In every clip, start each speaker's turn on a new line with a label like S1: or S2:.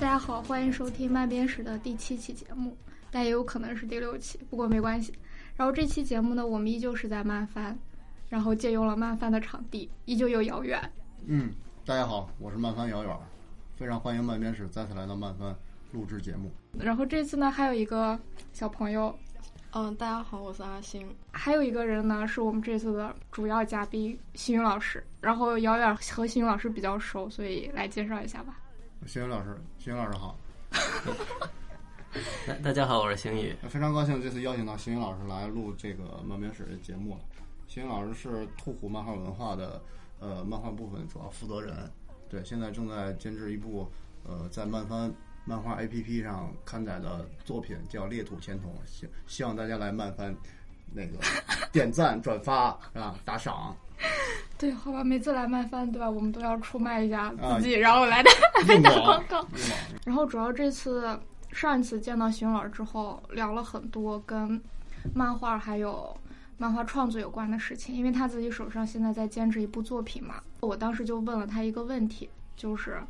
S1: 大家好，欢迎收听《慢编史》的第七期节目，但也有可能是第六期，不过没关系。然后这期节目呢，我们依旧是在漫帆，然后借用了漫帆的场地，依旧有遥远。
S2: 嗯，大家好，我是漫帆遥远，非常欢迎漫编史再次来到漫帆录制节目。
S1: 然后这次呢，还有一个小朋友，
S3: 嗯，大家好，我是阿星。
S1: 还有一个人呢，是我们这次的主要嘉宾新宇老师。然后遥远和新宇老师比较熟，所以来介绍一下吧。
S2: 星宇老师，星宇老师好，
S4: 大大家好，我是星宇。
S2: 非常高兴这次邀请到星宇老师来录这个漫编史的节目了。星宇老师是兔虎漫画文化的呃漫画部分主要负责人，对，现在正在监制一部呃在漫番漫画 APP 上刊载的作品，叫《猎土前童》，希希望大家来漫番那个点赞、转发啊、打赏。
S1: 对，好吧，每次来漫帆，对吧？我们都要出卖一下
S2: 啊
S1: 自己，然后来打来
S2: 硬
S1: 打
S2: 广
S1: 广告。
S2: 硬广
S1: 然后主要这次上一次见到熊老师之后，聊了很多跟漫画还有漫画创作有关的事情，因为他自己手上现在在监制一部作品嘛。我当时就问了他一个问题，就是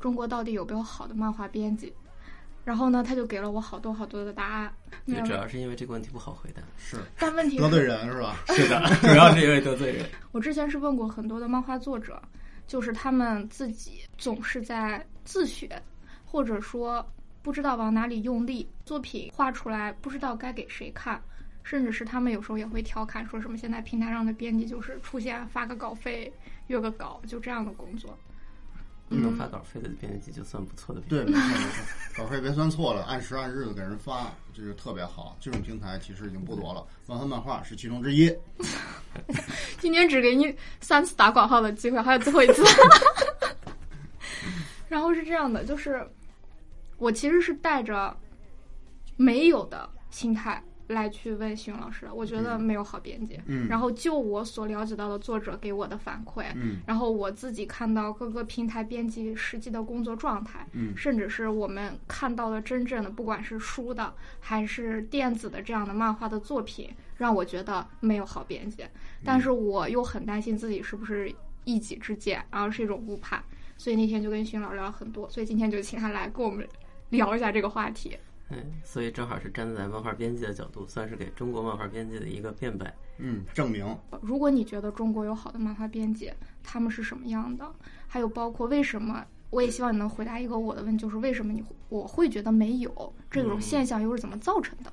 S1: 中国到底有没有好的漫画编辑？然后呢，他就给了我好多好多的答案。
S4: 对，
S1: 那
S4: 主要是因为这个问题不好回答。
S2: 是
S1: 但问题
S2: 得
S1: 是
S2: 罪人是吧？
S4: 是的，主要是因为得罪人。
S1: 我之前是问过很多的漫画作者，就是他们自己总是在自学，或者说不知道往哪里用力，作品画出来不知道该给谁看，甚至是他们有时候也会调侃说什么现在平台上的编辑就是出现发个稿费、阅个稿就这样的工作。
S4: 能发稿费的编辑就算不错的编辑。
S2: 对，没错没错，稿费别算错了，按时按日的给人发，这就特别好。这种平台其实已经不多了，漫画漫画是其中之一。
S1: 今天只给你三次打广告的机会，还有最后一次。 然后是这样的，就是我其实是带着没有的心态来去问徐勇老师的，我觉得没有好编辑。
S2: 嗯
S1: 然后就我所了解到的作者给我的反馈，
S2: 嗯
S1: 然后我自己看到各个平台编辑实际的工作状态，
S2: 嗯
S1: 甚至是我们看到的真正的，不管是书的还是电子的这样的漫画的作品，让我觉得没有好编辑。但是我又很担心自己是不是一己之见，然后是一种误判，所以那天就跟徐老师聊了很多，所以今天就请他来跟我们聊一下这个话题。
S4: 嗯，所以正好是站在漫画编辑的角度，算是给中国漫画编辑的一个辩白。
S2: 嗯，证明
S1: 如果你觉得中国有好的漫画编辑，他们是什么样的？还有包括为什么？我也希望你能回答一个我的问题，就是为什么你会我会觉得没有这种现象，又是怎么造成的？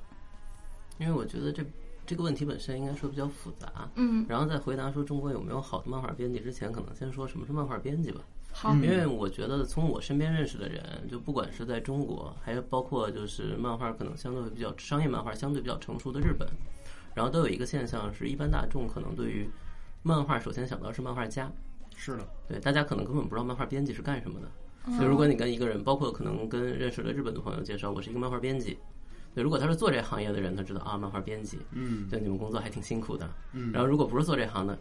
S4: 因为我觉得这这个问题本身应该说比较复杂。
S1: 嗯，
S4: 然后在回答说中国有没有好的漫画编辑之前，可能先说什么是漫画编辑吧。
S1: 好，
S4: 因为我觉得从我身边认识的人，就不管是在中国，还有包括就是漫画可能相对比较商业漫画相对比较成熟的日本，然后都有一个现象是，一般大众可能对于漫画首先想到是漫画家，
S2: 是的，
S4: 对大家可能根本不知道漫画编辑是干什么的。
S1: 嗯
S4: 所以如果你跟一个人，包括可能跟认识的日本的朋友介绍，我是一个漫画编辑。对，如果他是做这行业的人，他知道啊，漫画编辑，
S2: 嗯
S4: 对你们工作还挺辛苦的。
S2: 嗯
S4: 然后如果不是做这行的，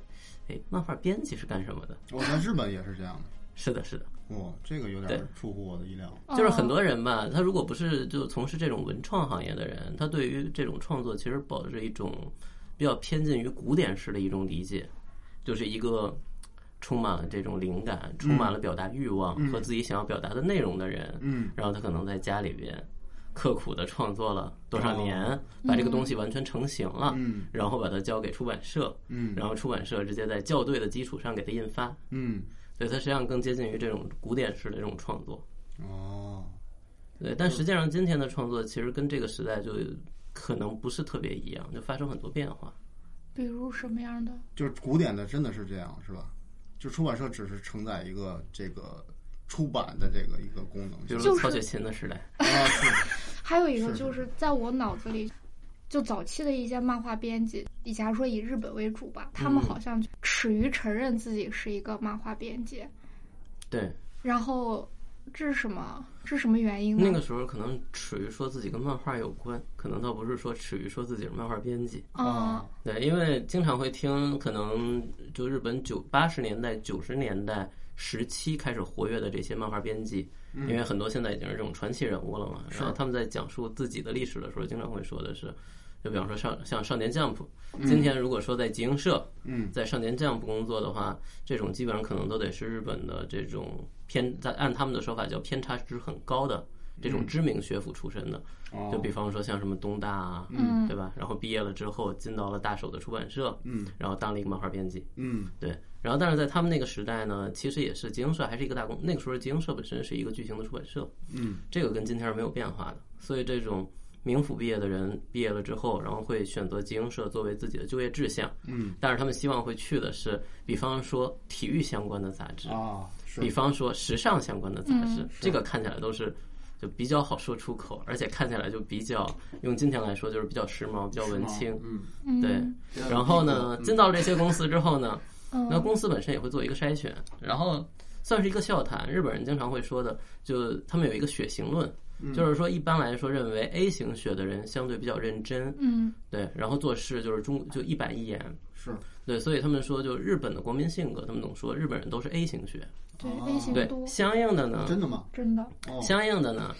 S4: 哎，漫画编辑是干什么的？
S2: 我在日本也是这样
S4: 是的，是的。
S2: 的，哇，这个有点
S4: 对
S2: 出乎我的意料。
S4: 就是很多人吧，他如果不是就从事这种文创行业的人，他对于这种创作其实保持一种比较偏近于古典式的一种理解，就是一个充满了这种灵感、充满了表达欲望和自己想要表达的内容的人，
S2: 嗯
S4: 然后他可能在家里边刻苦的创作了多少年，把这个东西完全成型了，
S2: 哦嗯
S4: 然后把它交给出版社，
S2: 嗯
S4: 然后出版社直接在校对的基础上给它印发，
S2: 嗯，
S4: 所以它实际上更接近于这种古典式的这种创作。
S2: 哦，
S4: 对，但实际上今天的创作其实跟这个时代就可能不是特别一样，就发生很多变化。
S1: 比如什么样的？
S2: 就是古典的真的是这样是吧？就出版社只是承载一个这个出版的这个一个功能
S4: 比
S2: 性
S4: 如
S1: 就
S4: 说
S1: 是
S4: 曹雪芹的时代，
S2: 啊，是
S1: 还有一个
S2: 是
S1: 就是在我脑子里，就早期的一些漫画编辑，以假如说以日本为主吧，他们
S4: 嗯
S1: 好像耻于承认自己是一个漫画编辑，
S4: 对，
S1: 然后这是什么？这是什么原因呢？
S4: 那个时候可能耻于说自己跟漫画有关，可能倒不是说耻于说自己是漫画编辑。
S1: 啊，
S4: 对，因为经常会听，可能就日本九八十年代、九十年代时期开始活跃的这些漫画编辑，因为很多现在已经是这种传奇人物了嘛。然后他们在讲述自己的历史的时候，经常会说的是，就比方说上像少年 Jump，今天如果说在集英社，
S2: 嗯
S4: 在少年 Jump 工作的话，这种基本上可能都得是日本的这种偏，在按他们的说法叫偏差值很高的这种知名学府出身的，
S2: 哦
S4: 就比方说像什么东大啊，
S1: 嗯
S4: 对吧？然后毕业了之后进到了大手的出版社，
S2: 嗯
S4: 然后当了一个漫画编辑，
S2: 嗯
S4: 对。然后，但是在他们那个时代呢，其实也是集英社还是一个大公，那个时候集英社本身是一个巨型的出版社，
S2: 嗯
S4: 这个跟今天是没有变化的。所以这种名府毕业的人毕业了之后，然后会选择集英社作为自己的就业志向，
S2: 嗯
S4: 但是他们希望会去的是，比方说体育相关的杂志，
S2: 啊是
S4: 比方说时尚相关的杂志
S1: 嗯，
S4: 这个看起来都是。就比较好说出口，而且看起来就比较，用今天来说就是比较时髦、比较文青。
S2: 嗯，
S1: 嗯，
S4: 对然后呢，进到这些公司之后呢，那
S1: 嗯
S4: 公司本身也会做一个筛选，然后算是一个笑谈。日本人经常会说的，就他们有一个血型论，
S2: 嗯
S4: 就是说一般来说认为 A 型血的人相对比较认真，
S1: 嗯
S4: 对，然后做事就是中就一板一眼，
S2: 是
S4: 对，所以他们说就日本的国民性格，他们总说日本人都是 A 型血，
S1: 对
S2: 哦
S1: A 型
S4: 对
S1: 多，，
S4: 相应的呢，
S2: 真的吗？
S1: 真的，
S2: 哦
S4: 相应的呢，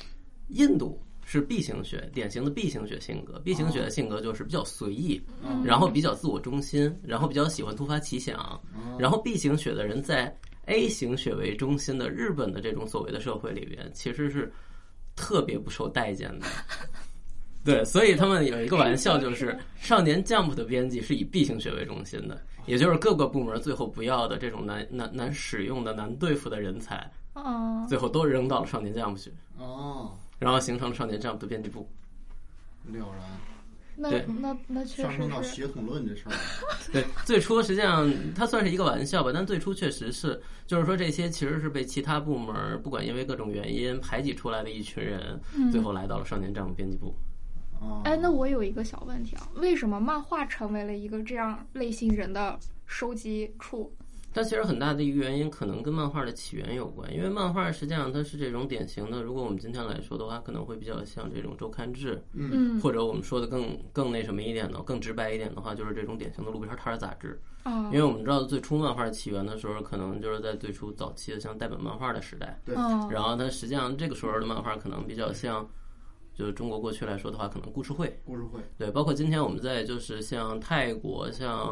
S4: 印度。是 B 型血，典型的 B 型血性格。B 型血的性格就是比较随意，
S2: 嗯
S4: 然后比较自我中心，然后比较喜欢突发奇想，
S2: 哦
S4: 然后 B 型血的人在 A 型血为中心的日本的这种所谓的社会里边，其实是特别不受待见 的。对，所以他们有一个玩 笑，就是《少年 Jump》的编辑是以 B 型血为中心的，也就是各个部门最后不要的这种难难难使用的、难对付的人才，
S1: 嗯，
S4: 最后都扔到了《少年 Jump》去，
S2: 哦
S4: 然后形成了《少年 Jump》的编辑部。
S2: 了然
S1: 那
S4: 对
S1: 那那确
S2: 上升
S1: 实
S2: 到
S1: 是，
S2: 血统论这事儿，
S4: 对，最初实际上它算是一个玩笑吧，但最初确实是，就是说这些其实是被其他部门儿不管因为各种原因排挤出来的一群人，最后来到了少年丈夫编辑部。
S2: 哦
S1: 嗯哎，那我有一个小问题啊，为什么漫画成为了一个这样类型人的收集处？
S4: 但其实很大的一个原因可能跟漫画的起源有关，因为漫画实际上它是这种典型的，如果我们今天来说的话，可能会比较像这种周刊制，
S1: 嗯
S4: 或者我们说的更更那什么一点的，更直白一点的话，就是这种典型的路边摊儿杂志。
S1: 啊
S4: 因，为我们知道最初漫画起源的时候，可能就是在最初早期的像代本漫画的时代。
S2: 对
S1: 嗯
S4: 然后它实际上这个时候的漫画可能比较像，就是中国过去来说的话，可能故事会
S2: 故事会
S4: 对，包括今天我们在就是像泰国、像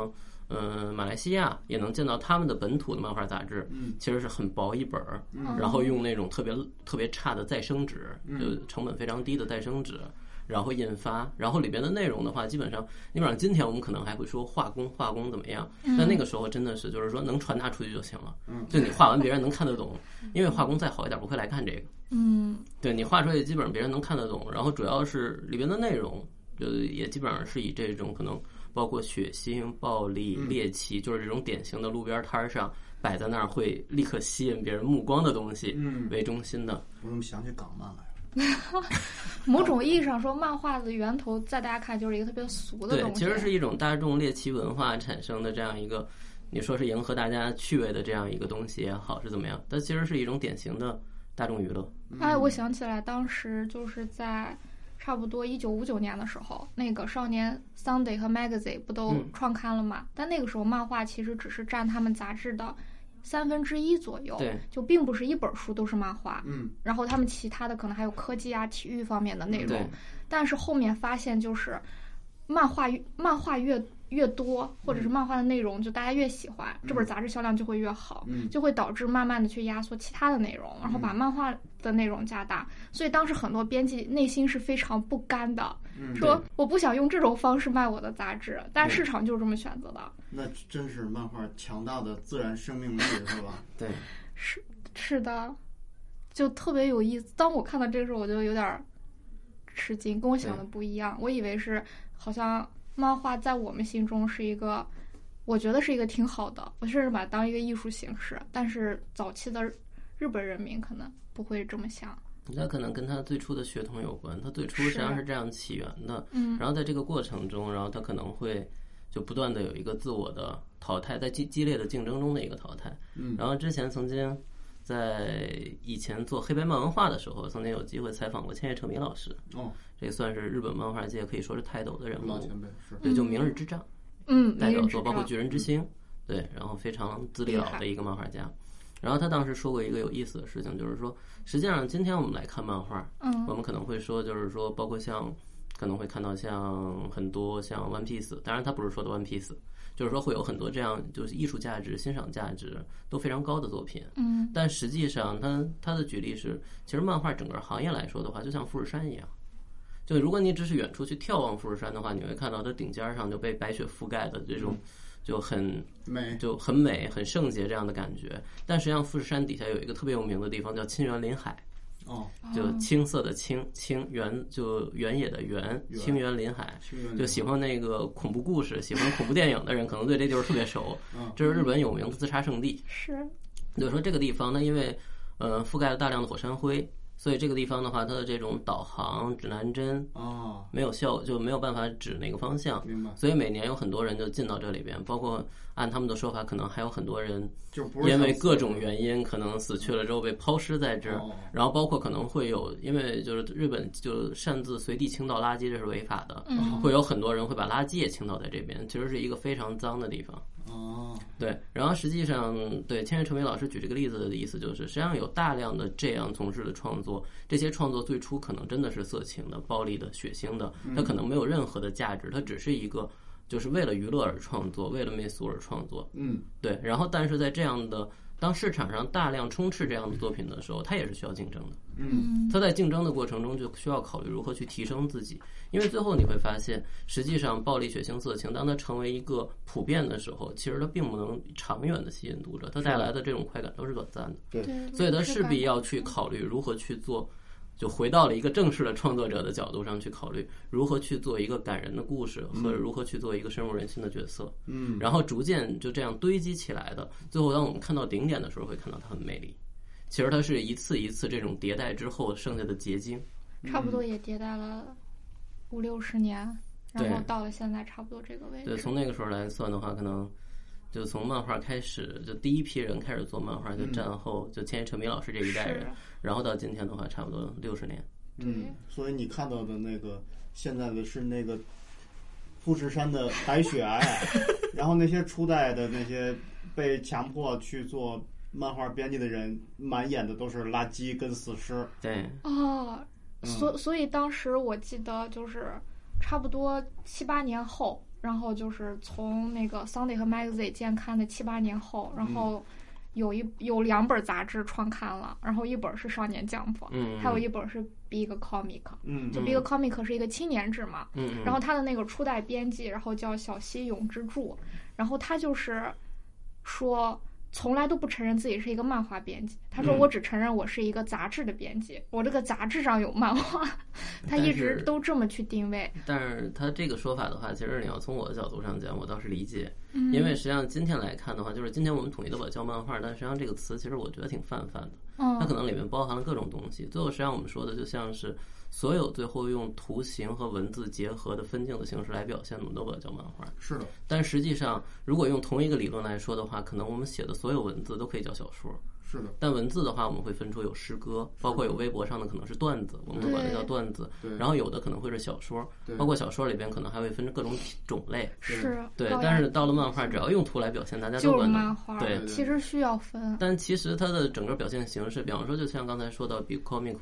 S4: 嗯、呃马来西亚也能见到他们的本土的漫画杂志，
S2: 嗯
S4: 其实是很薄一本儿，
S1: 嗯
S4: 然后用那种特别特别差的再生纸，
S2: 嗯
S4: 就成本非常低的再生纸。然后印发，然后里边的内容的话，基本上，你比方今天我们可能还会说画工，画工怎么样？但那个时候真的是就是说能传达出去就行了，
S2: 嗯
S4: 就你画完别人能看得懂，因为画工再好一点不会来看这个。
S1: 嗯
S4: 对你画出来基本上别人能看得懂，然后主要是里边的内容，呃，也基本上是以这种可能包括血腥、暴力、猎奇，就是这种典型的路边摊儿上摆在那儿会立刻吸引别人目光的东西
S2: 嗯，
S4: 为中心的。
S2: 我怎么想起港漫来了？
S1: 某种意义上说，漫画的源头在大家看就是一个特别俗的
S4: 对，
S1: 东西，
S4: 其实是一种大众猎奇文化产生的这样一个，你说是迎合大家趣味的这样一个东西也好，是怎么样？它其实是一种典型的大众娱乐。
S1: 哎，
S4: 嗯
S1: 我想起来，当时就是在差不多一九五九年的时候，那个《少年 Sunday》和《Magazine》不都
S4: 嗯
S1: 创刊了嘛？但那个时候，漫画其实只是占他们杂志的三分之一左右，
S4: 对，
S1: 就并不是一本书都是漫画。
S2: 嗯
S1: 然后他们其他的可能还有科技啊、体育方面的内
S4: 对
S1: 容，，但是后面发现就是漫画越漫画越越多，或
S4: 嗯
S1: 者是漫画的内容就大家越喜欢，这本杂志销量就会越好。
S2: 嗯
S1: 就会导致慢慢的去压缩其他的内容，然后把漫画的内容加大。所以当时很多编辑内心是非常不甘的，
S2: 嗯，
S1: 说我不想用这种方式卖我的杂志，但市场就是这么选择的。
S2: 那真是漫画强大的自然生命力是吧？
S4: 对，
S1: 是是的，就特别有意思。当我看到这个时候，我就有点儿吃惊，跟我想的不一样。我以为是好像漫画在我们心中是一个。我觉得是一个挺好的，我甚至把它当一个艺术形式。但是早期的日本人民可能不会这么想。
S4: 那可能跟他最初的血统有关，他最初
S1: 是
S4: 实际上是这样起源的。
S1: 嗯，
S4: 然后在这个过程中，然后他可能会就不断的有一个自我的淘汰，在激激烈的竞争中的一个淘汰。
S2: 嗯
S4: 然后之前曾经在以前做黑白漫文化的时候，曾经有机会采访过千叶彻弥老师，
S2: 哦，
S4: 这算是日本漫画界可以说是泰斗的人
S2: 老
S4: 物，
S2: 前辈是
S4: 对，就明日之战。
S1: 嗯，
S4: 代表
S1: 明日
S4: 作，
S1: 之
S4: 包括
S1: 战
S4: 巨人之星，对，然后非常资历老的一个漫画家。然后他当时说过一个有意思的事情，就是说，实际上今天我们来看漫画，
S1: 嗯
S4: 我们可能会说，就是说，包括像可能会看到像很多像 One Piece，当然它不是说的 One Piece，就是说会有很多这样就是艺术价值、欣赏价值都非常高的作品。
S1: 嗯
S4: 但实际上它，它的举例是，其实漫画整个行业来说的话，就像富士山一样，就如果你只是远处去眺望富士山的话，你会看到它顶尖儿上就被白雪覆盖的这种，就很
S2: 美
S4: 就很美、很圣洁这样的感觉。但实际上，富士山底下有一个特别有名的地方叫清源林海，
S2: 哦，
S4: 就青色的青，青原就原野的原，
S2: 原
S4: 清源林海。
S2: 清源
S4: 就喜欢那个恐怖故事、喜欢恐怖电影的人，可能对这地方特别熟
S2: 嗯。
S4: 这是日本有名的自杀圣地。
S1: 是
S4: 就是说这个地方呢，因为呃覆盖了大量的火山灰，所以这个地方的话，它的这种导航指南针
S2: 哦，
S4: 没有效，就没有办法指哪个方向。
S2: 明白，
S4: 所以每年有很多人就进到这里边，包括按他们的说法，可能还有很多人
S2: 就不是
S4: 因为
S2: 像
S4: 各种原因，可能死去了之后被抛尸在这儿
S2: 哦，
S4: 然后包括可能会有，因为就是日本就擅自随地倾倒垃圾，这是违法的，
S2: 哦
S1: 嗯
S4: 会有很多人会把垃圾也倾倒在这边，其实是一个非常脏的地方。
S2: 哦，
S4: 对，然后实际上，对千叶成美老师举这个例子的意思就是，实际上有大量的这样从事的创作，这些创作最初可能真的是色情的、暴力的、血腥的，
S2: 嗯
S4: 它可能没有任何的价值，它只是一个就是为了娱乐而创作，为了媚俗而创作。
S2: 嗯，
S4: 对，然后但是在这样的当市场上大量充斥这样的作品的时候，它也是需要竞争的。
S1: 嗯
S4: 他在竞争的过程中就需要考虑如何去提升自己，因为最后你会发现，实际上暴力、血腥、色情，当它成为一个普遍的时候，其实它并不能长远的吸引读者，它带来的这种快感都是短暂的，
S1: 对，
S4: 所以它势必要
S1: 嗯
S4: 去考虑如何去做，就回到了一个正式的创作者的角度上去考虑如何去做一个感人的故事和如何去做一个深入人心的角色，
S2: 嗯，
S4: 然后逐渐就这样堆积起来的，最后当我们看到顶点的时候，会看到它很美丽。其实它是一次一次这种迭代之后剩下的结晶。
S1: 差不多也迭代了五六十年，然后
S4: 对
S1: 到了现在差不多这个位置。
S4: 对，从那个时候来算的话，可能就从漫画开始，就第一批人开始做漫画，就战后就千与成明老师这一代人，
S1: 是啊
S4: 然后到今天的话，差不多六十年。
S2: 嗯，所以你看到的那个现在的是那个富士山的白雪皑皑，然后那些初代的那些被强迫去做漫画编辑的人，满眼的都是垃圾跟死尸。
S4: 对，
S1: 哦，
S2: 嗯
S1: 所所以当时我记得就是差不多七八年后，然后就是从那个 Sunday 和 Magazine 间刊的七八年后，
S4: 嗯
S1: 然后有一有两本杂志创刊了，然后一本是少年 Jump，
S4: 嗯，
S1: 还有一本是 Big Comic。
S2: 嗯
S1: 就 Big Comic 是一个青年制嘛，
S4: 嗯，嗯
S1: 然后他的那个初代编辑，然后叫小西永之助，然后他就是说从来都不承认自己是一个漫画编辑，他说
S4: 嗯
S1: 我只承认我是一个杂志的编辑，我这个杂志上有漫 画，他
S4: 但
S1: 一直
S4: 是
S1: 都这么去定位。
S4: 但是他这个说法的话，其实你要从我的角度上讲，我倒是理解，因为实际上今天来看的话，就是今天我们统一的把它叫漫画，但实际上这个词其实我觉得挺泛泛的。它
S1: 嗯
S4: 可能里面包含了各种东西。最后，实际上我们说的就像是所有最后用图形和文字结合的分镜的形式来表现，我们都把它叫漫画。
S2: 是的，
S4: 但实际上，如果用同一个理论来说的话，可能我们写的所有文字都可以叫小说。
S2: 是的，
S4: 但文字的话，我们会分出有诗歌，包括有微博上的可能是段子，我们会管它叫段子。
S2: 对
S4: 然后有的可能会是小说，
S2: 对
S4: 包括小说里边可能还会分各种体种类。
S1: 是，
S4: 对
S1: 高，
S4: 但
S1: 雅
S4: 是到了漫画，只要用图来表现，大家都
S1: 就是
S4: 管它
S1: 漫画，
S4: 对，
S1: 其实需要分，
S4: 但其实它的整个表现形式，比方说，就像刚才说到 Big Comic，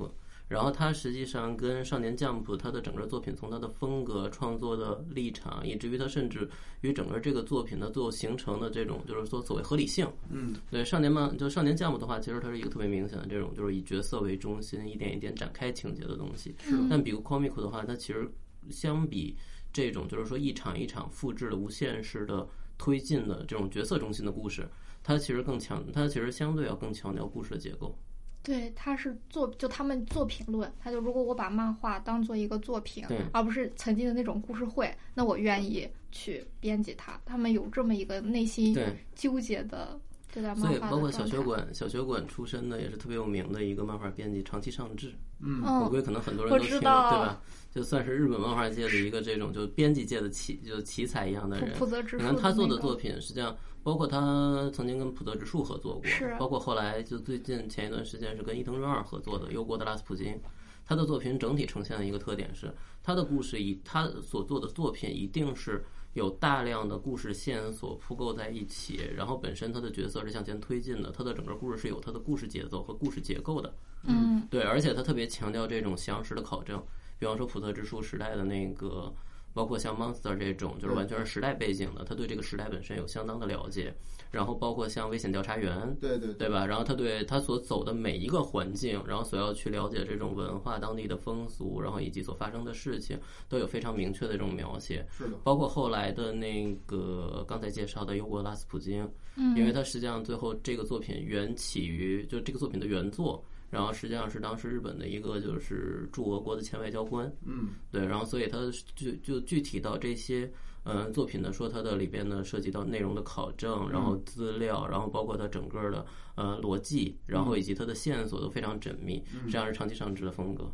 S4: 然后它实际上跟少年 Jump 它的整个作品，从它的风格、创作的立场，以至于它甚至与整个这个作品它最后形成的这种，就是说所谓合理性。
S2: 嗯，
S4: 对，少年漫就少年 Jump 的话，其实它是一个特别明显的这种，就是以角色为中心，一点一点展开情节的东西。
S1: 嗯
S4: 但 Big Comic 的话，它其实相比这种就是说一场一场复制的无限式的推进的这种角色中心的故事，它其实更强，它其实相对要更强调故事的结构。
S1: 对，他是作就他们作品论，他就如果我把漫画当做一个作品
S4: 对，
S1: 而不是曾经的那种故事会，那我愿意去编辑它。他们有这么一个内心
S4: 对，
S1: 纠结的对待漫画
S4: 所以
S1: 的
S4: 包括小
S1: 状
S4: 学
S1: 态，
S4: 馆，小学馆出身的也是特别有名的一个漫画编辑长崎尚志，我
S1: 嗯，
S4: 估计可能很多人
S1: 我
S4: 都
S1: 知
S4: 听
S1: 道
S4: 了，对吧？就算是日本漫画界的一个这种就编辑界的奇就奇才一样的
S1: 普
S4: 人，
S1: 普泽之
S4: 你
S1: 树、
S4: 看他做
S1: 那
S4: 的
S1: 个
S4: 作品，实际上包括他曾经跟普泽直树合作过，
S1: 是
S4: 包括后来就最近前一段时间是跟伊藤润二合作的《忧国的拉斯普京》。他的作品整体呈现的一个特点是，他的故事以他所做的作品一定是有大量的故事线索铺构在一起，然后本身他的角色是向前推进的，他的整个故事是有它的故事节奏和故事结构的。
S1: 嗯
S4: 对，而且他特别强调这种详实的考证，比方说普特之树时代的那个，包括像 Monster 这种，就是完全是时代背景的，他对这个时代本身有相当的了解。然后包括像危险调查员，
S2: 对对
S4: 对吧？然后他对他所走的每一个环境，然后所要去了解这种文化、当地的风俗，然后以及所发生的事情，都有非常明确的这种描写。
S2: 是的，
S4: 包括后来的那个刚才介绍的尤格拉斯普京，因为
S1: 嗯
S4: 他实际上最后这个作品缘起于就这个作品的原作，然后实际上是当时日本的一个就是驻俄国的前外交官，
S2: 嗯，
S4: 对，然后所以他就就具体到这些呃作品的说它的里边呢涉及到内容的考证，然后资料，然后包括它整个的呃逻辑，然后以及它的线索都非常缜密，这样是长期上志的风格。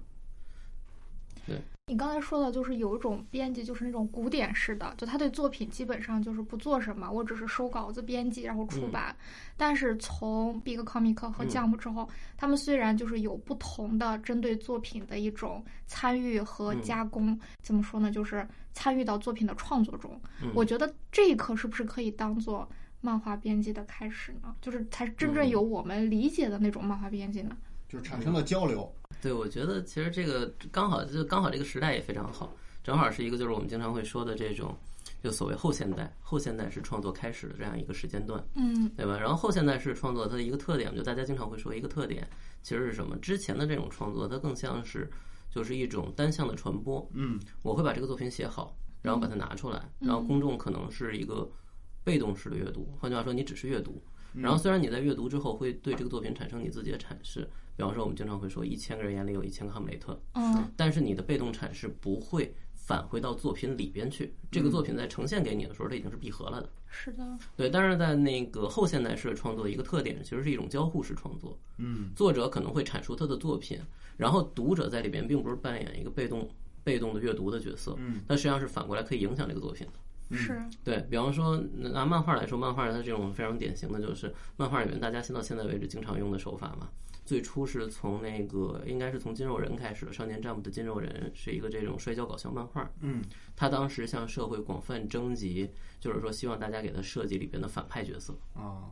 S1: 你刚才说的就是有一种编辑，就是那种古典式的，就他对作品基本上就是不做什么，我只是收稿子、编辑，然后出版。但是从 Big Comic 和
S4: 嗯
S1: Jump 之后，他们虽然就是有不同的针对作品的一种参与
S4: 嗯
S1: 和加工，怎么说呢？就是参与到作品的创作中。
S4: 嗯
S1: 我觉得这一刻是不是可以当做漫画编辑的开始呢？就是才真
S4: 嗯
S1: 正有我们理解的那种漫画编辑呢？
S2: 就是产生了交流，
S4: 对，我觉得其实这个刚好就刚好这个时代也非常好，正好是一个就是我们经常会说的这种，就所谓后现代，后现代式创作开始的这样一个时间段，
S1: 嗯
S4: 对吧？然后后现代式创作它的一个特点，就大家经常会说一个特点，其实是什么？之前的这种创作它更像是就是一种单向的传播，
S2: 嗯，
S4: 我会把这个作品写好，然后把它拿出来，然后公众可能是一个被动式的阅读，换句话说，你只是阅读。然后虽然你在阅读之后会对这个作品产生你自己的阐释，比方说我们经常会说一千个人眼里有一千个哈姆雷特，
S1: 嗯
S4: 但是你的被动阐释不会返回到作品里边去，这个作品在呈现给你的时候，它已经是闭合了的。
S1: 是的，
S4: 对，但是在那个后现代式的创作，一个特点其实是一种交互式创作。
S2: 嗯，
S4: 作者可能会阐述他的作品，然后读者在里边并不是扮演一个被动被动的阅读的角色，
S2: 嗯，
S4: 但实际上是反过来可以影响这个作品的。
S1: 是
S4: 对比方说拿漫画来说，漫画它这种非常典型的就是漫画里面大家现到现在为止经常用的手法嘛。最初是从那个应该是从筋肉人开始，少年战部的筋肉人是一个这种摔跤搞笑漫画。
S2: 嗯，
S4: 他当时向社会广泛征集，就是说希望大家给他设计里边的反派角色。
S2: 啊，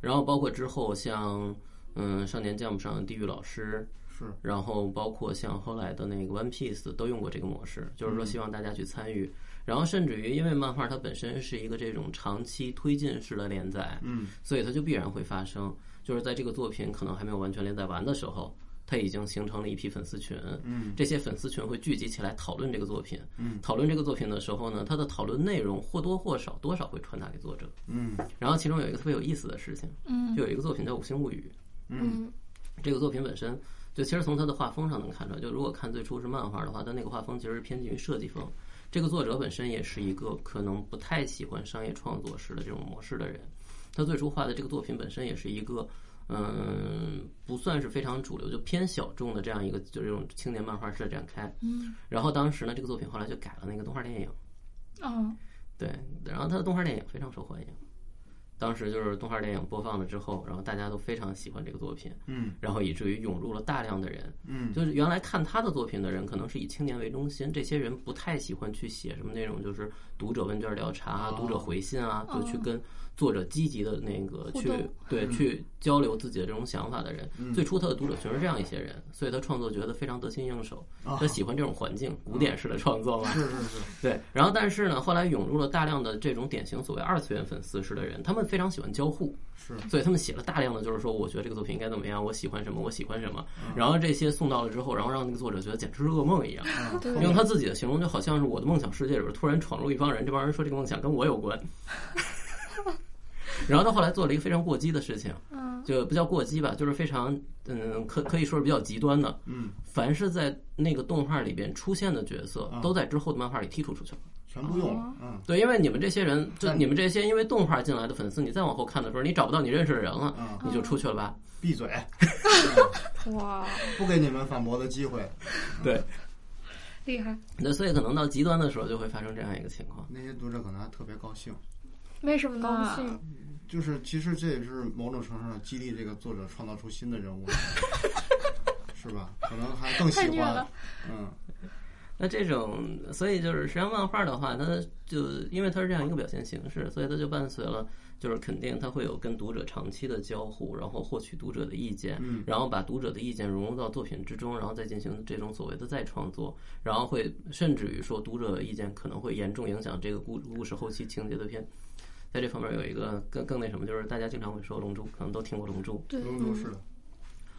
S4: 然后包括之后像嗯少年 Jump 上的地狱老师，
S2: 是，
S4: 然后包括像后来的那个 One Piece 都用过这个模式，就是说希望大家去参与。然后甚至于因为漫画它本身是一个这种长期推进式的连载，
S2: 嗯，
S4: 所以它就必然会发生，就是在这个作品可能还没有完全连载完的时候。它已经形成了一批粉丝群，嗯，这些粉丝群会聚集起来讨论这个作品，嗯，讨论这个作品的时候呢，它的讨论内容或多或少多少会传达给作者，
S2: 嗯
S4: 然后其中有一个特别有意思的事情，
S1: 嗯
S4: 就有一个作品叫《五星物语》，
S3: 嗯
S4: 这个作品本身，就其实从它的画风上能看出来，就如果看最初是漫画的话，它那个画风其实偏近于设计风。这个作者本身也是一个可能不太喜欢商业创作式的这种模式的人，他最初画的这个作品本身也是一个，嗯，不算是非常主流，就偏小众的这样一个，就这种青年漫画式的展开。
S1: 嗯
S4: 然后当时呢，这个作品后来就改了那个动画电影。
S1: 嗯
S4: 对，然后他的动画电影非常受欢迎。当时就是动画电影播放了之后，然后大家都非常喜欢这个作品，
S2: 嗯，
S4: 然后以至于涌入了大量的人，
S2: 嗯，
S4: 就是原来看他的作品的人，可能是以青年为中心，这些人不太喜欢去写什么那种就是读者问卷调查啊、
S2: 哦
S4: 读者回信啊，就去跟作者积极的那个
S1: 嗯互
S4: 去
S1: 动
S4: 对去交流自己的这种想法的人。
S2: 嗯
S4: 最初他的读者群是这样一些人，所以他创作觉得非常得心应手，
S2: 啊
S4: 他喜欢这种环境，古典式的创作 嘛，
S2: 是是是，
S4: 对，然后但是呢，后来涌入了大量的这种典型所谓二次元粉丝式的人，他们非常喜欢交互，
S2: 是，
S4: 所以他们写了大量的就是说，我觉得这个作品应该怎么样，我喜欢什么，我喜欢什么，然后这些送到了之后，然后让那个作者觉得简直是噩梦一样，
S1: 对
S2: 嗯
S4: 用他自己的形容，就好像是我的梦想世界里边突然闯入一帮人，这帮人说这个梦想跟我有 关，然后他后来做了一个非常过激的事情，
S1: 嗯
S4: 就不叫过激吧，就是非常嗯，可可以说是比较极端的，
S2: 嗯，
S4: 凡是在那个动画里边出现的角色，
S2: 嗯
S4: 都在之后的漫画里剔除出去了。
S2: 全部用
S1: 哦
S2: 了，嗯
S4: 对，因为你们这些人，就
S2: 但
S4: 你们这些因为动画进来的粉丝，你再往后看的时候，你找不到你认识的人了，
S2: 嗯，
S4: 你就出去了吧？
S2: 闭 嘴，
S3: 哇，
S2: 不给你们反驳的机会。
S4: 对，
S1: 厉害。
S4: 那所以可能到极端的时候就会发生这样一个情况。
S2: 那些读者可能还特别高兴，
S1: 为什么
S3: 高
S1: 呢？
S4: 啊
S3: 兴，
S2: 就是其实这也是某种程度上激励这个作者创造出新的人物，是吧？可能还更喜
S1: 太虐
S2: 欢
S1: 了，
S2: 嗯，
S4: 那这种，所以就是实际上漫画的话，它就因为它是这样一个表现形式，所以它就伴随了，就是肯定它会有跟读者长期的交互，然后获取读者的意见，然后把读者的意见融入到作品之中，然后再进行这种所谓的再创作，然后会甚至于说读者意见可能会严重影响这个故故事后期情节的篇。在这方面有一个更更那什么，就是大家经常会说《龙珠》，可能都听过《龙珠》。
S3: 对，
S1: 嗯
S2: 龙珠是的，
S4: 《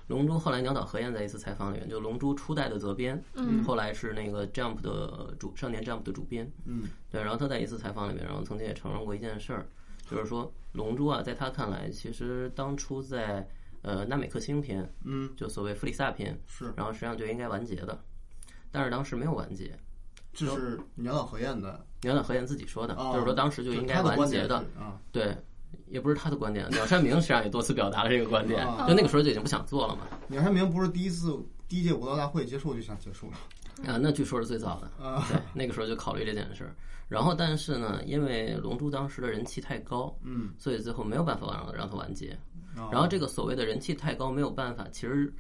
S4: 龙珠》后来鸟岛和彦在一次采访里面，就《龙珠》初代的责编，
S3: 嗯
S4: 后来是那个 Jump 的主少年 Jump 的主编，
S2: 嗯，
S4: 对，然后他在一次采访里面，然后曾经也承认过一件事儿，就是说《龙珠》啊，在他看来，其实当初在呃纳美克星篇，
S2: 嗯，
S4: 就所谓弗里萨篇，
S2: 是，
S4: 然后实际上就应该完结的，但是当时没有完结，
S2: 这是鸟岛和彦的，
S4: 鸟岛和彦自己说的，
S2: 啊
S4: 就是说当时就应该
S2: 他的
S4: 完
S2: 观
S4: 结
S2: 点
S4: 的，
S2: 是啊，
S4: 对。也不是他的观点，鸟山明实际上也多次表达了这个观点，
S2: 啊
S4: 就那个时候就已经不想做了嘛。
S2: 鸟山明不是第一次第一届武道大会结束就想结束了，
S4: 啊，那据说是最早的，对，那个时候就考虑这件事儿。然后，但是呢，因为《龙珠》当时的人气太高，
S2: 嗯，
S4: 所以最后没有办法让让它完结。
S2: 啊
S4: 然后，这个所谓的人气太高没有办法，其实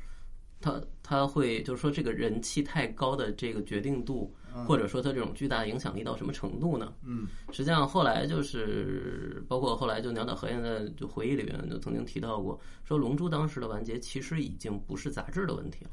S4: 它它会就是说这个人气太高的这个决定度，或者说它这种巨大的影响力到什么程度呢？
S2: 嗯，
S4: 实际上后来就是包括后来就鸟岛和彦在就回忆里面就曾经提到过，说《龙珠》当时的完结其实已经不是杂志的问题了。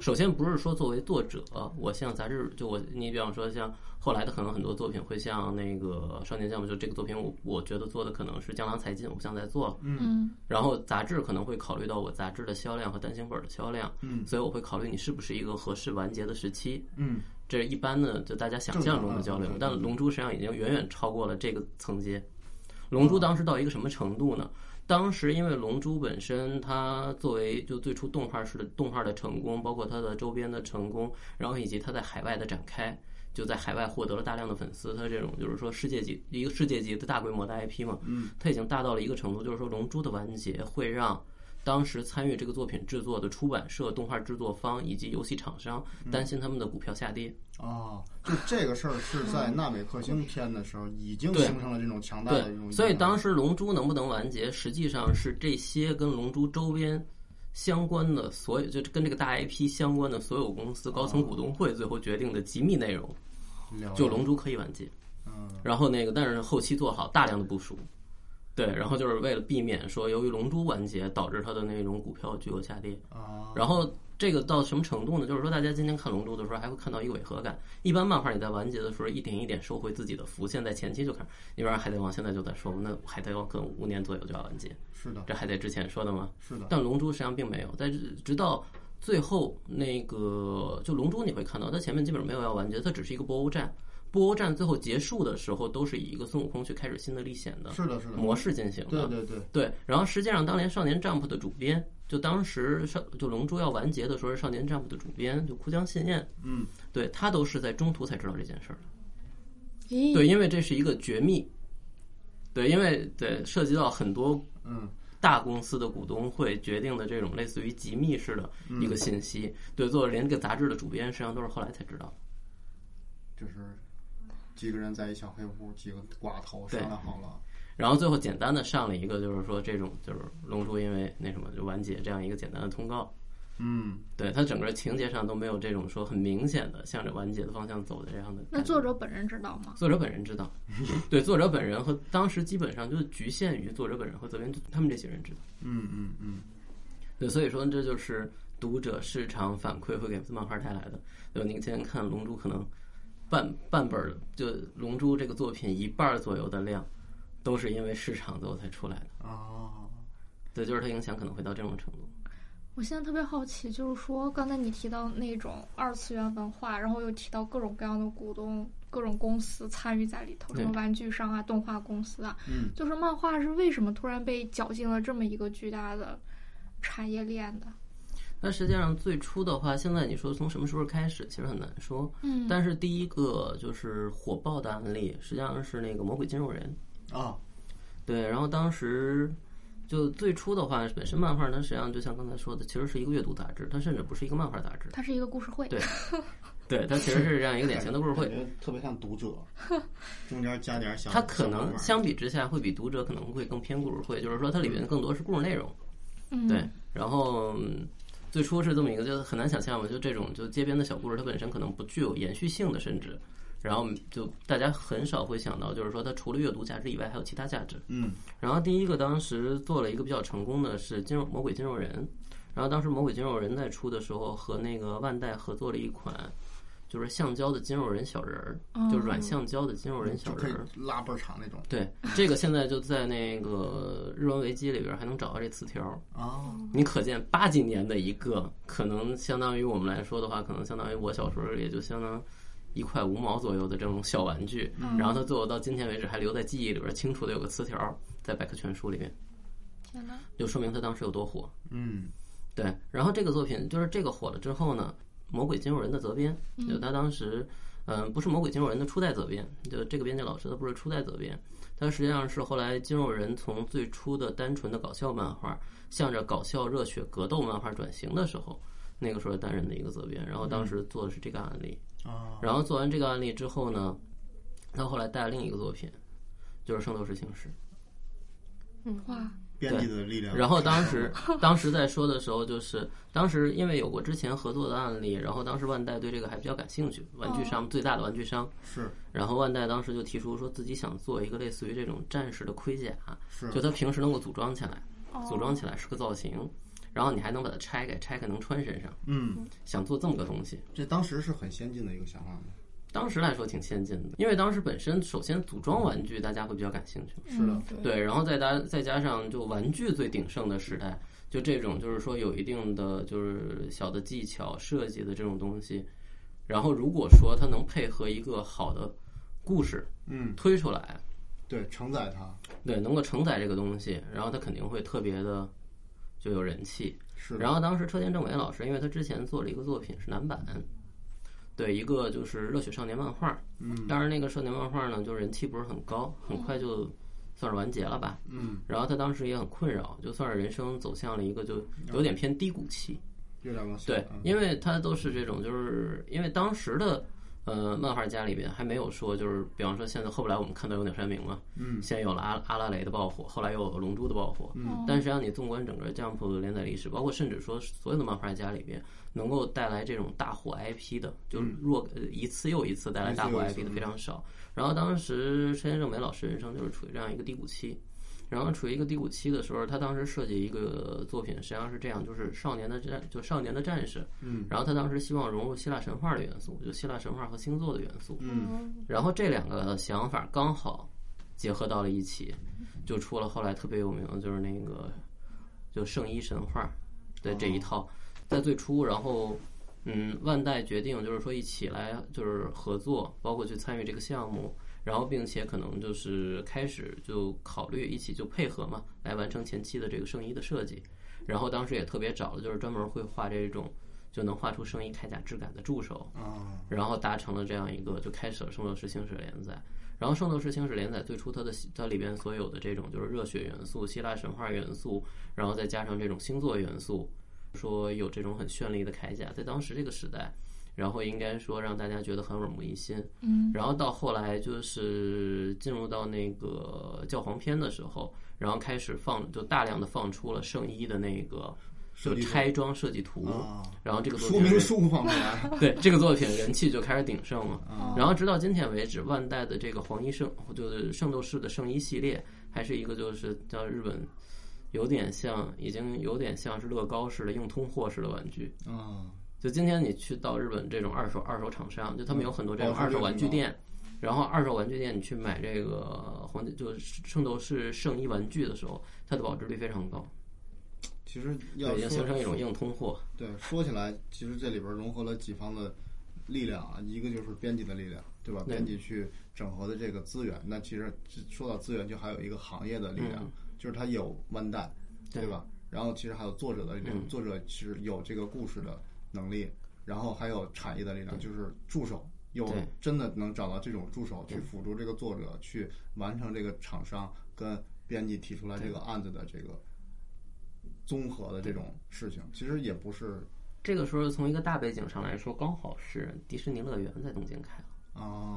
S4: 首先不是说作为作者，我像杂志就我你比方说像后来的可能很多作品会像那个少年项目，就这个作品我我觉得做的可能是江郎才尽，我不想再做了。
S1: 嗯
S4: 然后杂志可能会考虑到我杂志的销量和单行本的销量，
S2: 嗯，
S4: 所以我会考虑你是不是一个合适完结的时期。
S2: 嗯，
S4: 这是一般的就大家想象中的交流
S2: 正常啊，
S4: 但《龙珠》实际上已经远远超过了这个层级。《龙珠》当时到一个什么程度呢？当时因为《龙珠》本身，它作为就最初动画式的动画的成功，包括它的周边的成功，然后以及它在海外的展开，就在海外获得了大量的粉丝。它这种就是说世界级一个世界级的大规模的 IP 嘛，嗯，它已经大到了一个程度，就是说《龙珠》的完结会让当时参与这个作品制作的出版社、动画制作方以及游戏厂商
S2: 嗯
S4: 担心他们的股票下跌。
S2: 哦，就这个事儿是
S1: 嗯
S2: 在纳美克星篇的时候已经
S4: 对
S2: 形成了这种强大的这种影响
S4: 对，
S2: 力，
S4: 所以当时《龙珠》能不能完结，实际上是这些跟《龙珠》周边相关的所有，就跟这个大 IP 相关的所有公司高层股东会最后决定的机密内容，
S2: 了
S4: 就《龙珠》可以完结。
S2: 嗯
S4: 然后那个，但是后期做好大量的部署，对，然后就是为了避免说由于《龙珠》完结导致它的那种股票巨额下跌。
S2: 啊
S4: 然后这个到什么程度呢？就是说，大家今天看《龙珠》的时候，还会看到一个违和感。一般漫画你在完结的时候，一点一点收回自己的伏线，在前期就看，你比方说《海贼王》现在就在说，那《海贼王》可能五年左右就要完结，
S2: 是的
S4: 这还在之前说的吗？
S2: 是的，
S4: 但《龙珠》实际上并没有，但是直到最后那个就《龙珠》，你会看到它前面基本上没有要完结，它只是一个博欧战。博欧战最后结束的时候，都是以一个孙悟空去开始新的历险的
S2: 是的是的，
S4: 模式进行的。
S2: 对对对，
S4: 对，然后实际上当年《少年 Jump》的主编，就当时少就《龙珠》要完结的时候，《少年 Jump》的主编就哭江信彦，
S2: 嗯，
S4: 对他都是在中途才知道这件事儿的。
S3: 咦，
S4: 对，因为这是一个绝密，对，因为对涉及到很多
S2: 嗯
S4: 大公司的股东会决定的这种类似于机密式的一个信息，对，作为连这个杂志的主编，实际上都是后来才知道的。
S2: 就是几个人在一小黑屋，几个寡头商量好了，
S4: 然后最后简单的上了一个，就是说这种就是《龙珠》因为那什么就完结这样一个简单的通告。
S2: 嗯
S4: 对它整个情节上都没有这种说很明显的向着完结的方向走的这样的感觉。
S1: 那作者本人知道吗？
S4: 作者本人知道， 对作者本人和当时基本上就局限于作者本人和责编他们这些人知道。
S2: 嗯嗯嗯，
S4: 对，所以说这就是读者市场反馈会给漫画带来的。对吧，你今天看《龙珠》，可能半半本儿就《龙珠》这个作品一半儿左右的量，都是因为市场最后才出来的。
S2: 哦，
S4: 对，就是它影响可能会到这种程度。
S1: 我现在特别好奇，就是说刚才你提到那种二次元文化，然后又提到各种各样的股东、各种公司参与在里头，
S4: 对
S1: 什么玩具商啊、动画公司啊，
S2: 嗯，
S1: 就是漫画是为什么突然被搅进了这么一个巨大的产业链的？
S4: 那实际上最初的话，现在你说从什么时候开始，其实很难说。嗯，但是第一个就是火爆的案例，实际上是那个《魔鬼金融人》。
S2: 啊
S4: 对，然后当时就最初的话，本身漫画它实际上就像刚才说的，其实是一个阅读杂志，它甚至不是一个漫画杂志。
S1: 它是一个故事会，
S4: 对对，它其实是这样一个典型的故事
S2: 感
S4: 会。
S2: 觉 特别像读 者，中间加点小，
S4: 它可能
S2: 小
S4: 相比之下会比读者可能会更偏故事会，就是说它里面更多是故事内容。
S1: 嗯，
S4: 对，然后嗯最初是这么一个，就很难想象嘛，就这种就街边的小故事，它本身可能不具有延续性的，甚至，然后就大家很少会想到，就是说它除了阅读价值以外，还有其他价值。
S2: 嗯，
S4: 然后第一个当时做了一个比较成功的是《金融魔鬼金融人》，然后当时《魔鬼金融人》在出的时候，和那个万代合作了一款。就是橡胶的金融人小人儿，就是软橡胶的金融
S2: 哦
S4: 人
S2: 嗯就
S4: 小
S2: 可以
S4: 人儿。
S2: 拉倍儿长那种
S4: 对，这个现在就在那个日文维基里边还能找到这词条儿。
S2: 啊，
S1: 哦
S4: 你可见八几年的一个，可能相当于我们来说的话，可能相当于我小时候也就相当一块五毛左右的这种小玩具，
S1: 嗯
S4: 然后它最后到今天为止还留在记忆里边，清楚的有个词条儿在百科全书里面，
S1: 天哪，
S4: 就说明它当时有多火。
S2: 嗯
S4: 对，然后这个作品就是这个火了之后呢，《魔鬼金融人》的责编，就他当时，嗯、不是《魔鬼金融人》的初代责编，就这个编辑老师他不是初代责编，他实际上是后来金融人从最初的单纯的搞笑漫画，向着搞笑热血格斗漫画转型的时候，那个时候担任的一个责编，然后当时做的是这个案例，
S2: 啊，
S4: 然后做完这个案例之后呢，他后来带了另一个作品，就是《圣斗士星矢》。
S1: 嗯哇，
S2: 编辑的力量。
S4: 然后当时当时在说的时候，就是当时因为有过之前合作的案例，然后当时万代对这个还比较感兴趣，玩具商最大的玩具商，
S2: 是
S4: 然后万代当时就提出说自己想做一个类似于这种战士的盔甲，
S2: 是
S4: 就他平时能够组装起来，组装起来是个造型，然后你还能把它拆开，拆开能穿身上，
S2: 嗯，
S4: 想做这么个东西。
S2: 这当时是很先进的一个想法嘛。
S4: 当时来说挺先进的，因为当时本身首先组装玩具大家会比较感兴趣，
S2: 是的，
S3: 嗯
S4: 对，然后再加再加上就玩具最鼎盛的时代，就这种就是说有一定的就是小的技巧设计的这种东西，然后如果说它能配合一个好的故事
S2: 嗯，
S4: 推出来，
S2: 对，承载它
S4: 对，能够承载这个东西，然后它肯定会特别的就有人气。
S2: 是的
S4: 然后当时车田正美老师，因为他之前做了一个作品是男版，对，一个就是热血少年漫画，嗯，当然那个少年漫画呢，就人气不是很高，很快就算是完结了吧，嗯，然后他当时也很困扰，就算是人生走向了一个就有点偏低谷期，
S2: 月亮光
S4: 对，
S2: 嗯
S4: 因为他都是这种，就是因为当时的。呃，漫画家里边还没有说，就是比方说现在后来我们看到有鸟山明嘛，嗯，先有了阿阿拉蕾的爆火，后来又有龙珠的爆火，嗯，但实际上你纵观整个 Jump 连载历史，包括甚至说所有的漫画家里边，能够带来这种大火 IP 的，就是若、呃一次又一次带来大火
S2: 一次又一
S4: IP
S2: 次
S4: 的非常少。然后当时山田正美老师人生就是处于这样一个低谷期，然后处于一个低谷期的时候，他当时设计一个作品，实际上是这样，就是少年的战，就少年的战士，嗯，然后他当时希望融入希腊神话的元素，就希腊神话和星座的元素，
S2: 嗯，
S4: 然后这两个想法刚好结合到了一起，就出了后来特别有名的就是那个就圣衣神话的这一套，在最初，然后嗯，万代决定就是说一起来就是合作，包括去参与这个项目，然后并且可能就是开始就考虑一起就配合嘛，来完成前期的这个圣衣的设计，然后当时也特别找了就是专门会画这种。就能画出圣衣铠甲质感的助手，
S2: 啊，
S4: 然后达成了这样一个，就开始了《圣斗士星矢》联载。然后《圣斗士星矢》联载最初它的它里边所有的这种就是热血元素、希腊神话元素，然后再加上这种星座元素，说有这种很绚丽的铠甲，在当时这个时代，然后应该说让大家觉得很耳目一新。嗯，然后到后来就是进入到那个教皇篇的时候，然后开始放就大量的放出了圣衣的那个
S2: 设
S4: 就
S2: 计
S4: 拆装设计图，
S2: 啊，
S4: 然后这个作
S2: 说
S4: 品
S2: 明书放出 来，
S4: 对这个作品人气就开始鼎盛了。
S2: 哦
S4: 然后直到今天为止，万代的这个黄衣圣就是圣斗士的圣衣系列，还是一个就是叫日本有点像，已经有点像是乐高式的硬通货式的玩具。
S2: 啊，
S4: 就今天你去到日本这种二手二手厂商，就他们有很多这种
S2: 保值率
S4: 二手玩具
S2: 很高
S4: 店，然后二手玩具店你去买这个黄金就是圣斗士圣衣玩具的时候，它的保值率非常高，
S2: 其实要
S4: 对，已经形
S2: 说
S4: 成一种硬通货。
S2: 对说起来，其实这里边融合了几方的力量啊，一个就是编辑的力量，对吧？
S4: 对
S2: 编辑去整合的这个资源，那其实说到资源，就还有一个行业的力量，
S4: 嗯
S2: 就是它有万代，对吧？然后其实还有作者的力量，
S4: 嗯
S2: 作者其实有这个故事的能力，然后还有产业的力量，就是助手。有
S4: 对
S2: 真的能找到这种助手去辅助这个作者去完成这个厂商跟编辑提出来这个案子的这个综合的这种事情，其实也不是
S4: 这个时候从一个大背景上来说，刚好是迪士尼乐园在东京开了。
S2: 啊，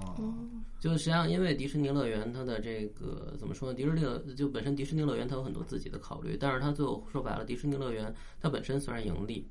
S4: 就实际上，因为迪士尼乐园它的这个怎么说呢？迪士尼乐就本身迪士尼乐园它有很多自己的考虑，但是它最后说白了，迪士尼乐园它本身虽然盈利，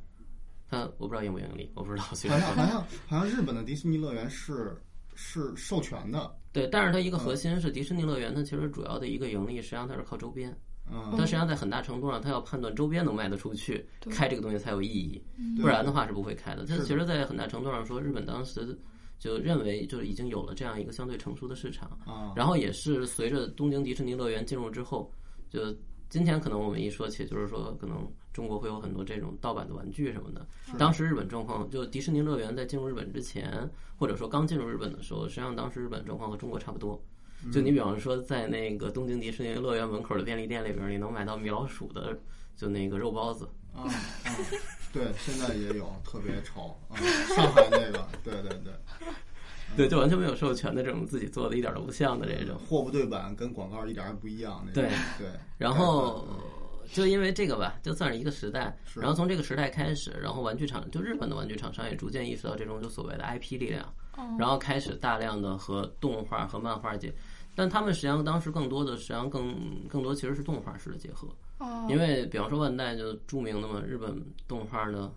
S4: 它我不知道盈不盈利，我不知道。随
S2: 好像好
S4: 便 说
S2: 像好像日本的迪士尼乐园是是授权的，
S4: 对，但是它一个核心是迪士尼乐园，它其实主要的一个盈利，实际上它是靠周边，
S2: 嗯，
S4: 它实际上在很大程度上，它要判断周边能卖得出去，开这个东西才有意义，嗯不然的话是不会开的。它
S2: 是的
S4: 其实，在很大程度上说，日本当时就认为就是已经有了这样一个相对成熟的市场，
S2: 啊，
S4: 然后也是随着东京迪士尼乐园进入之后，就今天可能我们一说起，就是说可能中国会有很多这种盗版的玩具什么的。当时日本状况，就迪士尼乐园在进入日本之前，或者说刚进入日本的时候，实际上当时日本状况和中国差不多。就你比方说，在那个东京迪士尼乐园门口的便利店里边，你能买到米老鼠的就那个肉包子，
S2: 啊啊， 对，现在也有特别潮，啊，上海那个，对对对，
S4: 对，就完全没有授权的这种自己做的，一点都不像的 这种。
S2: 货不对版，跟广告一点儿也不一样，那
S4: 对
S2: 种对，
S4: 然后就因为这个吧，就算是一个时代。
S2: 是
S4: 然后从这个时代开始，然后玩具厂就日本的玩具厂商也逐渐意识到这种就所谓的 IP 力量，
S3: 哦
S4: 然后开始大量的和动画和漫画结，但他们实际上当时更多的实际上更更多其实是动画式的结合，
S3: 哦，
S4: 因为比方说万代就著名的嘛，日本动画的，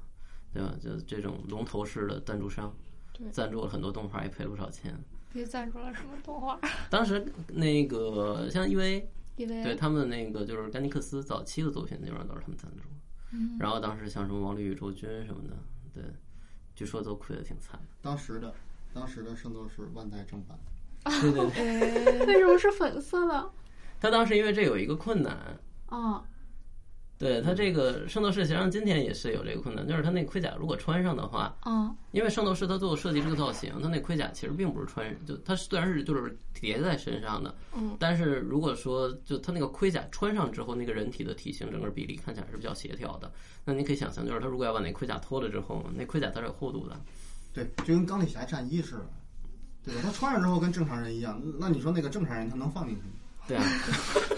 S4: 对吧？就这种龙头式的赞助商
S3: 对。
S4: 赞助了很多动画，也赔了不少钱。
S3: 你赞助了什么动画？
S4: 当时那个像因为
S3: 因为
S4: 对他们那个就是丹尼克斯早期的作品，基本上都是他们赞助。然后当时像什么《王力宇宙军》什么的，对，据说都亏得挺惨的。
S2: 当时的当时的圣斗士万代正版，
S4: 对 对对，
S1: 为什么是粉色的？
S4: 他当时因为这有一个困难，
S1: 啊，
S4: 对他这个圣斗士，实际上今天也是有这个困难，就是他那盔甲如果穿上的话，
S1: 啊，
S4: 因为圣斗士他最后设计这个造型，他那盔甲其实并不是穿，就他虽然是就是叠在身上的，
S3: 嗯，
S4: 但是如果说就他那个盔甲穿上之后，那个人体的体型整个比例看起来是比较协调的，那你可以想象，就是他如果要把那盔甲脱了之后，那盔甲它是有厚度的，
S2: 对，就跟钢铁侠战衣似的，对吧？他穿上之后跟正常人一样，那你说那个正常人他能放进去吗？
S4: 对 啊。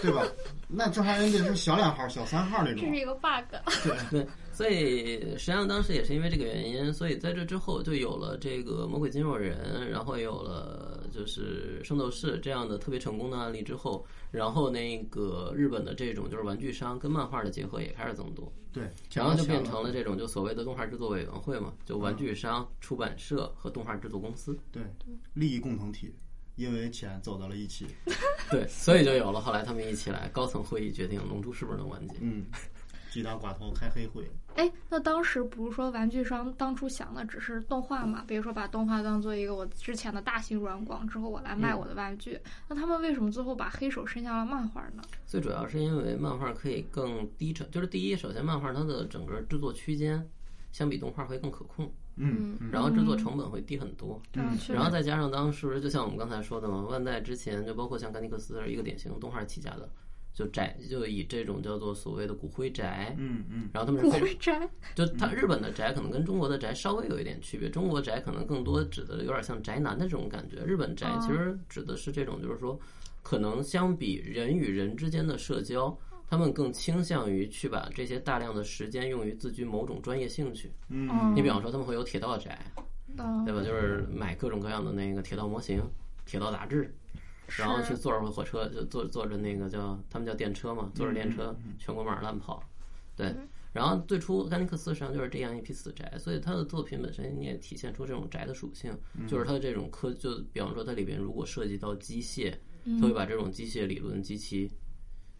S2: 对吧？那正常人得是小两号、小三号那
S3: 这是
S2: 种，
S3: 一个 bug。
S4: 对，所以实际上当时也是因为这个原因，所以在这之后就有了这个魔鬼筋肉人，然后有了就是圣斗士这样的特别成功的案例之后，然后那个日本的这种就是玩具商跟漫画的结合也开始增多，
S2: 对，
S4: 然后就变成了这种就所谓的动画制作委员会嘛，就玩具商、出版社和动画制作公司，
S2: 对利益共同体，因为钱走到了一起，
S4: 对，所以就有了后来他们一起来高层会议决定《龙珠》是不是能完结。
S2: 嗯，几大寡头开黑会，
S1: 哎，那当时不是说玩具商当初想的只是动画嘛？比如说把动画当做一个我之前的大型软广，之后我来卖
S4: 嗯
S1: 我的玩具。那他们为什么最后把黑手伸向了漫画呢？
S4: 最主要是因为漫画可以更低成，就是第一，首先漫画它的整个制作区间相比动画会更可控，
S2: 嗯
S4: 然后制作成本会低很多，
S1: 这样确
S4: 然后
S1: 实
S4: 再加上当时就像我们刚才说的嘛，万代之前就包括像甘尼克斯是一个典型动画起家的，就宅就以这种叫做所谓的骨灰宅。
S2: 嗯嗯，
S4: 然后他们
S1: 骨
S4: 是非
S1: 灰斋
S4: 就它日本的宅可能跟中国的宅稍微有一点区别，中国宅可能更多指的有点像宅男的这种感觉，日本宅其实指的是这种，就是说，可能相比人与人之间的社交，他们更倾向于去把这些大量的时间用于自居某种专业兴趣。
S2: 嗯
S4: 你比方说，他们会有铁道宅，
S1: 嗯
S4: 对吧？就是买各种各样的那个铁道模型、铁道杂志，然后去坐着火车，就坐坐着那个叫他们叫电车嘛，坐着电车全国马儿乱跑。对，然后最初甘尼克斯实际上就是这样一批死宅，所以他的作品本身也体现出这种宅的属性，就是他的这种科，就比方说它里边如果涉及到机械，
S1: 嗯
S4: 他会把这种机械理论极其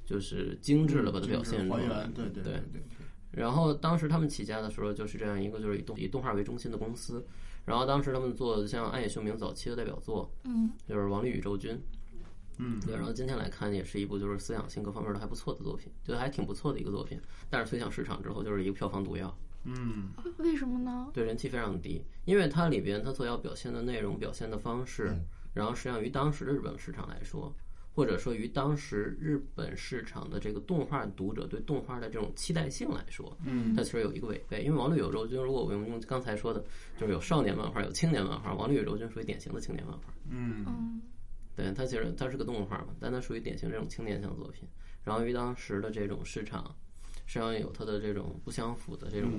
S4: 就是精致的把它表现出
S2: 嗯还
S4: 来
S2: 原，。对对
S4: 对
S2: 对，
S4: 然后当时他们起家的时候，就是这样一个就是以动以动画为中心的公司。然后当时他们做的像暗野秀明早期的代表作，嗯，就是《王力宇宙军》，
S2: 嗯，
S4: 对。然后今天来看，也是一部就是思想性各方面都还不错的作品，觉得还挺不错的一个作品。但是推向市场之后，就是一个票房毒药，
S2: 嗯
S1: 为什么呢？
S4: 对人气非常低，因为它里边它所要表现的内容、表现的方式，然后实际上于当时的日本市场来说，或者说于当时日本市场的这个动画读者对动画的这种期待性来说，
S2: 嗯，
S4: 它其实有一个违背。因为《王力宇宙军》，如果我们用刚才说的，就是有少年漫画，有青年漫画，《王力宇宙军》属于典型的青年漫画。
S2: 嗯
S4: 对，它其实它是个动画嘛，但它属于典型这种青年向作品。然后与当时的这种市场，实际上有它的这种不相符的这种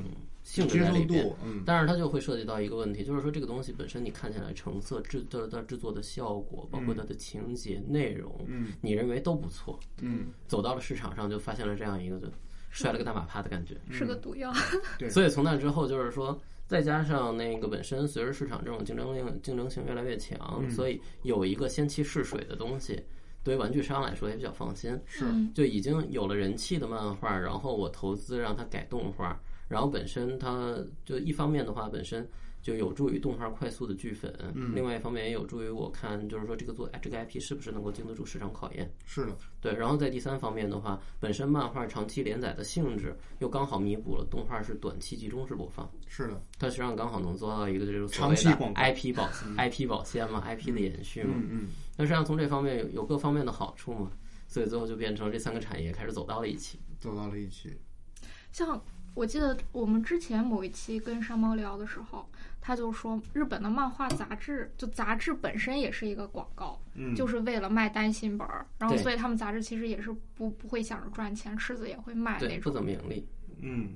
S4: 性质
S2: 接
S4: 在
S2: 受
S4: 里边。
S2: 嗯度，嗯
S4: 但是它就会涉及到一个问题，就是说这个东西本身你看起来成色制它它制作的效果，包括它的情节内容，
S2: 嗯
S4: 你认为都不错，
S2: 嗯
S4: 走到了市场上就发现了这样一个就摔了个大马趴的感觉。
S3: 是个毒药。
S2: 对
S4: 所以从那之后，就是说，再加上那个本身随着市场这种竞争性竞争性越来越强，
S2: 嗯
S4: 所以有一个先期试水的东西，对于玩具商来说也比较放心。
S2: 是
S1: 嗯
S4: 就已经有了人气的漫画，然后我投资让它改动画，然后本身它就一方面的话，本身就有助于动画快速的聚粉，
S2: 嗯
S4: 另外一方面也有助于我看，就是说这个做哎这个 IP 是不是能够经得住市场考验。
S2: 是的，
S4: 对，然后在第三方面的话，本身漫画长期连载的性质又刚好弥补了动画是短期集中式播放，
S2: 是的，
S4: 它实际上刚好能做到一个就是所
S2: 长
S4: 谓
S2: 期
S4: 的
S2: 广告
S4: IP 保 IP 保鲜嘛，IP 的延续嘛。
S2: 嗯嗯，
S4: 但实际上从这方面有有各方面的好处嘛，所以最后就变成这三个产业开始走到了一起。
S2: 走到了一起，
S1: 像我记得我们之前某一期跟山猫聊的时候，他就说日本的漫画杂志，就杂志本身也是一个广告，
S2: 嗯，
S1: 就是为了卖单行本儿，然后
S4: 对
S1: 所以他们杂志其实也是不不会想着赚钱，赤子也会卖
S4: 对，
S1: 那
S4: 不
S1: 种，
S4: 怎么盈利。
S2: 嗯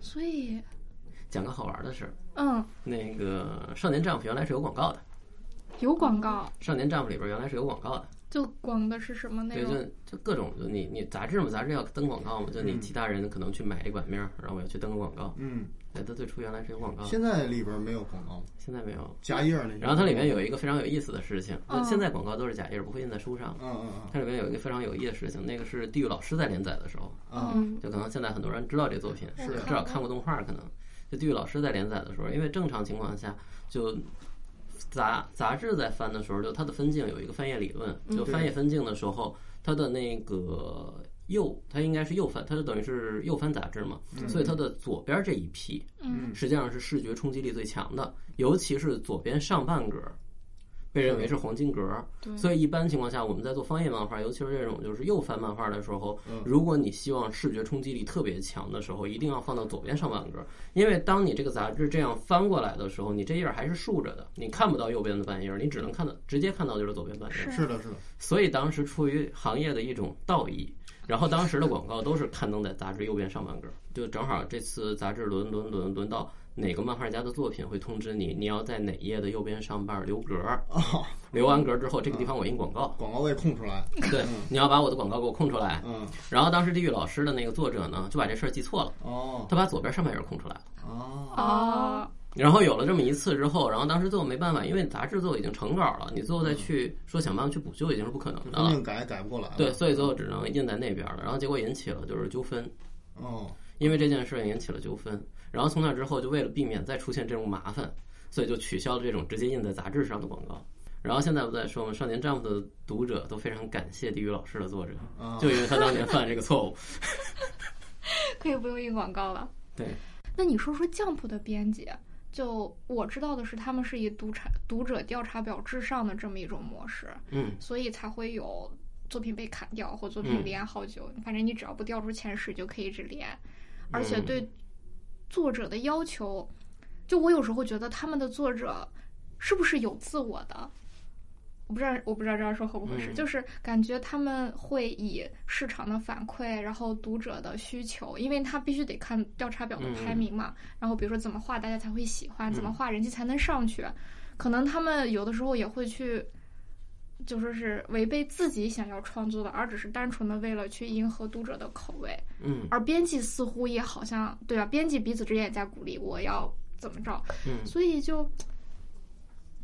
S1: 所以
S4: 讲个好玩的事儿，
S1: 嗯，
S4: 那个《少年丈夫》原来是有广告的，
S1: 有广告，
S4: 《少年丈夫》里边原来是有广告的，
S1: 就广的是什么那
S4: 对，
S1: 种，
S4: 就就各种，就你你杂志嘛，杂志要登广告嘛，就你其他人可能去买这版面儿，然后我要去登个广告。
S2: 嗯，
S4: 哎，它最初原来是有广告的，
S2: 现在里边没有广告，
S4: 现在没有。
S2: 夹页儿那些，
S4: 然后它里面有一个非常有意思的事情，
S1: 嗯
S4: 现在广告都是假页，不会印在书上
S2: 嗯，。嗯
S4: 它里面有一个非常有意的事情，那个是地狱老师在连载的时候，
S2: 嗯
S1: 嗯，
S4: 就可能现在很多人知道这作品，
S2: 是
S4: 至少看过动画儿可能。就地狱老师在连载的时候，因为正常情况下，就杂杂志在翻的时候，就它的分镜有一个翻页理论，就翻页分镜的时候，它的那个右，它应该是右翻，它就等于是右翻杂志嘛，所以它的左边这一批，
S2: 嗯
S4: 实际上是视觉冲击力最强的，尤其是左边上半格。被认为是黄金格，
S1: 对
S4: 所以一般情况下，我们在做翻页漫画，尤其是这种就是右翻漫画的时候，
S2: 嗯
S4: 如果你希望视觉冲击力特别强的时候，一定要放到左边上半格，因为当你这个杂志这样翻过来的时候，你这页儿还是竖着的，你看不到右边的半页儿，你只能看到直接看到就是左边半页儿。
S1: 是
S2: 嗯，是的，是的，
S4: 所以当时出于行业的一种道义，然后当时的广告都是刊登在杂志右边上半格，就正好这次杂志轮轮轮轮到哪个漫画家的作品会通知你，你要在哪页的右边上半留格，
S2: 哦，
S4: 留完格之后，这个地方我印广告，
S2: 广告位空出来，
S4: 对，你要把我的广告给我空出来。
S2: 嗯，
S4: 然后当时地狱老师的那个作者呢，就把这事儿记错了，
S2: 哦
S4: 他把左边上半页空出来了。
S2: 哦，
S1: 啊，
S4: 然后有了这么一次之后，然后当时最后没办法，因为杂志最后已经成稿了，你最后再去说想办法去补救已经是不可能
S2: 就
S4: 的
S2: 分
S4: 了。
S2: 镜改也改不过来了，
S4: 啊对，所以最后只能印在那边了。然后结果引起了就是纠纷，
S2: 哦，
S4: 因为这件事引起了纠纷。然后从那之后，就为了避免再出现这种麻烦，所以就取消了这种直接印在杂志上的广告。然后现在不再说吗？少年丈夫的读者都非常感谢地狱老师的作者，
S2: 啊，
S4: 就因为他当年犯了这个错误。
S1: 可以不用印广告了。
S4: 对，
S1: 那你说说 Jump 的编辑，就我知道的是，他们是以读查读者调查表至上的这么一种模式，
S4: 嗯，
S1: 所以才会有作品被砍掉或作品
S4: 嗯
S1: 连好久。反正你只要不掉出前十，就可以一直连，而且
S4: 嗯
S1: 对作者的要求，就我有时候觉得他们的作者是不是有自我的？我不知道，我不知道这样说合不合适，
S4: 嗯
S1: 就是感觉他们会以市场的反馈，然后读者的需求，因为他必须得看调查表的排名嘛，然后比如说怎么画大家才会喜欢，怎么画人气才能上去，可能他们有的时候也会去，就说是违背自己想要创作的，而只是单纯的为了去迎合读者的口味，
S4: 嗯
S1: 而编辑似乎也好像对吧、编辑彼此之间也在鼓励我要怎么着，
S4: 嗯
S1: 所以就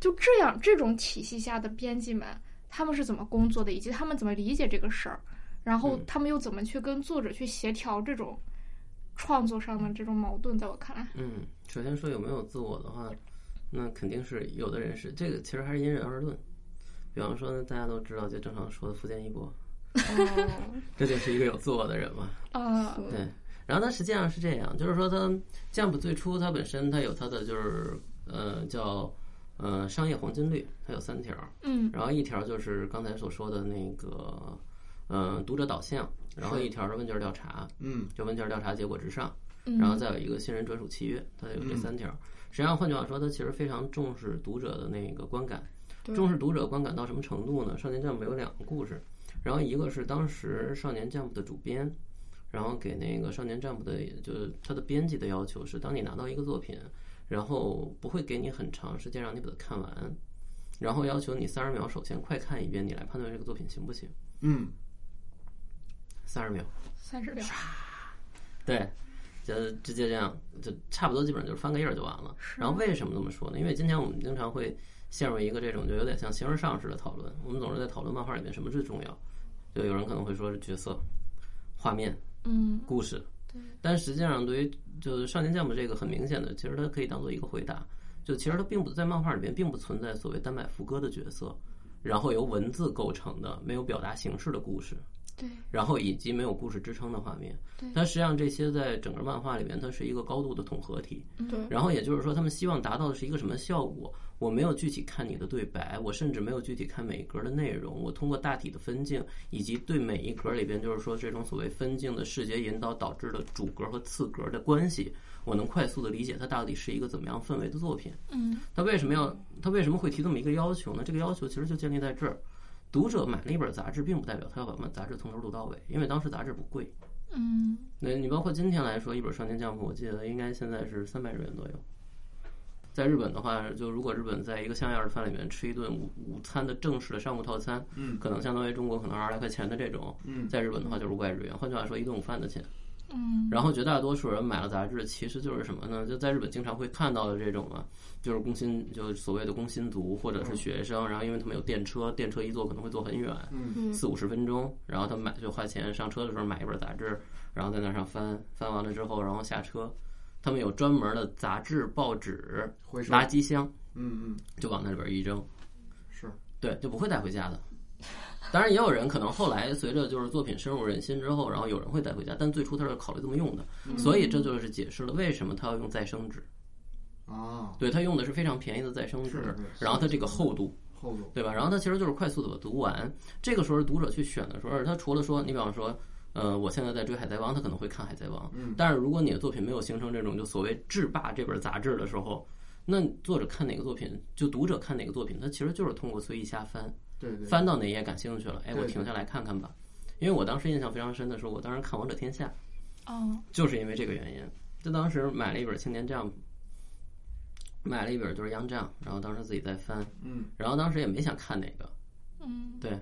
S1: 就这样这种体系下的编辑们，他们是怎么工作的，以及他们怎么理解这个事儿，然后
S4: 嗯
S1: 他们又怎么去跟作者去协调这种创作上的这种矛盾，在我看来，
S4: 嗯。首先说有没有自我的话，那肯定是有的人是这个，其实还是因人而论。比方说，大家都知道，就正常说的福建一博，
S3: 哦，
S4: 这就是一个有自我的人嘛。
S1: 呃，
S4: 对，然后它实际上是这样，就是说它 Jump 最初它本身它有它的就是呃叫呃商业黄金律，它有三条，
S1: 嗯
S4: 然后一条就是刚才所说的那个呃读者导向，然后一条是问卷调查，
S2: 嗯
S4: 就问卷调查结果至上，
S1: 嗯，
S4: 然后再有一个新人专属契约，它有这
S2: 嗯
S4: 三条。实际上，换句话说，它其实非常重视读者的那个观感，
S1: 对
S4: 重视读者观感到什么程度呢？少年 Jump 有两个故事，然后一个是当时少年 Jump 的主编，然后给那个少年 Jump 的，就是他的编辑的要求是，当你拿到一个作品，然后不会给你很长时间让你把它看完，然后要求你三十秒首先快看一遍，你来判断这个作品行不行。
S2: 嗯，
S4: 三十秒，
S1: 三十秒，
S4: 对，就直接这样，就差不多基本上就是翻个页儿就完了。然后为什么这么说呢？因为今天我们经常会陷入一个这种就有点像形而上式的讨论，我们总是在讨论漫画里面什么最重要。就有人可能会说是角色、画面、
S1: 嗯，
S4: 故事，
S1: 对
S4: 但实际上对于就是少年 Jump 这个很明显的，其实它可以当做一个回答。就其实它并不在漫画里边并不存在所谓单买副歌的角色，然后由文字构成的没有表达形式的故事，
S1: 对
S4: 然后以及没有故事支撑的画面
S1: 对。
S4: 它实际上这些在整个漫画里面，它是一个高度的统合体。
S1: 嗯
S3: 对
S4: 然后也就是说，他们希望达到的是一个什么效果？我没有具体看你的对白，我甚至没有具体看每一格的内容，我通过大体的分镜以及对每一格里边，就是说这种所谓分镜的视觉引导导致的主格和次格的关系，我能快速的理解它到底是一个怎么样氛围的作品。
S1: 嗯
S4: 他为什么要他为什么会提这么一个要求呢？这个要求其实就建立在这儿。读者买了一本杂志，并不代表他要把杂志从头读到尾，因为当时杂志不贵。
S1: 嗯
S4: 那你包括今天来说，一本《少年 Jump》，我记得应该现在是三百日元左右。在日本的话，就如果日本在一个像样的饭里面吃一顿午午餐的正式的商务套餐，
S2: 嗯
S4: 可能相当于中国可能二十来块钱的这种，
S2: 嗯
S4: 在日本的话就是五百日元，换句话说一顿午饭的钱。
S1: 嗯，
S4: 然后绝大多数人买了杂志，其实就是什么呢？就在日本经常会看到的这种啊，就是工薪，就是所谓的工薪族或者是学生，然后因为他们有电车，电车一坐可能会坐很远，
S2: 嗯
S3: 嗯
S4: 四五十分钟，然后他们买就花钱上车的时候买一本杂志，然后在那上翻，翻完了之后，然后下车，他们有专门的杂志、报纸、
S2: 回收
S4: 垃圾箱，
S2: 嗯嗯
S4: 就往那里边一扔，
S2: 是
S4: 对，就不会带回家的。当然，也有人可能后来随着就是作品深入人心之后，然后有人会带回家，但最初他是考虑这么用的，
S2: 嗯
S4: 所以这就是解释了为什么他要用再生纸。
S2: 啊，
S4: 对他用的是非常便宜的再生
S2: 是
S4: 纸
S2: 的是的，
S4: 然后它这个厚度，
S2: 厚度
S4: 对吧？然后它其实就是快速的读完。这个时候读者去选的时候，他除了说，你比方说，呃，我现在在追《海贼王》，他可能会看《海贼王》，
S2: 嗯
S4: 但是如果你的作品没有形成这种就所谓“制霸”这本杂志的时候，那作者看哪个作品，就读者看哪个作品，他其实就是通过随意瞎翻，
S2: 对对
S4: 翻到哪页感兴趣了，哎，我
S2: 对
S4: 停下来看看吧。因为我当时印象非常深的是，我当时看《王者天下》，
S1: 哦
S4: 就是因为这个原因，就当时买了一本《青年 Jump》，买了一本就是《Young Jump》，然后当时自己在翻，
S2: 嗯
S4: 然后当时也没想看哪个。
S1: 嗯
S4: 对，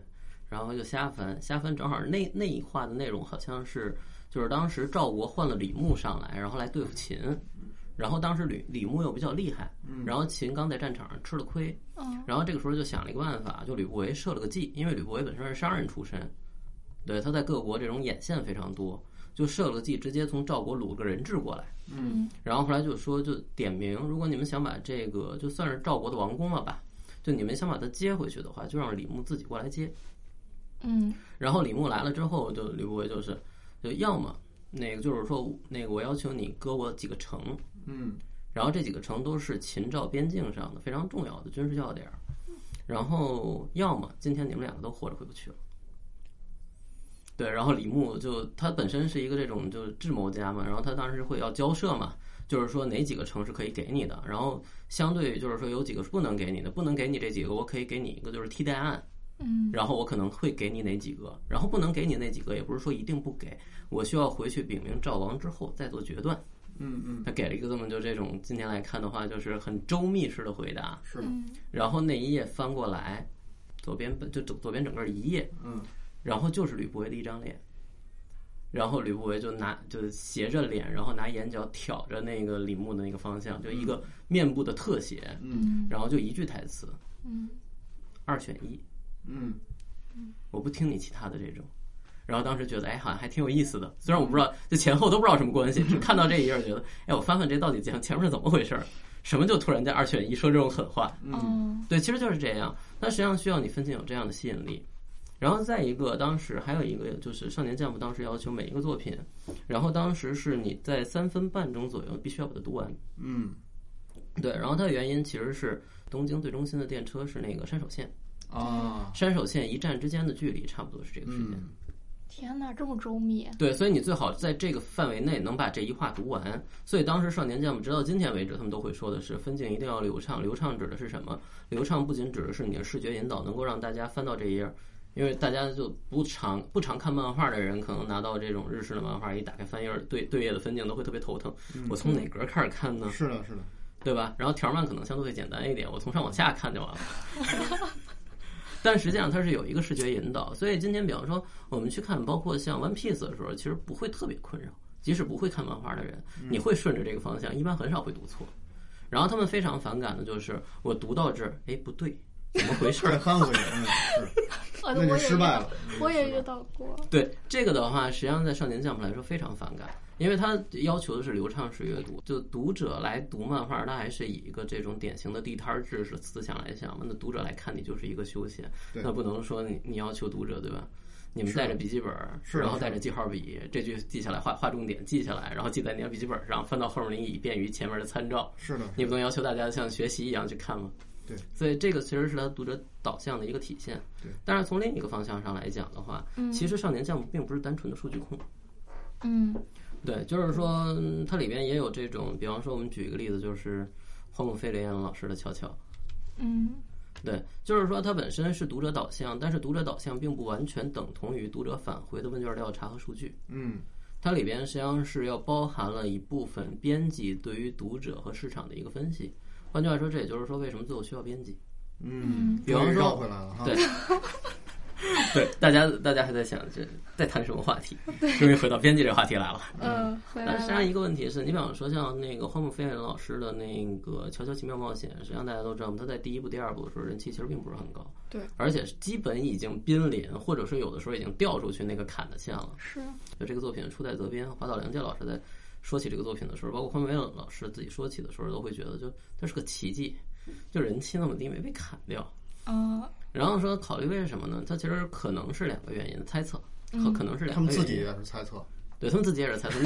S4: 然后就瞎翻，瞎翻正好那那一话的内容好像是就是当时赵国换了李牧上来，然后来对付秦，然后当时李李牧又比较厉害，
S2: 嗯
S4: 然后秦刚在战场上吃了亏，
S1: 嗯
S4: 然后这个时候就想了一个办法，就吕不韦设了个计，因为吕不韦本身是商人出身，对，他在各国这种眼线非常多，就设了个计，直接从赵国掳个人质过来。
S2: 嗯
S4: 然后后来就说，就点名，如果你们想把这个就算是赵国的王公了吧，就你们想把他接回去的话，就让李牧自己过来接。
S1: 嗯
S4: 然后李牧来了之后，就吕不韦就是，就要么那个就是说，那个我要求你割我几个城，
S2: 嗯
S4: 然后这几个城都是秦赵边境上的非常重要的军事要点儿，然后要么今天你们两个都活着回不去了。对，然后李牧就他本身是一个这种就是智谋家嘛，然后他当时会要交涉嘛，就是说哪几个城是可以给你的，然后相对就是说有几个是不能给你的，不能给你这几个，我可以给你一个就是替代案，
S1: 嗯
S4: 然后我可能会给你哪几个，然后不能给你那几个，也不是说一定不给，我需要回去禀明赵王之后再做决断。
S2: 嗯嗯
S4: 他给了一个这么就这种今天来看的话，就是很周密式的回答。
S2: 是的
S1: 嗯
S4: 然后那一页翻过来，左边就左左边整个一页，
S2: 嗯
S4: 然后就是吕不韦的一张脸，然后吕不韦就拿就斜着脸，然后拿眼角挑着那个李牧的那个方向，就一个面部的特写，
S2: 嗯
S4: 然后就一句台词，
S1: 嗯
S4: 二选一。
S2: 嗯
S4: 我不听你其他的这种。然后当时觉得，哎，好像还挺有意思的。虽然我不知道，就前后都不知道什么关系，只看到这一页儿觉得，哎，我翻翻这到底前前面是怎么回事儿？什么就突然间二选一说这种狠话？
S2: 嗯
S1: 哦
S4: 对，其实就是这样。但实际上需要你分镜有这样的吸引力。然后再一个，当时还有一个就是《少年 Jump》当时要求每一个作品，然后当时是你在三分半钟左右必须要把它读完。
S2: 嗯
S4: 对，然后它的原因其实是东京最中心的电车是那个山手线，
S2: 啊
S4: 山手线一站之间的距离差不多是这个时间。
S2: 嗯
S1: 天哪，这么周密
S4: 对，所以你最好在这个范围内能把这一话读完。所以当时少年将们直到今天为止，他们都会说的是分镜一定要流畅。流畅指的是什么？流畅不仅指的是你的视觉引导能够让大家翻到这一页儿，因为大家就不常不常看漫画的人，可能拿到这种日式的漫画，一打开翻页儿对对页的分镜都会特别头疼。我从哪格开始看呢？
S2: 是的是的
S4: 对吧？然后条漫可能相对会简单一点，我从上往下看就完了。但实际上它是有一个视觉引导，所以今天比方说我们去看，包括像《One Piece》的时候，其实不会特别困扰。即使不会看漫画的人，你会顺着这个方向，一般很少会读错。然后他们非常反感的就是我读到这儿，哎，不对，怎么回事儿？
S2: 再翻回去，嗯， 是，
S3: 我
S2: 那你
S3: 哦我也
S2: 失
S3: 遇
S2: 败
S3: 到
S2: 了，
S3: 我也遇
S2: 是吧
S3: 到过。
S4: 对这个的话，实际上在少年 Jump 来说非常反感，因为它要求的是流畅式阅读，就读者来读漫画，它还是以一个这种典型的地摊儿制式思想来想嘛。那读者来看你就是一个休闲，
S2: 对
S4: 那不能说你你要求读者对吧？你们
S2: 是
S4: 带着笔记本儿，
S2: 是的
S4: 然后
S2: 是的
S4: 带着记号笔，这句记下来，画画重点，记下来，然后记在你的笔记本上，翻到后面你以便于前面的参照。
S2: 是的，
S4: 你不能要求大家像学习一样去看吗？
S2: 对，
S4: 所以这个其实是他读者导向的一个体现。
S2: 对，
S4: 但是从另一个方向上来讲的话，
S1: 嗯
S4: 其实少年项目并不是单纯的数据控。
S1: 嗯
S4: 对，就是说嗯它里边也有这种，比方说我们举一个例子，就是荒木飞吕彦老师的《悄悄》。
S1: 嗯
S4: 对，就是说它本身是读者导向，但是读者导向并不完全等同于读者返回的问卷调查和数据。
S2: 嗯，
S4: 它里边实际上是要包含了一部分编辑对于读者和市场的一个分析。换句话说，这也就是说为什么最后需要编辑。
S2: 嗯，
S4: 比方
S2: 终于
S4: 说
S2: 绕回来了哈，
S4: 对对，大家大家还在想这在谈什么话题，终于回到编辑这个话题来了。
S3: 嗯，
S1: 呃回
S4: 但
S1: 来
S4: 实际
S1: 了
S4: 上一个问题是，你比方说像那个荒木飞吕老师的那个《乔乔奇妙冒险》，实际上大家都知道，他在第一部、第二部的时候人气其实并不是很高，
S1: 对，
S4: 而且是基本已经濒临，或者是有的时候已经掉出去那个坎的线了。
S1: 是
S4: 就这个作品，初代责编华岛良介老师在说起这个作品的时候，包括荒木飞吕老师自己说起的时候，都会觉得就它是个奇迹，就人气那么低没被砍掉。
S1: 啊，
S4: 然后说考虑为什么呢？它其实可能是两个原因，猜测可
S1: 嗯
S4: 可能是
S2: 他
S4: 两
S2: 们
S4: 个原因。
S2: 自己也是猜测，
S4: 对他们自己也是猜测。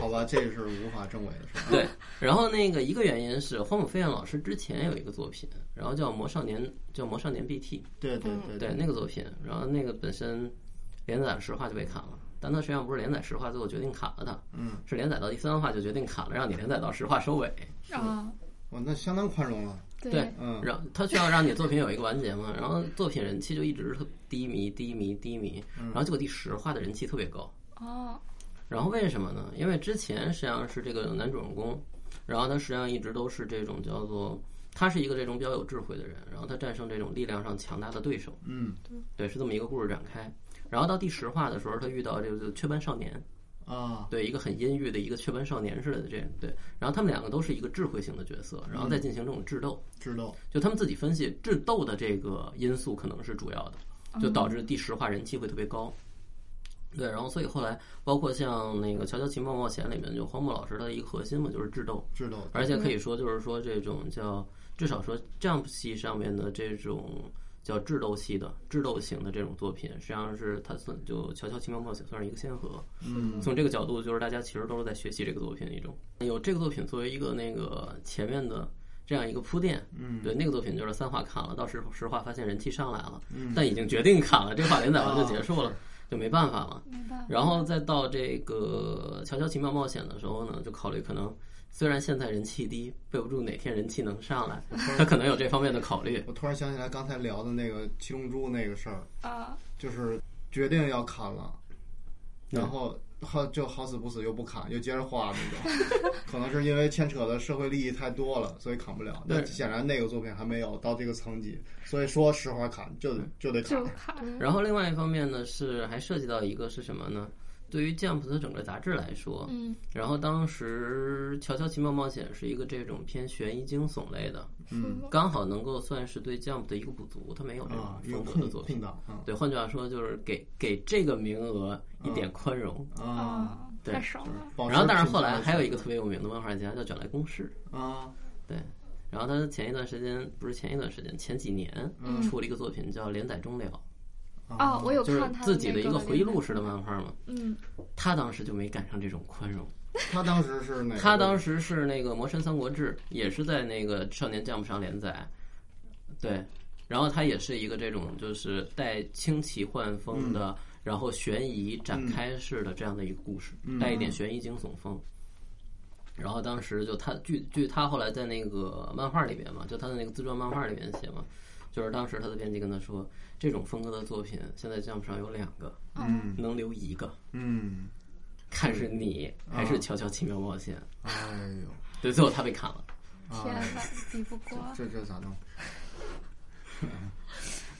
S2: 好吧，这是无法证伪的 事儿，
S4: 对，然后那个一个原因是荒木飞燕老师之前有一个作品，然后叫《魔少年》，叫《魔少年 BT》，
S2: 对对嗯对
S4: 对，那个作品，然后那个本身连载十话就被砍了。但它实际上不是连载十话，最后决定砍了它，
S2: 嗯，
S4: 是连载到第三话就决定砍了，让你连载到十话收尾。
S1: 啊，
S2: 哇，那相当宽容了，
S1: 对
S4: 对，
S2: 嗯，
S4: 让他需要让你作品有一个完结嘛，然后作品人气就一直特低迷、低迷、低迷，
S2: 嗯
S4: 然后结果第十话的人气特别高，
S1: 哦，
S4: 然后为什么呢？因为之前实际上是这个男主人公，然后他实际上一直都是这种叫做，他是一个这种比较有智慧的人，然后他战胜这种力量上强大的对手，
S2: 嗯
S4: 对，是这么一个故事展开。然后到第十话的时候，他遇到这个雀斑少年，
S2: 啊，
S4: 对，一个很阴郁的一个雀斑少年似的这样对，然后他们两个都是一个智慧型的角色，然后再进行这种智斗，
S2: 知道，
S4: 就他们自己分析智斗的这个因素可能是主要的。就导致第十话人气会特别高。对，然后所以后来包括像那个《乔乔奇妙冒险》里面，就荒木老师他的一个核心嘛，就是智斗，
S2: 知道，
S4: 而且可以说就是说这种叫至少说 Jump 系上面的这种叫智斗系的智斗型的这种作品，实际上是它算就《乔乔奇妙冒险》算是一个先河。
S2: 嗯，
S4: 从这个角度，就是大家其实都是在学习这个作品的一种，有这个作品作为一个那个前面的这样一个铺垫，
S2: 嗯，
S4: 对，那个作品就是三话砍了，到十十话发现人气上来了，
S2: 嗯
S4: 但已经决定砍了，这话连载完就结束了，
S2: 啊
S4: 就没办法了。
S1: 没办法，
S4: 然后再到这个《乔乔奇妙冒险》的时候呢，就考虑可能虽然现在人气低，备不住哪天人气能上来，
S2: 嗯
S4: 他可能有这方面的考虑。
S2: 我突然想起来刚才聊的那个七龙珠那个事儿，
S1: 啊，
S2: 就是决定要砍了，
S4: 嗯
S2: 然后好就好死不死又不砍，又接着画 那种，可能是因为牵扯的社会利益太多了，所以砍不了。
S4: 对
S2: 那显然那个作品还没有到这个层级，所以说实话砍就就得砍
S1: 就。卡，
S4: 然后另外一方面呢，是还涉及到一个是什么呢？对于 Jump 的整个杂志来说，
S1: 嗯
S4: 然后当时《乔乔奇妙冒险》是一个这种偏悬疑惊悚类的，
S2: 嗯，
S4: 刚好能够算是对 Jump 的一个补足，它没有这种
S2: 啊，有
S4: 风格
S2: 空
S4: 的作
S2: 空
S4: 品。
S2: 档啊
S4: 对，换句话说就是给给这个名额一点宽容。
S2: 啊。
S1: 啊，
S4: 对
S1: 太少
S2: 就是
S1: 了，
S2: 保持
S4: 然后，但是
S2: 平
S4: 后
S2: 淡
S4: 来
S2: 的
S4: 还有一
S2: 心
S4: 个特别有名的漫画家叫卷来公式，
S2: 态啊，
S4: 对。然后他前一段时间不是前一段时间，前几年
S1: 嗯
S4: 出了一个作品叫《连载终了
S1: 啊，我》，有
S4: 就是
S1: 看他
S4: 自己
S1: 那
S4: 的一
S1: 个
S4: 个回忆录式的漫画嘛。
S1: 嗯
S4: 他当时就没赶上这种宽容。
S2: 他当时是哪个？
S4: 他当时是那个《魔神三国志》，也是在那个《少年 Jump》上连载，对。然后他也是一个这种就是带轻奇幻风的，
S2: 嗯
S4: 然后悬疑展开式的这样的一个故事，
S2: 嗯
S4: 带一点悬疑惊悚风。然后当时就他据据他后来在那个漫画里面嘛，就他的那个自传漫画里面写嘛，就是当时他的编辑跟他说，这种风格的作品现在 Jump 上有两个，
S2: 嗯
S4: 能留一个，
S2: 嗯，
S4: 看是你还
S2: 啊
S4: 是《乔乔奇妙冒险》
S2: 哎呦，
S4: 对，最后他被砍了。
S1: 哦天啊
S2: 哎
S4: 啊
S1: 哪，比不过，
S2: 这这咋弄？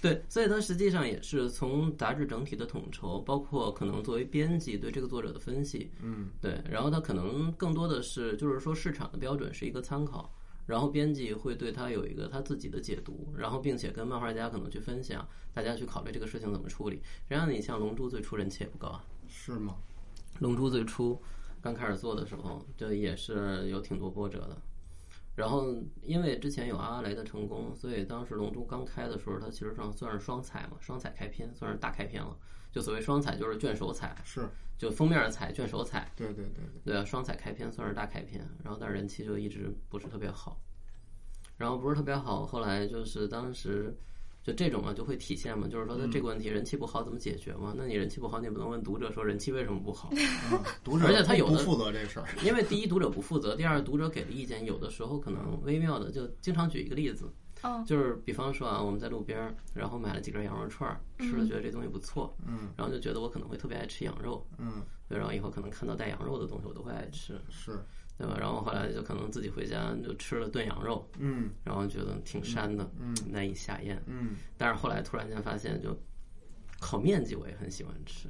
S4: 对，所以他实际上也是从杂志整体的统筹，包括可能作为编辑对这个作者的分析，
S2: 嗯，
S4: 对，然后他可能更多的是就是说市场的标准是一个参考，然后编辑会对他有一个他自己的解读，然后并且跟漫画家可能去分享，大家去考虑这个事情怎么处理。实际上，你像《龙珠》最初人气也不高啊，
S2: 是吗？
S4: 《龙珠》最初刚开始做的时候，这也是有挺多波折的。然后，因为之前有阿拉蕾的成功，所以当时《龙珠》刚开的时候，它其实上算是双彩嘛，双彩开篇算是大开篇了。就所谓双彩，就是卷首彩，
S2: 是，
S4: 就封面彩、卷首彩，
S2: 对对对对，
S4: 对啊，双彩开篇算是大开篇，然后但是人气就一直不是特别好，然后不是特别好，后来就是当时就这种嘛，就会体现嘛，就是说他这个问题人气不好怎么解决嘛？那你人气不好，你也不能问读者说人气为什么不好，
S2: 嗯，读者
S4: 而且他
S2: 不
S4: 有
S2: 不
S4: 的
S2: 负责这事儿，
S4: 因为第一读者不负责，第二读者给的意见有的时候可能微妙的，就经常举一个例子，
S1: 嗯
S4: 就是比方说啊，我们在路边儿，然后买了几根羊肉串儿，吃了觉得这东西不错，
S2: 嗯
S4: 然后就觉得我可能会特别爱吃羊肉，
S2: 嗯，
S4: 对，然后以后可能看到带羊肉的东西我都会爱吃，
S2: 是，
S4: 对吧？然后后来就可能自己回家就吃了炖羊肉，
S2: 嗯
S4: 然后觉得挺膻的，
S2: 嗯
S4: 难以下咽。
S2: 嗯，
S4: 但是后来突然间发现，就烤面积我也很喜欢吃。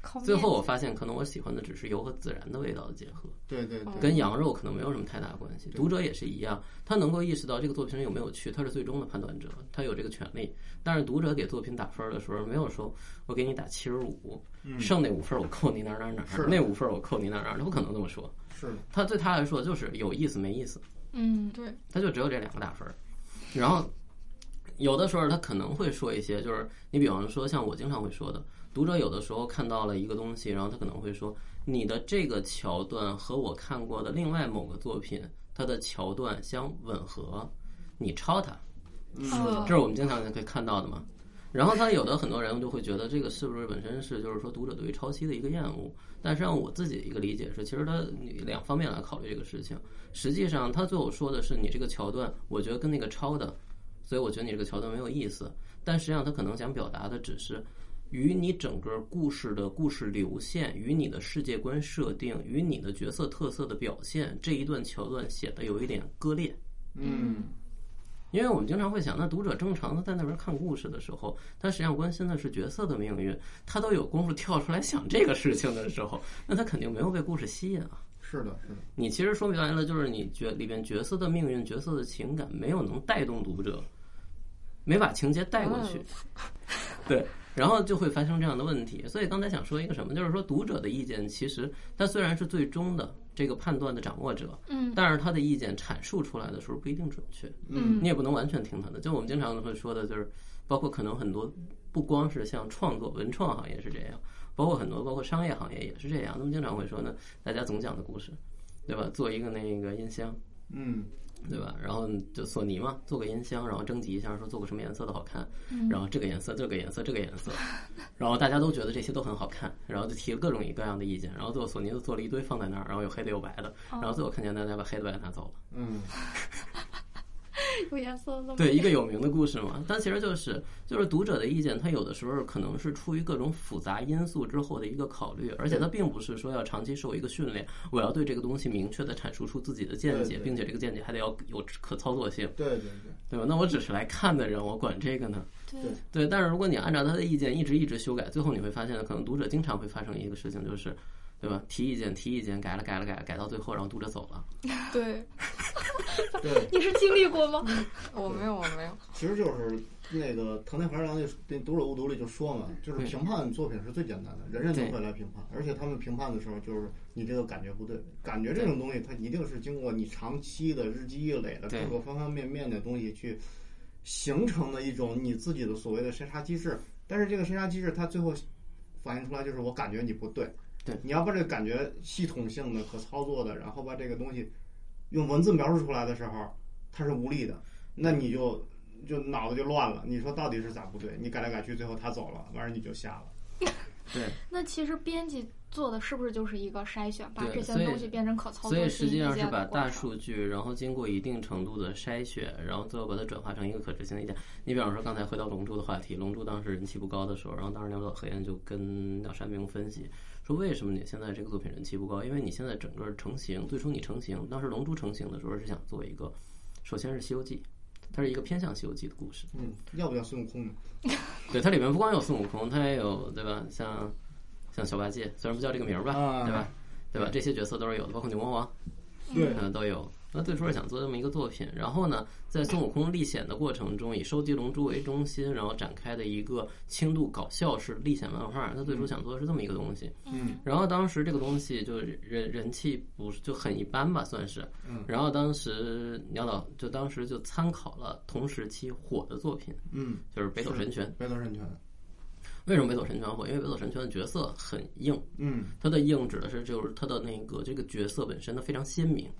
S1: 烤面
S4: 最后我发现，可能我喜欢的只是油和孜然的味道的结合，
S2: 对对对，
S4: 跟羊肉可能没有什么太大关系。读者也是一样，他能够意识到这个作品有没有趣，他是最终的判断者，他有这个权利。但是读者给作品打分的时候，没有说我给你打七十五，
S2: 嗯
S4: 剩那五分我扣你哪儿哪儿哪
S2: 是
S4: 儿，那五分我扣你哪儿哪儿，他不可能这么说。
S2: 是的，
S4: 他对他来说就是有意思没意思，
S1: 嗯，
S3: 对，
S4: 他就只有这两个打分儿。然后有的时候他可能会说一些，就是你比方说像我经常会说的，读者有的时候看到了一个东西，然后他可能会说你的这个桥段和我看过的另外某个作品它的桥段相吻合，你抄它，
S1: 嗯
S4: 这是我们经常可以看到的嘛。然后他有的很多人就会觉得这个是不是本身是就是说读者对于抄袭的一个厌恶，但实际上我自己一个理解是，其实他你两方面来考虑这个事情。实际上他最后说的是你这个桥段，我觉得跟那个抄的，所以我觉得你这个桥段没有意思。但实际上他可能想表达的只是，与你整个故事的故事流线、与你的世界观设定、与你的角色特色的表现这一段桥段写的有一点割裂。
S2: 嗯
S4: 因为我们经常会想，那读者正常的在那边看故事的时候，他实际上关心的是角色的命运，他都有功夫跳出来想这个事情的时候，那他肯定没有被故事吸引啊。
S2: 是的，是的，
S4: 你其实说白了，就是你角里边角色的命运、角色的情感没有能带动读者，没把情节带过去，对，然后就会发生这样的问题。所以刚才想说一个什么，就是说读者的意见其实他虽然是最终的这个判断的掌握者，
S1: 嗯
S4: 但是他的意见阐述出来的时候不一定准确。
S1: 嗯
S4: 你也不能完全听他的。就我们经常会说的，就是包括可能很多不光是像创作文创行业是这样，包括很多包括商业行业也是这样。他们经常会说呢，大家总讲的故事，对吧？做一个那个音箱，
S2: 嗯
S4: 对吧？然后就索尼嘛，做个音箱，然后征集一下说做个什么颜色的好看，然后这个颜色、这个颜色、这个颜色，然后大家都觉得这些都很好看，然后就提了各种各样的意见，然后最后索尼就做了一堆放在那儿，然后有黑的有白的，然后最后看见大家把黑的白的拿走了。
S2: 嗯，
S3: 有颜色的吗？
S4: 对一个有名的故事嘛，但其实就是就是读者的意见，它有的时候可能是出于各种复杂因素之后的一个考虑，而且它并不是说要长期受一个训练，我要对这个东西明确的阐述出自己的见
S2: 对
S4: 解，
S2: 对
S4: 并且这个见解还得要有可操作性，
S2: 对对对，
S4: 对吧？那我只是来看的人，我管这个呢？
S2: 对
S4: 对，但是如果你按照他的意见一直一直修改，最后你会发现，可能读者经常会发生一个事情，就是。对吧？提意见，提意见，改了，改了，改了，改到最后，然后读者走了。
S3: 对，
S2: 对，
S1: 你是经历过吗？
S3: 我没有，我没有。
S2: 其实就是那个藤田华良那那读者误读里就说嘛，就是
S4: 对
S2: 评判作品是最简单的，人人
S4: 对
S2: 都会来评判，而且他们评判的时候就是你这个感觉不对，感觉这种东西它一定是经过你长期的日积月累的
S4: 对
S2: 各个方方面面的东西去形成的一种你自己的所谓的筛查机制，但是这个筛查机制它最后反映出来就是我感觉你不对，
S4: 对，
S2: 你要把这个感觉系统性的、可操作的，然后把这个东西用文字描述出来的时候，它是无力的，那你就就脑子就乱了。你说到底是咋不对？你改来改去，最后他走了，完事你就瞎了。
S4: 对，
S1: 那其实编辑做的是不是就是一个筛选，把
S4: 对
S1: 这些
S4: 所以
S1: 东西变成可操作
S4: 所以
S1: 性
S4: 实际上
S1: 意
S4: 是
S1: 见的
S4: 把
S1: 过
S4: 大
S1: 程
S4: 数据，然后经过一定程度的筛选，然后最后把它转化成一个可执行的意见。你比方说刚才回到《龙珠》的话题，《龙珠》当时人气不高的时候，然后当时鸟岛黑彦就跟鸟山明分析说，为什么你现在这个作品人气不高？因为你现在整个成型，最初你成型，当时《龙珠》成型的时候是想做一个，首先是《西游记》，它是一个偏向《西游记》的故事。
S2: 嗯，要不要孙悟空呢？
S4: 对，它里面不光有孙悟空，它也有对吧？像像小八戒，虽然不叫这个名儿吧，
S2: 啊
S4: 对吧？对吧？这些角色都是有的，包括牛魔王，
S2: 对，
S4: 嗯，都有。那最初是想做这么一个作品，然后呢，在孙悟空历险的过程中，以收集龙珠为中心，然后展开的一个轻度搞笑式历险漫画。他最初想做的是这么一个东西，
S2: 嗯，
S4: 然后当时这个东西就是人人气不是就很一般吧，算是。
S2: 嗯。
S4: 然后当时鸟岛就当时就参考了同时期火的作品，
S2: 嗯，
S4: 就是北斗神拳。
S2: 北斗神拳，
S4: 为什么北斗神拳火？因为北斗神拳的角色很硬，
S2: 嗯
S4: 它的硬指的是就是它的那个这个角色本身它非常鲜明，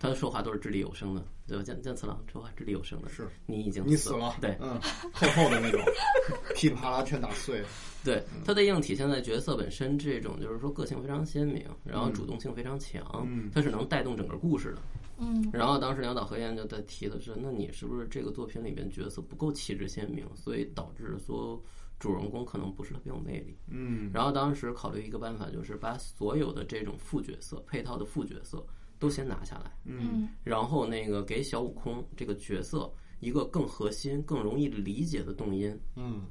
S4: 他说话都是掷地有声的，对吧？剑剑次郎说话掷地有声的，
S2: 是
S4: 你已经
S2: 你
S4: 死
S2: 死了，
S4: 对
S2: 嗯，厚厚的那种， 噼里啪啦全打碎，
S4: 对，它的硬体现在角色本身这种就是说个性非常鲜明，然后主动性非常强，
S2: 嗯
S4: 它是能带动整个故事的。
S3: 嗯
S4: 然后当时两岛和彦就在提的是，那你是不是这个作品里边角色不够气质鲜明，所以导致说主人公可能不是特别有魅力。
S2: 嗯
S4: 然后当时考虑一个办法，就是把所有的这种副角色配套的副角色都先拿下来，
S2: 嗯
S1: 嗯
S4: 然后那个给小悟空这个角色一个更核心、更容易理解的动因。
S2: 嗯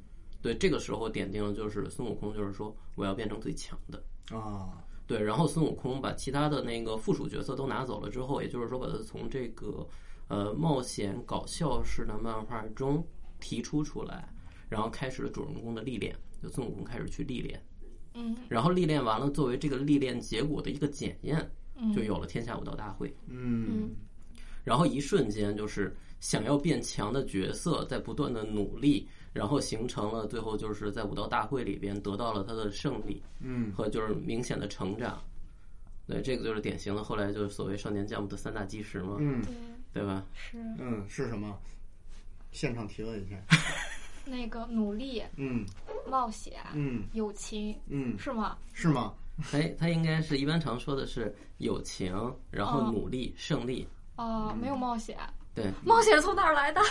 S4: 对，这个时候点定了就是孙悟空，就是说我要变成最强的。
S2: 啊，
S4: 对，然后孙悟空把其他的那个附属角色都拿走了之后，也就是说把它从这个呃冒险搞笑式的漫画中提出出来，然后开始了主人公的历练，就孙悟空开始去历练，
S3: 嗯
S4: 然后历练完了，作为这个历练结果的一个检验，
S1: 嗯
S4: 就有了天下武道大会。
S2: 嗯
S4: 然后一瞬间就是想要变强的角色在不断的努力，然后形成了最后就是在武道大会里边得到了他的胜利。
S2: 嗯
S4: 和就是明显的成长。对，这个就是典型的后来就是所谓少年将的三大基石嘛，
S2: 嗯
S3: 对
S4: 对吧？
S1: 是
S2: 嗯，是什么？现场提问一下，
S1: 那个努力、
S2: 嗯
S1: 冒险、
S2: 嗯
S1: 友情，
S2: 嗯，
S1: 是吗？
S2: 是吗？
S4: 他他应该是一般常说的是友情，然后
S1: 哦
S4: 努力、胜利。
S1: 哦，没有冒险，
S4: 对，
S1: 冒险从哪儿来的？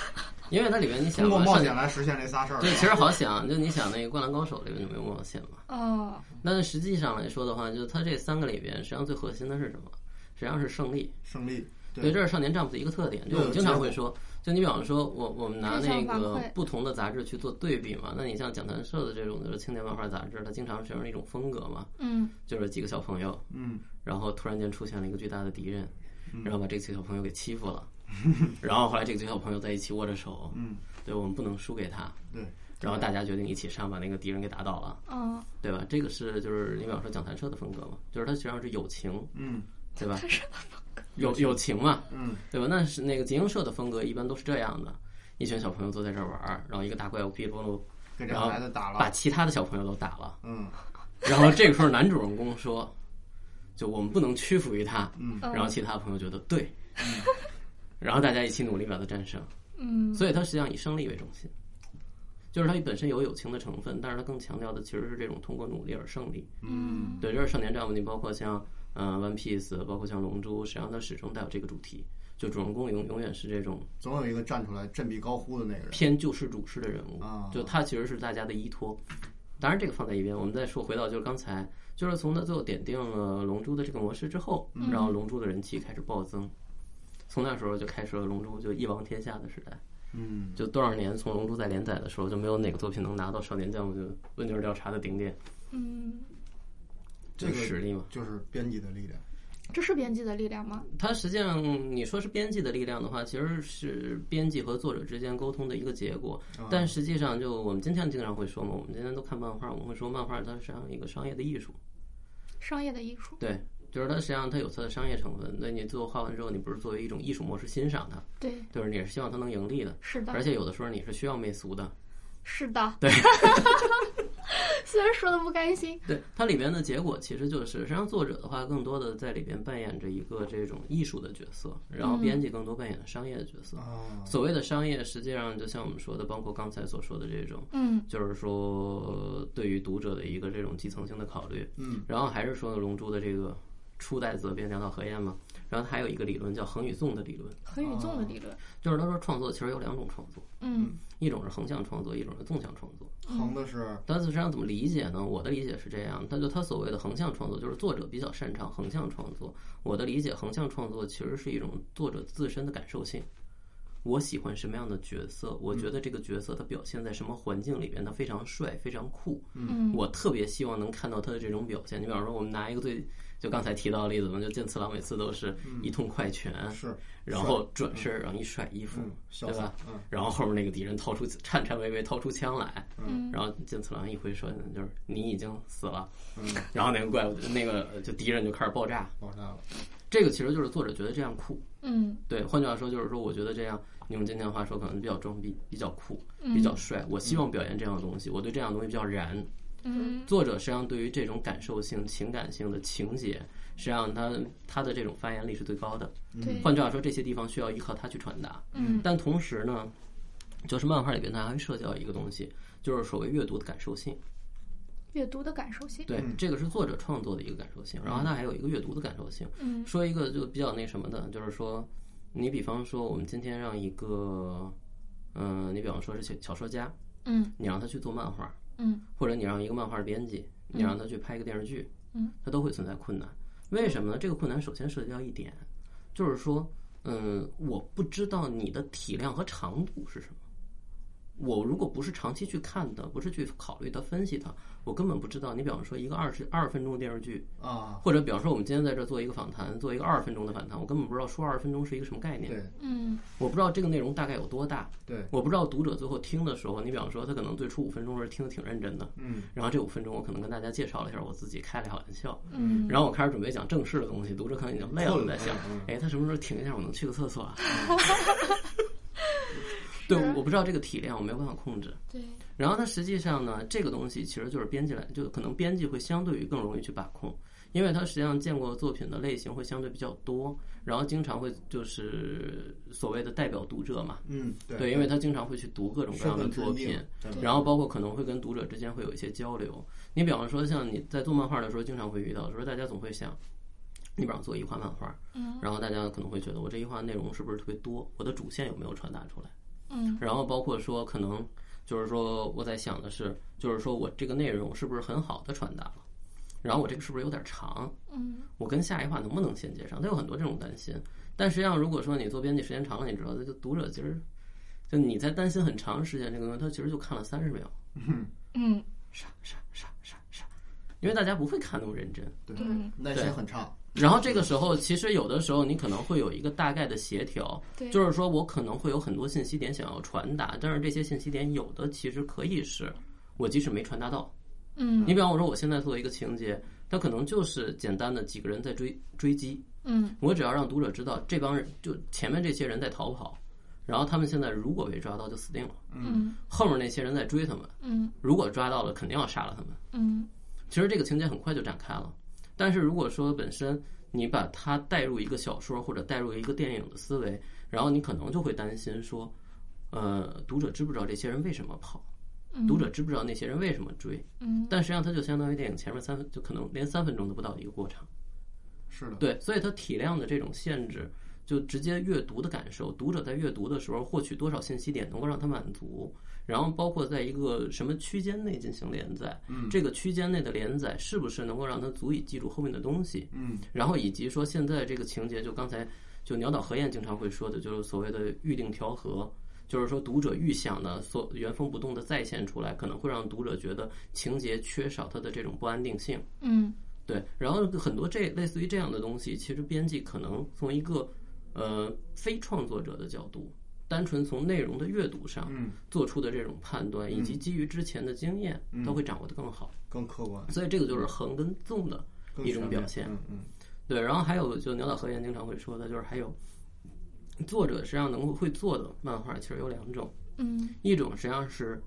S4: 因为它里面
S2: 通
S4: 你想
S2: 过
S4: 嘛，
S2: 冒
S4: 少
S2: 险来实现这仨事儿，
S4: 对，其实好想，啊就你想那个《灌篮高手》里面就没有冒险嘛。
S1: 嗯，
S4: 但是实际上来说的话，就它这三个里边，实际上最核心的是什么？实际上是胜利。
S2: 胜利，
S4: 对，这是少年丈夫的一个特点，就我们经常会说，就你比方说，我我们拿那
S1: 正向反
S4: 个
S1: 馈
S4: 不同的杂志去做对比嘛，那你像讲谈社的这种就是青年漫画杂志，它经常是这样一种风格嘛，
S1: 嗯，
S4: 就是几个小朋友，
S2: 嗯
S4: 然后突然间出现了一个巨大的敌人，然后把这几个小朋友给欺负 了，然后后来这几个小朋友在一起握着手，
S2: 嗯，
S4: 对我们不能输给他，
S2: 对，
S4: 然后大家决定一起上把那个敌人给打倒了，
S1: 嗯，
S4: 对吧？这个是就是你比方说讲谈社的风格嘛，就是它实际上是友情，
S2: 嗯
S4: 对吧？友友情嘛，
S2: 嗯
S4: 对吧？那是那个集英社的风格，一般都是这样的：一群小朋友坐在这儿玩儿，然后一个大怪物噼里啪啦
S2: 给这孩子打
S4: 把
S2: 了，
S4: 其他的小朋友都打了。
S2: 嗯
S4: 然后这个时候男主人公说：“就我们不能屈服于他。”
S2: 嗯
S4: 然后其他朋友觉得对， 然后大家一起努力把他战胜。
S1: 嗯，
S4: 所以它实际上以胜利为中心，就是它本身有友情的成分，但是它更强调的其实是这种通过努力而胜利。
S2: 嗯
S4: 对，这是少年战你包括像呃《One Piece》，包括像《龙珠》，实际上它始终带有这个主题，就主人公永永远是这种
S2: 总有一个站出来振臂高呼的那个人，
S4: 偏救世主式的人物
S2: 啊，
S4: 就他其实是大家的依托。当然，这个放在一边，我们再说回到就是刚才，就是从他最后点定了《龙珠》的这个模式之后，然后《龙珠》的人气开始暴增，从那时候就开始了《龙珠》就一王天下的时代。
S2: 嗯
S4: 就多少年从《龙珠》在连载的时候，就没有哪个作品能拿到少年将就问卷调查的顶点，
S1: 嗯，
S2: 这
S4: 就
S2: 个
S4: 是实力嘛。
S2: 就是编辑的力量，
S1: 这是编辑的力量吗？
S4: 它实际上你说是编辑的力量的话，其实是编辑和作者之间沟通的一个结果。
S2: 嗯
S4: 但实际上，就我们今天经常会说嘛，我们今天都看漫画，我们会说漫画它实际上一个商业的艺术，
S1: 商业的艺术，
S4: 对，就是它实际上它有它的商业成分。那你最后画完之后，你不是作为一种艺术模式欣赏它，
S1: 对，
S4: 就是你也是希望它能盈利的，
S1: 是的
S4: 而，且有的时候你是需要媚俗的，
S1: 是的，
S4: 对。
S1: 虽然说的不甘心，
S4: 对它里边的结果其实就是，实际上作者的话更多的在里边扮演着一个这种艺术的角色，然后编辑更多扮演商业的角色。
S2: 啊，
S4: 所谓的商业，实际上就像我们说的，包括刚才所说的这种，
S1: 嗯
S4: 就是说对于读者的一个这种基层性的考虑。
S2: 嗯，
S4: 然后还是说《龙珠》的这个初代责编鸟岛和彦嘛，然后他还有一个理论叫横与纵的理论，
S1: 何宇
S4: 哦
S1: 纵的理论，
S4: 就是他说创作其实有两种创作，
S1: 嗯
S4: 一种是横向创作，一种是纵向创作。
S2: 横的是
S4: 但实际上怎么理解呢？我的理解是这样，那就他所谓的横向创作，就是作者比较擅长横向创作。我的理解，横向创作其实是一种作者自身的感受性。我喜欢什么样的角色，我觉得这个角色他表现在什么环境里边，他非常帅，非常酷。
S1: 嗯，
S4: 我特别希望能看到他的这种表现。你比方说，我们拿一个最就刚才提到的例子嘛，就健次郎每次都是一通快拳，
S2: 嗯是，
S4: 然后转身，然后一甩衣服，
S2: 嗯，潇
S4: 对
S2: 洒
S4: 吧，然后后面那个敌人掏出颤颤巍巍掏出枪来，
S3: 嗯
S4: 然后健次郎一回身就是你已经死了，
S2: 嗯嗯，
S4: 然后那个怪物那个就敌人就开始爆炸。
S2: 爆炸了，
S4: 这个其实就是作者觉得这样酷，
S3: 嗯
S4: 对，换句话说就是说，我觉得这样用今天的话说可能比较装逼，比较酷，
S3: 嗯
S4: 比较帅。我希望表演这样的东西，我对这样的东西比较燃。
S3: 嗯
S4: 作者实际上对于这种感受性、情感性的情节，实际上他他的这种发言力是最高的。
S1: 对，
S4: 换句话说，这些地方需要依靠他去传达。
S3: 嗯
S4: 但同时呢，就是漫画里边它还会涉及到一个东西，就是所谓阅读的感受性。
S1: 阅读的感受性，
S4: 对，这个是作者创作的一个感受性，然后它还有一个阅读的感受性。
S3: 嗯
S4: 说一个就比较那什么的，就是说，你比方说我们今天让一个，嗯、你比方说是小小说家，
S3: 嗯
S4: 你让他去做漫画，
S3: 嗯，
S4: 或者你让一个漫画编辑，你让他去拍一个电视剧，
S3: 嗯，
S4: 他都会存在困难。为什么呢？这个困难首先涉及到一点，就是说，嗯，我不知道你的体量和长度是什么。我如果不是长期去看的，不是去考虑它、分析它，我根本不知道。你比方说一个二十二分钟的电视剧，
S2: 啊，
S4: 或者比方说我们今天在这儿做一个访谈，做一个二十分钟的访谈，我根本不知道说二十分钟是一个什么概念，
S2: 对
S3: 嗯
S4: 我不知道这个内容大概有多大，
S2: 对，
S4: 我不知道读者最后听的时候，你比方说他可能最初五分钟是听得挺认真的，
S2: 嗯
S4: 然后这五分钟我可能跟大家介绍了一下我自己，开了一下玩笑，
S3: 嗯
S4: 然后我开始准备讲正式的东西，读者可能已经累了，
S2: 困了
S4: 在想
S2: 嗯，
S4: 哎，他什么时候停一下，我能去个厕所啊？对，我不知道这个体量，我没有办法控制。
S3: 对
S4: 然后它实际上呢，这个东西其实就是编辑来，就可能编辑会相对于更容易去把控，因为他实际上见过的作品的类型会相对比较多，然后经常会就是所谓的代表读者嘛，
S2: 嗯，对
S4: 对，因为他经常会去读各种各
S2: 身
S4: 样的
S2: 份
S4: 作
S2: 制
S4: 品
S2: 定，，对
S4: 然后包括可能会跟读者之间会有一些交流。你比方说，像你在做漫画的时候，经常会遇到，就是大家总会想，你比方做一画漫画，
S3: 嗯
S4: 然后大家可能会觉得我这一画内容是不是特别多，我的主线有没有传达出来？
S3: 嗯
S4: 然后包括说，可能就是说我在想的是，就是说我这个内容是不是很好的传达了，然后我这个是不是有点长，
S3: 嗯
S4: 我跟下一话能不能衔接上？他有很多这种担心。但实际上，如果说你做编辑时间长了，你知道，就读者其实就你在担心很长时间这个东西，他其实就看了三十秒，
S1: 嗯，
S4: 傻傻傻傻傻，因为大家不会看那么认真。
S2: 对
S1: 对，
S2: 耐心很差，
S4: 然后这个时候，其实有的时候你可能会有一个大概的协调，
S3: 对
S4: 就是说我可能会有很多信息点想要传达，但是这些信息点有的其实可以是我即使没传达到。
S3: 嗯
S4: 你比方我说我现在做一个情节，它可能就是简单的几个人在追追击，
S3: 嗯
S4: 我只要让读者知道这帮人就前面这些人在逃跑，然后他们现在如果被抓到就死定了，
S3: 嗯
S4: 后面那些人在追他们，
S3: 嗯
S4: 如果抓到了肯定要杀了他们。
S3: 嗯
S4: 其实这个情节很快就展开了。但是如果说本身你把它带入一个小说或者带入一个电影的思维，然后你可能就会担心说，呃，读者知不知道这些人为什么跑？
S1: 嗯
S4: 读者知不知道那些人为什么追？
S3: 嗯
S4: 但实际上它就相当于电影前面三分，就可能连三分钟都不到的一个过程。
S2: 是的，
S4: 对，所以它体量的这种限制，就直接阅读的感受，读者在阅读的时候获取多少信息点能够让他满足，然后包括在一个什么区间内进行连载，
S2: 嗯
S4: 这个区间内的连载是不是能够让他足以记住后面的东西，
S2: 嗯
S4: 然后以及说现在这个情节，就刚才就鸟岛和彦经常会说的，就是所谓的预定调和。就是说，读者预想的所原封不动的再现出来，可能会让读者觉得情节缺少它的这种不安定性。
S3: 嗯
S4: 对，然后很多这类似于这样的东西，其实编辑可能从一个呃非创作者的角度，单纯从内容的阅读上
S2: 嗯，
S4: 做出的这种判断，以及基于之前的经验，
S2: 嗯
S4: 他会掌握的更好。
S2: 更客观，
S4: 所以这个就是横跟纵的。
S2: 更
S4: 一种
S2: 全面
S4: 表现
S2: 嗯嗯
S4: 对，然后还有就鸟岛和彦经常会说的，就是还有作者实际上能够会做的漫画，其实有两种，
S3: 嗯
S4: 一种实际上是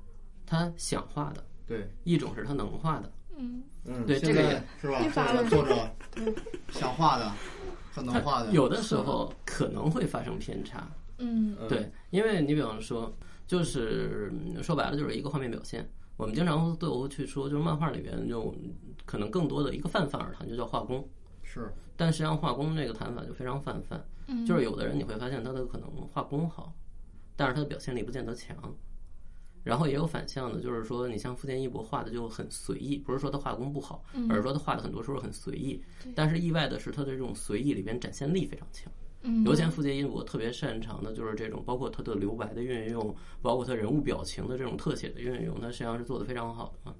S4: 他想画的，
S2: 对，
S4: 一种是他能画的。
S3: 嗯
S2: 嗯，
S4: 对
S2: 现
S4: 这个
S2: 在
S4: 也
S2: 是吧
S3: 一？
S2: 作
S3: 发
S2: 者
S3: 问
S2: 作者 想画的，很能画的，
S4: 有的时候可能会发生偏差，
S3: 嗯
S2: 嗯
S4: 对，因为你比方说，就是嗯说白了就是一个画面表现。我们经常对我去说，就是漫画里边就可能更多的一个泛泛而谈，就叫画工。
S2: 是
S4: 但实际上画工这个谈法就非常泛泛，
S3: 嗯
S4: 就是有的人你会发现他的可能画工好，但是他的表现力不见得强。然后也有反向的，就是说你像富坚义博画的就很随意，不是说他画工不好，而是说他画的很多时候很随意
S3: 嗯对。
S4: 但是意外的是，他的这种随意里边展现力非常强。
S1: 嗯，
S4: 油田富介一博特别擅长的就是这种，包括他的留白的运用，包括他人物表情的这种特写的运用，他实际上是做的非常好的嘛。啊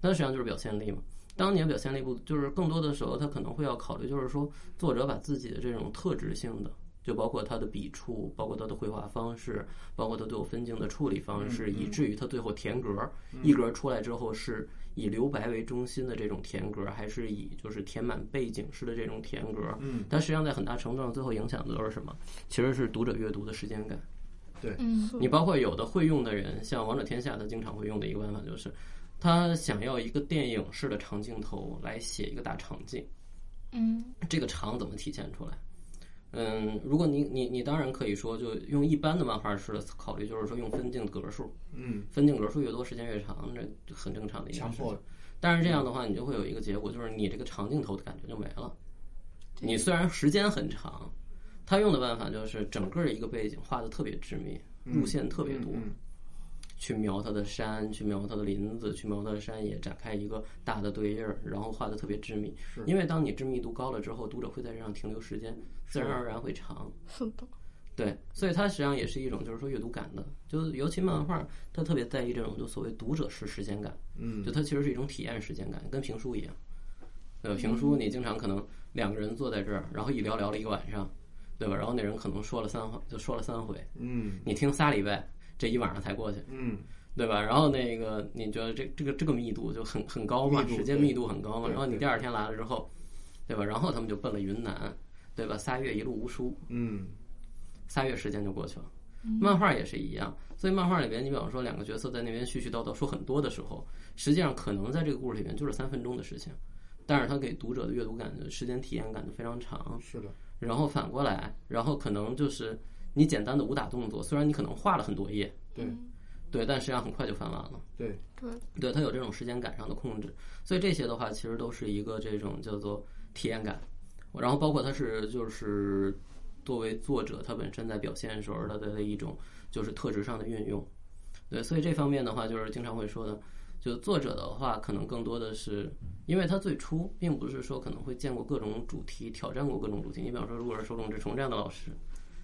S4: 那实际上就是表现力嘛。当你的表现力不，就是更多的时候，他可能会要考虑，就是说作者把自己的这种特质性的，就包括他的笔触，包括他的绘画方式，包括他对我分镜的处理方式，以至于他最后填格儿，一格儿出来之后是以留白为中心的这种填格儿，还是以就是填满背景式的这种填格儿，
S2: 嗯，
S4: 但实际上在很大程度上，最后影响的都是什么？其实是读者阅读的时间感。
S1: 嗯
S4: 你包括有的会用的人，像《王者天下》，他经常会用的一个办法就是，他想要一个电影式的长镜头来写一个大场景。
S1: 嗯
S4: 这个长怎么体现出来？嗯，如果你你你当然可以说，就用一般的漫画式的考虑，就是说用分镜格数，
S2: 嗯，
S4: 分镜格数越多，时间越长，这很正常的一件
S2: 强
S4: 事。
S2: 迫
S4: 但是这样的话，你就会有一个结果，就是你这个长镜头的感觉就没了。你虽然时间很长，他用的办法就是整个一个背景画的特别致密，路线特别多，
S2: 嗯
S4: 去描它的山，去描它的林子，去描它的山野，展开一个大的对印儿，然后画的特别致密。因为当你致密度高了之后，读者会在这上停留时间，自然而然会长。
S3: 是的，
S4: 对，所以它实际上也是一种就是说阅读感的，就是尤其漫画，它特别在意这种就所谓读者式时间感。
S2: 嗯，
S4: 就它其实是一种体验时间感，跟评书一样。对吧，评
S2: 嗯
S4: 书你经常可能两个人坐在这儿，然后一聊聊了一个晚上，对吧？然后那人可能说了三回，就说了三回，
S2: 嗯
S4: 你听仨礼拜，这一晚上才过去，
S2: 嗯
S4: 对吧？然后那个你觉得这这个这个密度就很很高嘛，
S2: 密度
S4: 时间
S2: 对
S4: 密度很高嘛。
S2: 对
S4: 然后你第二天来了之后，对吧？然后他们就奔了云南，对吧？仨月一路无书，
S2: 嗯
S4: 仨月时间就过去了。漫画也是一样，所以漫画里边，你比方说两个角色在那边絮絮叨叨说很多的时候，实际上可能在这个故事里面就是三分钟的事情，但是它给读者的阅读感、时间体验感就非常长。
S2: 是的，
S4: 然后反过来，然后可能就是你简单的武打动作，虽然你可能画了很多页，
S2: 对
S4: 对，但实际上很快就翻完了。
S2: 对，
S4: 对，它有这种时间感上的控制，所以这些的话其实都是一个这种叫做体验感，然后包括它是就是作为作者他本身在表现的时候他的一种就是特质上的运用，对，所以这方面的话就是经常会说的，就作者的话可能更多的是因为他最初并不是说可能会见过各种主题，挑战过各种主题，你比方说如果是手冢治虫这样的老师，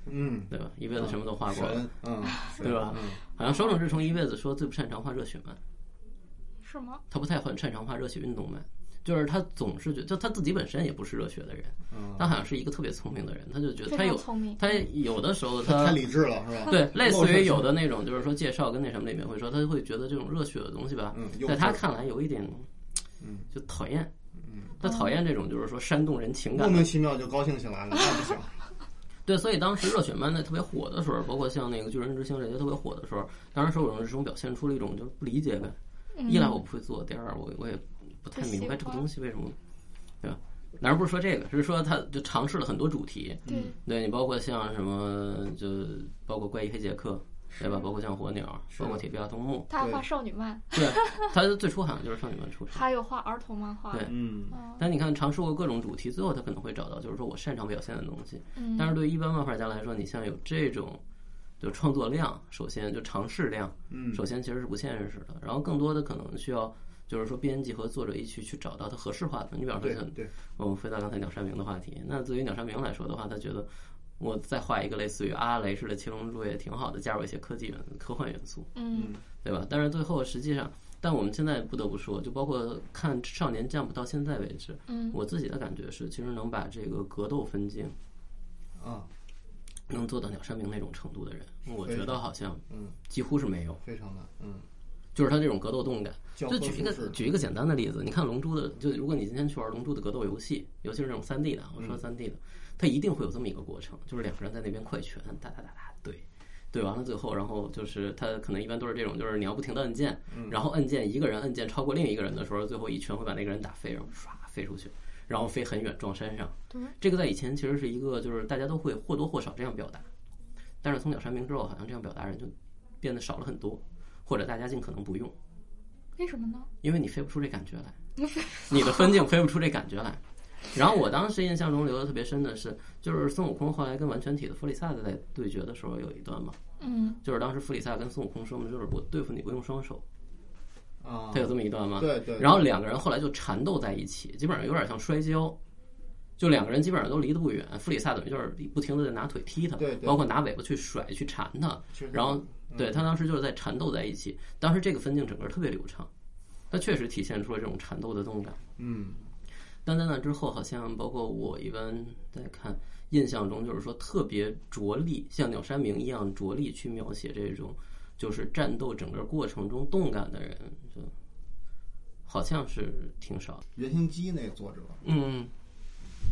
S2: 嗯，
S4: 对吧，一辈子什么都画过了，
S2: 神，嗯，神
S4: 对吧？
S2: 嗯
S4: 好像手冢治虫一辈子说最不擅长画热血漫。
S1: 是吗？
S4: 他不太很擅长画热血运动漫，就是他总是觉就他自己本身也不是热血的人，
S2: 嗯，
S4: 他好像是一个特别聪明的人，他就觉得
S1: 非
S4: 他
S1: 常
S4: 有
S1: 聪明，
S4: 他有的时候
S2: 太
S4: 他
S2: 理智了，是吧？
S4: 对类似
S2: 露出
S4: 于有的那种就是说介绍跟那什么里面会说，他会觉得这种热血的东西吧，
S2: 嗯，幼
S4: 在
S2: 稚
S4: 他看来有一点
S2: 嗯
S4: 就讨厌，他讨厌这种就是说煽动人情
S2: 莫
S4: 感
S2: 名其妙就高兴起来了，那不行，
S4: 对，所以当时热血漫在特别火的时候，包括像那个巨人之星这些特别火的时候，当时手冢治虫表现出了一种就是不理解感，
S1: 嗯
S4: 一来我不会做，第二我我也嗯不太明白这个东西为什么，对吧？当然不是说这个，是说他就尝试了很多主题，
S1: 对，
S4: 对你包括像什么，就包括怪异黑杰克，对吧？包括像火鸟，
S2: 是
S4: 包括铁臂阿童 木，
S1: 他还
S2: 对
S1: 画少女漫，
S4: 对，他最初好像就是少女漫出身。
S1: 还有画儿童漫画，
S4: 对
S2: 嗯
S4: 但你看，尝试过各种主题，最后他可能会找到，就是说我擅长表现的东西。
S1: 嗯
S4: 但是对一般漫画家来说，你像有这种就创作量，首先就尝试量，
S2: 嗯
S4: 首先其实是不现实的。然后更多的可能需要就是说编辑和作者一起去找到它合适化的。你比方说
S2: 啊对
S4: 像
S2: 对，
S4: 我们回到刚才鸟山明的话题，那对于鸟山明来说的话，他觉得我再画一个类似于阿雷式的《七龙珠》也挺好的，加入一些科技元科幻元素，
S1: 嗯
S4: 对吧？但是最后实际上，但我们现在不得不说，就包括看《少年 Jump》到现在为止，
S1: 嗯
S4: 我自己的感觉是，其实能把这个格斗分镜。
S2: 啊，
S4: 能做到鸟山明那种程度的人，我
S2: 非
S4: 觉得好像
S2: 嗯
S4: 几乎是没有，
S2: 非常难，嗯，
S4: 就是他这种格斗动感。
S2: 教
S4: 就
S2: 科
S4: 举一个
S2: 书式
S4: 举一个简单的例子，你看《龙珠》的，就如果你今天去玩《龙珠》的格斗游戏，尤其是这种三 D 的啊，
S2: 嗯
S4: 我说三 D 的，它一定会有这么一个过程，就是两个人在那边快拳，哒哒哒哒，对。对，完了最后，然后就是他可能一般都是这种，就是你要不停的按键，
S2: 嗯
S4: 然后按键一个人按键超过另一个人的时候，最后一拳会把那个人打飞，然后唰飞出去，然后飞很远撞山上。
S3: 对，
S4: 这个在以前其实是一个就是大家都会或多或少这样表达，但是从鸟山明之后，好像这样表达人就变得少了很多，或者大家尽可能不用。
S1: 为什么呢？
S4: 因为你飞不出这感觉来， 你的分镜飞不出这感觉来。然后我当时印象中留的特别深的是，就是孙悟空后来跟完全体的弗里萨在对决的时候有一段嘛，
S1: 嗯
S4: 就是当时弗里萨跟孙悟空说嘛，就是我对付你不用双手，
S2: 啊
S4: 他，有这么一段嘛。
S2: 对对，
S4: 然后两个人后来就缠斗在一起，基本上有点像摔跤，就两个人基本上都离得不远。弗里萨等于就是不停的在拿腿踢他，
S2: 对对
S4: 包括拿尾巴去甩、去缠他。
S2: 其实
S4: 然后
S2: 嗯
S4: 对他当时就是在缠斗在一起，当时这个分镜整个特别流畅，它确实体现出了这种缠斗的动感。
S2: 嗯
S4: 但在那之后，好像包括我一般在看，印象中就是说特别着力，像鸟山明一样着力去描写这种就是战斗整个过程中动感的人，就好像是挺少的。
S2: 原型机那个作者，
S4: 嗯，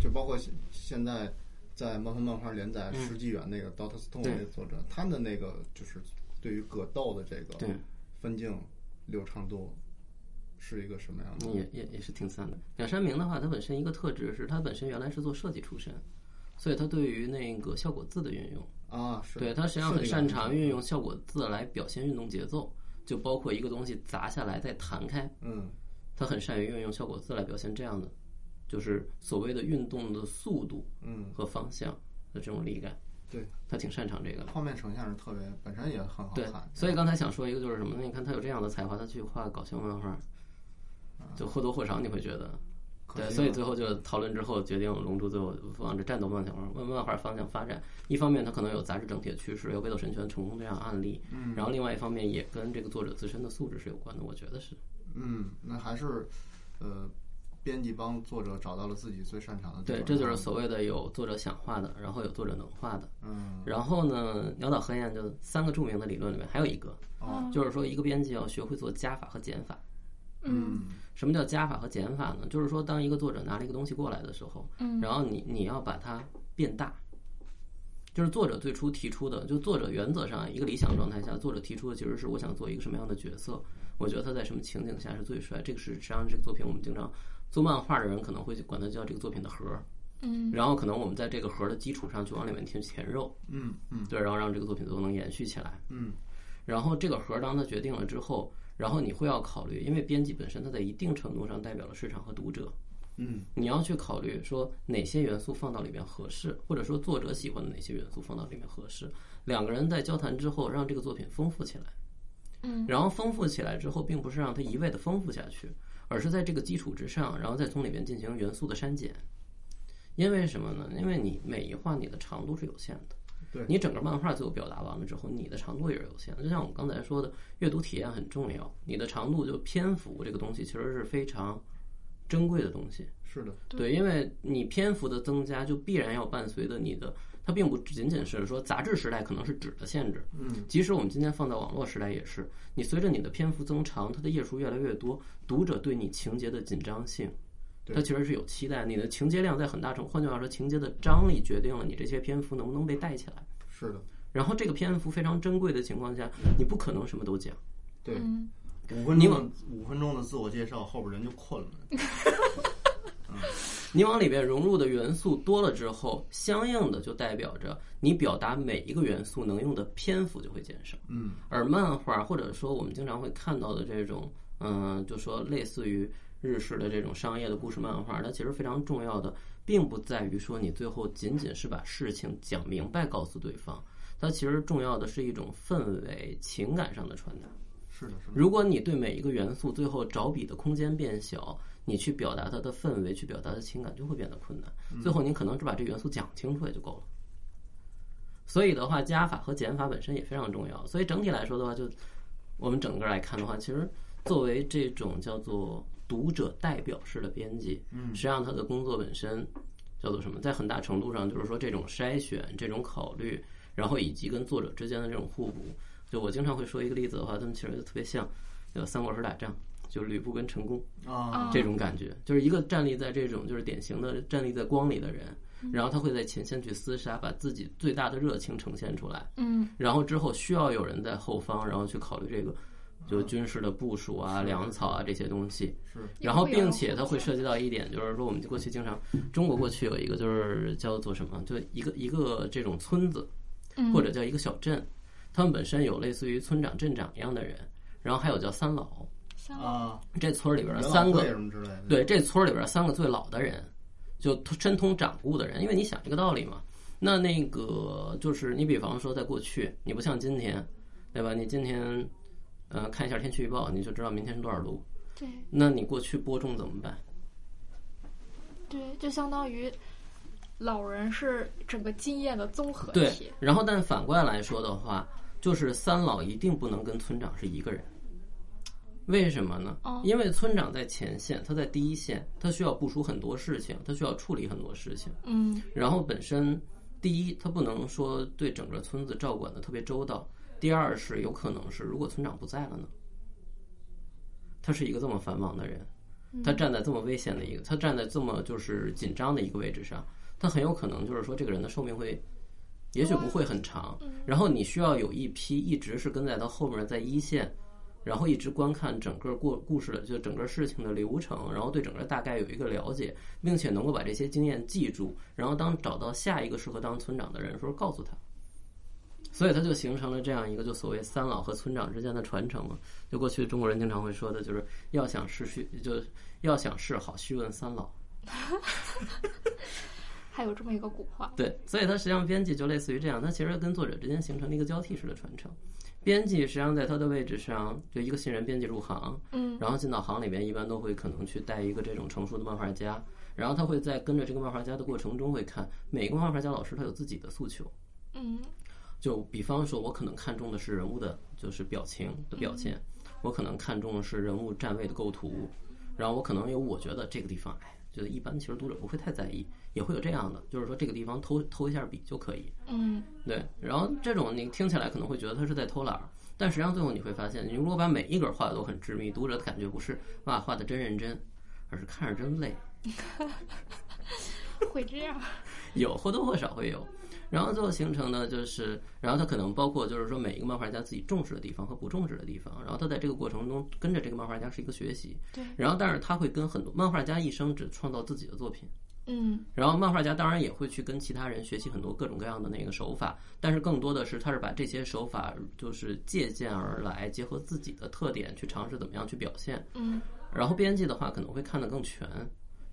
S2: 就包括现现在在漫画漫画连载
S4: 嗯
S2: 十纪元那个 Dota Stone
S4: 对
S2: 那个作者，他们的那个就是对于格斗的这
S4: 对
S2: 个，分镜流畅度是一个什么样的？
S4: 也也也是挺散的。鸟山明的话，他本身一个特质是他本身原来是做设计出身，所以他对于那个效果字的运用。
S2: 啊，是
S4: 对他实际上
S2: 是
S4: 很
S2: 这个
S4: 擅长运用效果字来表现运动节奏，就包括一个东西砸下来再弹开，
S2: 嗯
S4: 他很善于运用效果字来表现这样的，就是所谓的运动的速度
S2: 嗯，
S4: 和方向的这种力感。
S2: 对，
S4: 他挺擅长这个的。
S2: 画面呈现是特别，本身也很好
S4: 对
S2: 看，，
S4: 所以刚才想说一个就是什么呢？你看他有这样的才华，他去画搞笑漫画，
S2: 嗯
S4: 就或多或少你会觉得，
S2: 可
S4: 对，
S2: 惜
S4: 所以
S2: 了
S4: 最后就讨论之后决定，《龙珠》最后往着战斗漫画漫漫画方向发展。一方面，它可能有杂志整体的趋势，有北斗神拳成功这样的案例，
S2: 嗯
S4: 然后另外一方面也跟这个作者自身的素质是有关的，我觉得是。
S2: 嗯，那还是呃，编辑帮作者找到了自己最擅长的地
S4: 对，
S2: 方
S4: 这就是所谓的有作者想画的，然后有作者能画的。
S2: 嗯
S4: 然后呢，鸟岛和彦就三个著名的理论里面还有一个，
S2: 哦
S4: 就是说一个编辑要学会做加法和减法。
S1: 嗯
S4: 什么叫加法和减法呢？就是说，当一个作者拿了一个东西过来的时候，
S1: 嗯
S4: 然后你你要把它变大，就是作者最初提出的，就作者原则上一个理想状态下，作者提出的其实是我想做一个什么样的角色，我觉得他在什么情景下是最帅。这个是实际上这个作品我们经常做漫画的人可能会管它叫这个作品的核儿，
S1: 嗯
S4: 然后可能我们在这个核儿的基础上去往里面添填肉，
S2: 嗯嗯
S4: 对，然后让这个作品最后能延续起来。
S2: 嗯
S4: 然后这个盒儿当它决定了之后，然后你会要考虑，因为编辑本身它在一定程度上代表了市场和读者，
S2: 嗯
S4: 你要去考虑说哪些元素放到里面合适，或者说作者喜欢的哪些元素放到里面合适。两个人在交谈之后，让这个作品丰富起来。
S1: 嗯，
S4: 然后丰富起来之后，并不是让它一味的丰富下去，而是在这个基础之上，然后再从里面进行元素的删减。因为什么呢？因为你每一画你的长度是有限的，
S2: 对
S4: 你整个漫画最后表达完了之后，你的长度也是有限的。就像我们刚才说的，阅读体验很重要，你的长度就篇幅这个东西其实是非常珍贵的东西。
S2: 是的
S4: 对，因为你篇幅的增加，就必然要伴随着你的，它并不仅仅是说杂志时代可能是纸的限制，
S2: 嗯
S4: 即使我们今天放到网络时代也是，你随着你的篇幅增长，它的页数越来越多，读者对你情节的紧张性，
S2: 对
S4: 它其实是有期待，你的情节量在很大程度，换句话说，情节的张力决定了你这些篇幅能不能被带起来。
S2: 是的
S4: 然后这个篇幅非常珍贵的情况下，你不可能什么都讲。
S2: 对
S1: 嗯
S2: 五分
S4: 你
S2: 钟
S4: 往
S2: 的五分钟的自我介绍后边人就困了
S4: 你往里边融入的元素多了之后，相应的就代表着你表达每一个元素能用的篇幅就会减少。
S2: 嗯
S4: 而漫画或者说我们经常会看到的这种，嗯、就说类似于日式的这种商业的故事漫画，它其实非常重要的，并不在于说你最后仅仅是把事情讲明白告诉对方，它其实重要的是一种氛围、情感上的传达。
S2: 是的是的
S4: 如果你对每一个元素最后着笔的空间变小，你去表达它的氛围，去表达的情感就会变得困难。
S2: 嗯
S4: 最后你可能只把这元素讲清楚也就够了。所以的话，加法和减法本身也非常重要。所以整体来说的话，就我们整个来看的话，其实作为这种叫做读者代表式的编辑，
S2: 嗯
S4: 实际上他的工作本身叫做什么，在很大程度上就是说这种筛选、这种考虑，然后以及跟作者之间的这种互补。就我经常会说一个例子的话，他们其实就特别像呃三国时打仗，就是吕布跟陈宫
S2: 啊
S4: 这种感觉，就是一个站立在这种就是典型的站立在光里的人，然后他会在前线去厮杀，把自己最大的热情呈现出来。
S1: 嗯
S4: 然后之后需要有人在后方，然后去考虑这个，就军事的部署啊、粮草啊这些东西。
S2: 是
S4: 然后，并且它会涉及到一点，就是说我们过去经常，中国过去有一个就是叫做什么，就一个一个这种村子
S1: 嗯
S4: 或者叫一个小镇，他们本身有类似于村长、镇长一样的人，然后还有叫三老，
S1: 三老
S2: 啊
S4: 这村儿里边儿
S2: 元老
S4: 三个
S2: 会什么之类的
S4: 对，这村儿里边儿三个最老的人，就身通掌故的人，因为你想一个道理嘛，那那个就是你比方说，在过去，你不像今天，对吧？你今天，呃，看一下天气预报，你就知道明天是多少度。
S1: 对
S4: 那你过去播种怎么办？
S1: 对，就相当于老人是整个经验的综合
S4: 对
S1: 体。，
S4: 然后但反过来来说的话，就是三老一定不能跟村长是一个人。为什么呢
S1: 哦？
S4: 因为村长在前线，他在第一线，他需要部署很多事情，他需要处理很多事情。
S1: 嗯
S4: 然后本身，第一，他不能说对整个村子照管的特别周到；第二是有可能是，如果村长不在了呢？他是一个这么繁忙的人，他站在这么危险的一个，他站在这么就是紧张的一个位置上，他很有可能就是说这个人的寿命会，也许不会很长。然后你需要有一批一直是跟在他后面，在一线。然后一直观看整个过故事的，就整个事情的流程，然后对整个大概有一个了解，并且能够把这些经验记住，然后当找到下一个适合当村长的人的时候告诉他。所以他就形成了这样一个就所谓三老和村长之间的传承嘛，就过去中国人经常会说的就是要想事须，就是要想事好须问三老。
S1: 还有这么一个古话，
S4: 对，所以它实际上编辑就类似于这样，它其实跟作者之间形成了一个交替式的传承。编辑实际上在他的位置上，就一个新人编辑入行，
S1: 嗯，
S4: 然后进到行里面一般都会可能去带一个这种成熟的漫画家，然后他会在跟着这个漫画家的过程中会看每个漫画家老师他有自己的诉求，
S1: 嗯
S4: 就比方说，我可能看重的是人物的，就是表情的表现，我可能看重的是人物站位的构图，然后我可能有我觉得这个地方，哎，觉得一般，其实读者不会太在意，也会有这样的，就是说这个地方偷偷一下笔就可以，
S1: 嗯，
S4: 对。然后这种你听起来可能会觉得他是在偷懒儿，但实际上最后你会发现，你如果把每一格画的都很致密，读者的感觉不是哇画的真认真，而是看着真累。
S1: 会这 样，
S4: 有或多或少会有。然后最后形成的就是，然后它可能包括就是说每一个漫画家自己重视的地方和不重视的地方，然后他在这个过程中跟着这个漫画家是一个学习，
S1: 对，
S4: 然后但是他会跟很多漫画家一生只创造自己的作品，
S1: 嗯
S4: 然后漫画家当然也会去跟其他人学习很多各种各样的那个手法，但是更多的是他是把这些手法就是借鉴而来，结合自己的特点去尝试怎么样去表现。
S1: 嗯，
S4: 然后编辑的话可能会看得更全，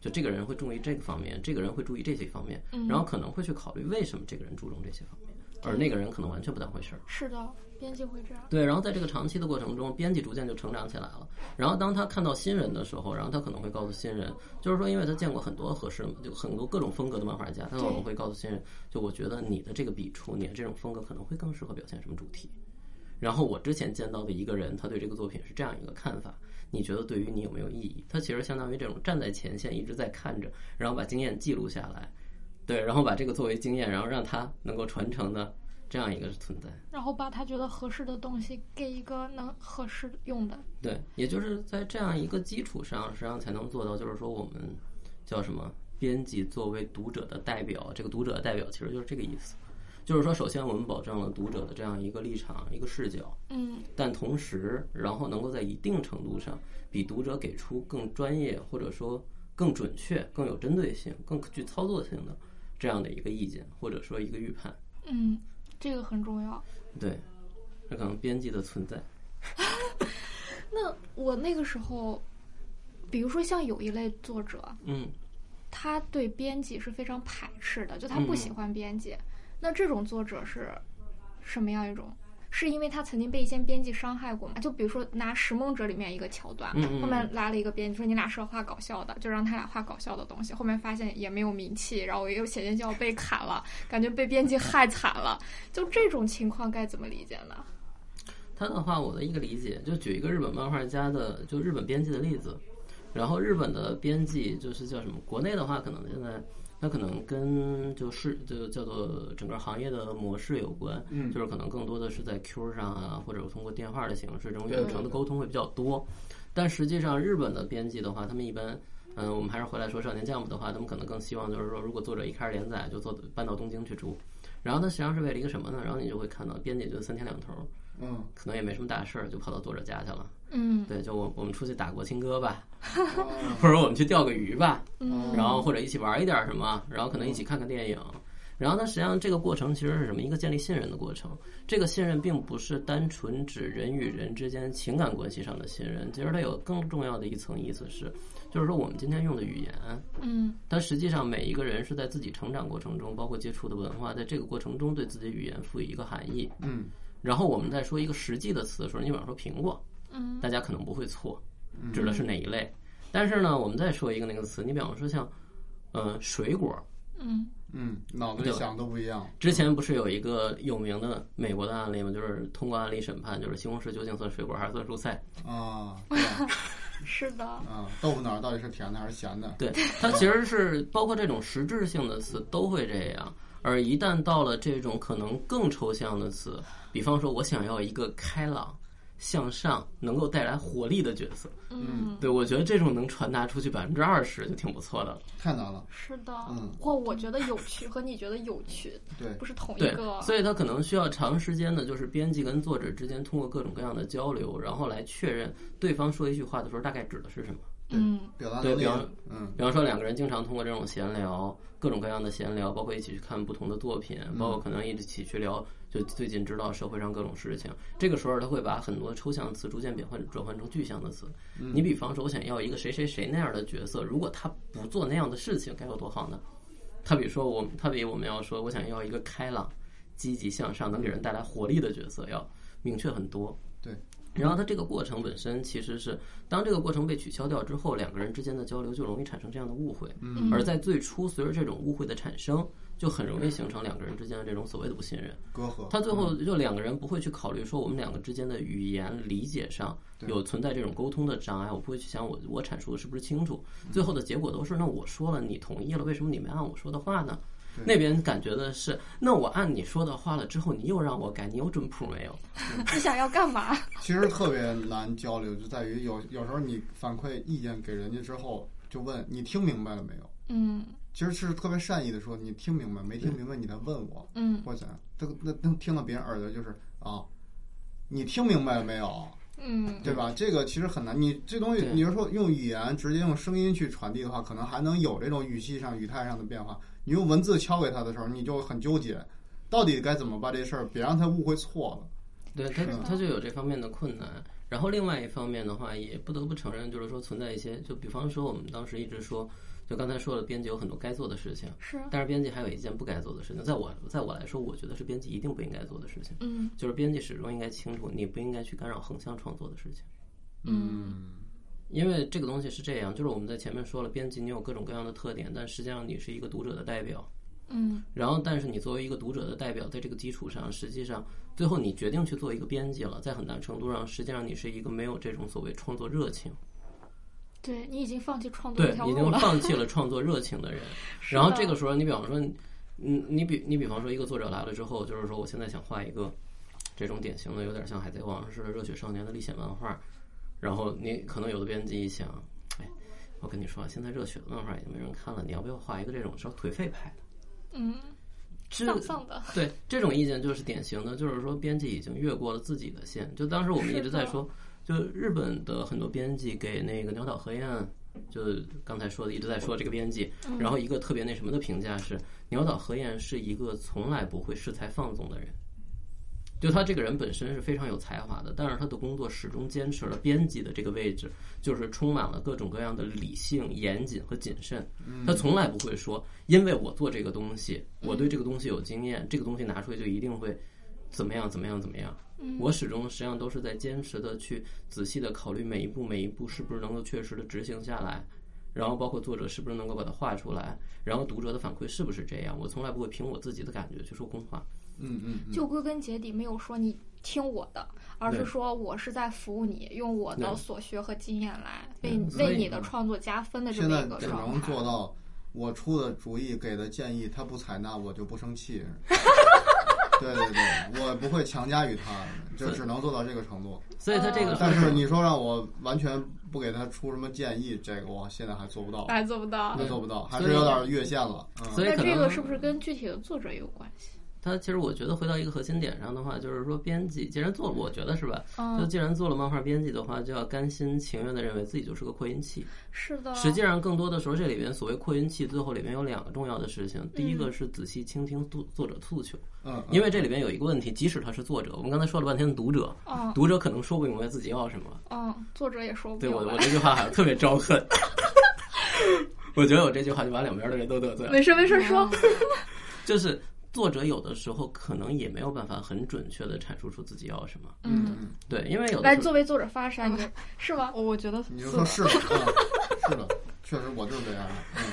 S4: 就这个人会注意这个方面，这个人会注意这些方面，
S1: 嗯
S4: 然后可能会去考虑为什么这个人注重这些方面，而那个人可能完全不当回事儿。
S1: 是的，编辑会这样，
S4: 对，然后在这个长期的过程中，编辑逐渐就成长起来了。然后当他看到新人的时候，然后他可能会告诉新人，就是说，因为他见过很多合适的，就很多各种风格的漫画家，他可能会告诉新人，就我觉得你的这个笔触，你的这种风格可能会更适合表现什么主题。然后我之前见到的一个人，他对这个作品是这样一个看法，你觉得对于你有没有意义？他其实相当于这种站在前线一直在看着，然后把经验记录下来，对，然后把这个作为经验，然后让他能够传承的这样一个存在。
S1: 然后把他觉得合适的东西给一个能合适用的，
S4: 对，也就是在这样一个基础上，实际上才能做到，就是说我们叫什么？编辑作为读者的代表，这个读者的代表其实就是这个意思，就是说，首先我们保证了读者的这样一个立场、一个视角，
S1: 嗯
S4: 但同时，然后能够在一定程度上比读者给出更专业，或者说更准确、更有针对性、更具操作性的这样的一个意见，或者说一个预判。
S1: 嗯，这个很重要。
S4: 对，这可能编辑的存在。
S1: 那我那个时候，比如说像有一类作者，
S4: 嗯，
S1: 他对编辑是非常排斥的，就他不
S4: 嗯
S1: 喜欢编辑。那这种作者是什么样一种？是因为他曾经被一些编辑伤害过吗？就比如说拿《拾梦者》里面一个桥段，
S4: 嗯嗯嗯
S1: 后面拉了一个编辑说你俩是要画搞笑的，就让他俩画搞笑的东西，后面发现也没有名气，然后又写进就要被砍了，感觉被编辑害惨了。就这种情况该怎么理解呢？
S4: 他的话，我的一个理解，就举一个日本漫画家的，就日本编辑的例子。然后日本的编辑就是叫什么？国内的话，可能现在他可能跟就是就叫做整个行业的模式有关，
S2: 嗯
S4: 就是可能更多的是在 Q 上啊，或者通过电话的形式，这种远程的沟通会比较多。但实际上，日本的编辑的话，他们一般。嗯，我们还是回来说少年 Jump 的话，他们可能更希望就是说，如果作者一开始连载就做搬到东京去住，然后他实际上是为了一个什么呢？然后你就会看到编辑就三天两头，
S2: 嗯，
S4: 可能也没什么大事儿，就跑到作者家去了。
S1: 嗯
S4: 对，就我我们出去打国庆 歌吧，
S2: 哦
S4: 或者我们去钓个鱼吧，
S1: 嗯
S4: 然后或者一起玩一点儿什么，然后可能一起看看电影。然后它实际上这个过程其实是什么？一个建立信任的过程。这个信任并不是单纯指人与人之间情感关系上的信任，其实它有更重要的一层意思是，就是说我们今天用的语言，
S1: 嗯
S4: 但实际上，每一个人是在自己成长过程中，包括接触的文化，在这个过程中对自己的语言赋予一个含义。
S2: 嗯，
S4: 然后我们在说一个实际的词的时候，你比方说苹果，
S1: 嗯
S4: 大家可能不会错，指的是哪一类。但是呢，我们再说一个那个词，你比方说像，呃，水果，
S1: 嗯
S2: 嗯，脑子
S4: 对
S2: 里
S4: 吧
S2: 想都不一样。
S4: 之前不是有一个有名的美国的案例吗？就是通过案例审判，就是西红柿究竟算水果还是算蔬菜？
S2: 啊，对吧
S1: 是的，
S2: 啊，豆腐脑儿到底是甜的还是咸的？
S4: 对，它其实是包括这种实质性的词都会这样。而一旦到了这种可能更抽象的词，比方说我想要一个开朗、向上、能够带来活力的角色，
S2: 嗯
S4: 对我觉得这种能传达出去百分之二十就挺不错的了。
S2: 太难了。
S1: 是的，
S2: 嗯
S3: 或我觉得有趣和你觉得有趣
S2: 对，
S3: 不是同一
S4: 对，
S3: 个。
S4: 所以它可能需要长时间的，就是编辑跟作者之间通过各种各样的交流，然后来确认对方说一句话的时候大概指的是什么。
S2: 对
S3: 嗯
S2: 表达
S4: 对
S2: 能力
S4: 比方，
S2: 嗯
S4: 比方说，两个人经常通过这种闲聊，各种各样的闲聊，包括一起去看不同的作品，
S2: 嗯
S4: 包括可能一起去聊，就最近知道社会上各种事情。这个时候，他会把很多抽象词逐渐变换转换成具象的词。
S2: 嗯
S4: 你比方说，我想要一个谁谁谁那样的角色，如果他不做那样的事情，该有多好呢？他比说我，他比我们要说，我想要一个开朗、积极向上、能给人带来活力的角色，要明确很多。
S2: 对。
S4: 然后他这个过程本身其实是，当这个过程被取消掉之后，两个人之间的交流就容易产生这样的误会。
S3: 嗯
S4: 而在最初，随着这种误会的产生，就很容易形成两个人之间的这种所谓的不信任。
S2: 隔阂。
S4: 他最后就两个人不会去考虑说我们两个之间的语言理解上
S2: 对
S4: 有存在这种沟通的障碍，我不会去想我我阐述的是不是清楚，
S2: 嗯
S4: 最后的结果都是那我说了你同意了，为什么你没按我说的话呢？
S2: 对
S4: 那边感觉的是，那我按你说的话了之后，你又让我改，你有准谱没有？
S1: 你想要干嘛？
S2: 其实特别难交流，就在于有 有时候你反馈意见给人家之后，就问你听明白了没有？
S1: 嗯
S2: 其实是特别善意的说你听明白没听明白，你再问我
S1: 嗯
S2: 或者怎样。这个那能听到别人耳朵就是啊，你听明白了没有？
S1: 嗯，
S2: 对吧？这个其实很难。你这东西，
S4: 对
S2: 你就说用语言直接用声音去传递的话，可能还能有这种语气上、语态上的变化。你用文字敲给他的时候，你就很纠结，到底该怎么把这事儿，别让他误会错了。
S4: 对他
S2: 是的，
S4: 他就有这方面的困难。然后另外一方面的话，也不得不承认，就是说存在一些，就比方说我们当时一直说，就刚才说了，编辑有很多该做的事情，
S1: 是，啊
S4: 但是编辑还有一件不该做的事情，在我在我来说，我觉得是编辑一定不应该做的事情，
S1: 嗯
S4: 就是编辑始终应该清楚，你不应该去干扰横向创作的事情。
S2: 嗯，
S4: 因为这个东西是这样，就是我们在前面说了，编辑你有各种各样的特点，但实际上你是一个读者的代表。
S1: 嗯
S4: 然后，但是你作为一个读者的代表，在这个基础上，实际上最后你决定去做一个编辑了，在很大程度上，实际上你是一个没有这种所谓创作热情，
S1: 对你已经放弃创作
S4: 对
S1: 这条，
S4: 已
S1: 路
S4: 经
S1: 了。
S4: 放弃了 创作热情的人。
S1: 是
S4: 然后
S1: 的
S4: 这个时候，你比方说，嗯，你比你比方说，一个作者来了之后，就是说，我现在想画一个这种典型的，有点像《海贼王》似的热血少年的历险漫画，然后你可能有的编辑一想，哎，我跟你说啊，现在热血的漫画已经没人看了，你要不要画一个这种稍颓废派的？
S1: 嗯
S4: 这
S3: 丧丧的，
S4: 对这种意见就是典型的，就是说编辑已经越过了自己的线。就当时我们一直在说，就日本的很多编辑给那个鸟岛和彦，就刚才说的一直在说这个编辑，然后一个特别那什么的评价是，鸟岛和彦是一个从来不会恃才放纵的人。就他这个人本身是非常有才华的，但是他的工作始终坚持了编辑的这个位置，就是充满了各种各样的理性、严谨和谨慎。他从来不会说，因为我做这个东西，
S1: 嗯
S4: 我对这个东西有经验，这个东西拿出去就一定会怎么样怎么样怎么样。
S1: 嗯
S4: 我始终实际上都是在坚持的去仔细的考虑每一步每一步是不是能够确实的执行下来，然后包括作者是不是能够把它画出来，然后读者的反馈是不是这样。我从来不会凭我自己的感觉去说空话。
S2: 嗯嗯嗯，
S1: 就归根结底没有说你听我的，而是
S4: 对
S1: 说我是在服务你，用我的
S4: 对
S1: 所学和经验来为
S4: 对
S1: 你
S4: 所以
S1: 为你的创作加分的这
S2: 现
S1: 么
S2: 在
S1: 一个
S2: 只
S1: 状
S2: 能做
S1: 态。
S2: 到我出的主意、给的建议，他不采纳，我就不生 气。对对对，我不会强加于他，就只能做到这个程度。
S4: 呃所以他这个
S1: 哦
S2: 但是你说让我完全不给他出什么建议，这个我现在还做不到，
S1: 还哎做不到，
S2: 还做不到，还
S4: 哎所
S2: 是
S4: 以
S2: 有点越线了。嗯
S4: 嗯所以
S1: 那
S4: 可
S1: 这
S4: 能
S1: 个是不是跟具体的作者也有关系？
S4: 他其实我觉得回到一个核心点上的话，就是说编辑既然做，我觉得是吧？就
S1: 嗯，
S4: 既然做了漫画编辑的话，就要甘心情愿的认为自己就是个扩音器。
S1: 是的，
S4: 实际上，更多的时候，这里边所谓扩音器，最后里面有两个重要的事情。第一
S1: 嗯
S4: 个是仔细倾听作作者诉求，
S2: 嗯，
S4: 因为这里边有一个问题，即使他是作者，我们刚才说了半天的读者，
S1: 嗯
S4: 读者可能说不明白自己要什么了。
S1: 嗯，作者也说不
S4: 对我，
S1: 明
S4: 我
S1: 白。
S4: 这句话好像特别招恨。 我觉得我这句话就把两边的人都得罪了。
S1: 没事没事，说。
S4: 就是作者有的时候可能也没有办法很准确的阐述出自己要什么。
S1: 嗯，
S4: 对，因为有的
S1: 来
S4: 时候
S1: 作为作者发
S4: 嗯
S1: 声，你是 吗？
S3: 我我觉得
S2: 你就说是的，嗯是的，确实我就是这样的。嗯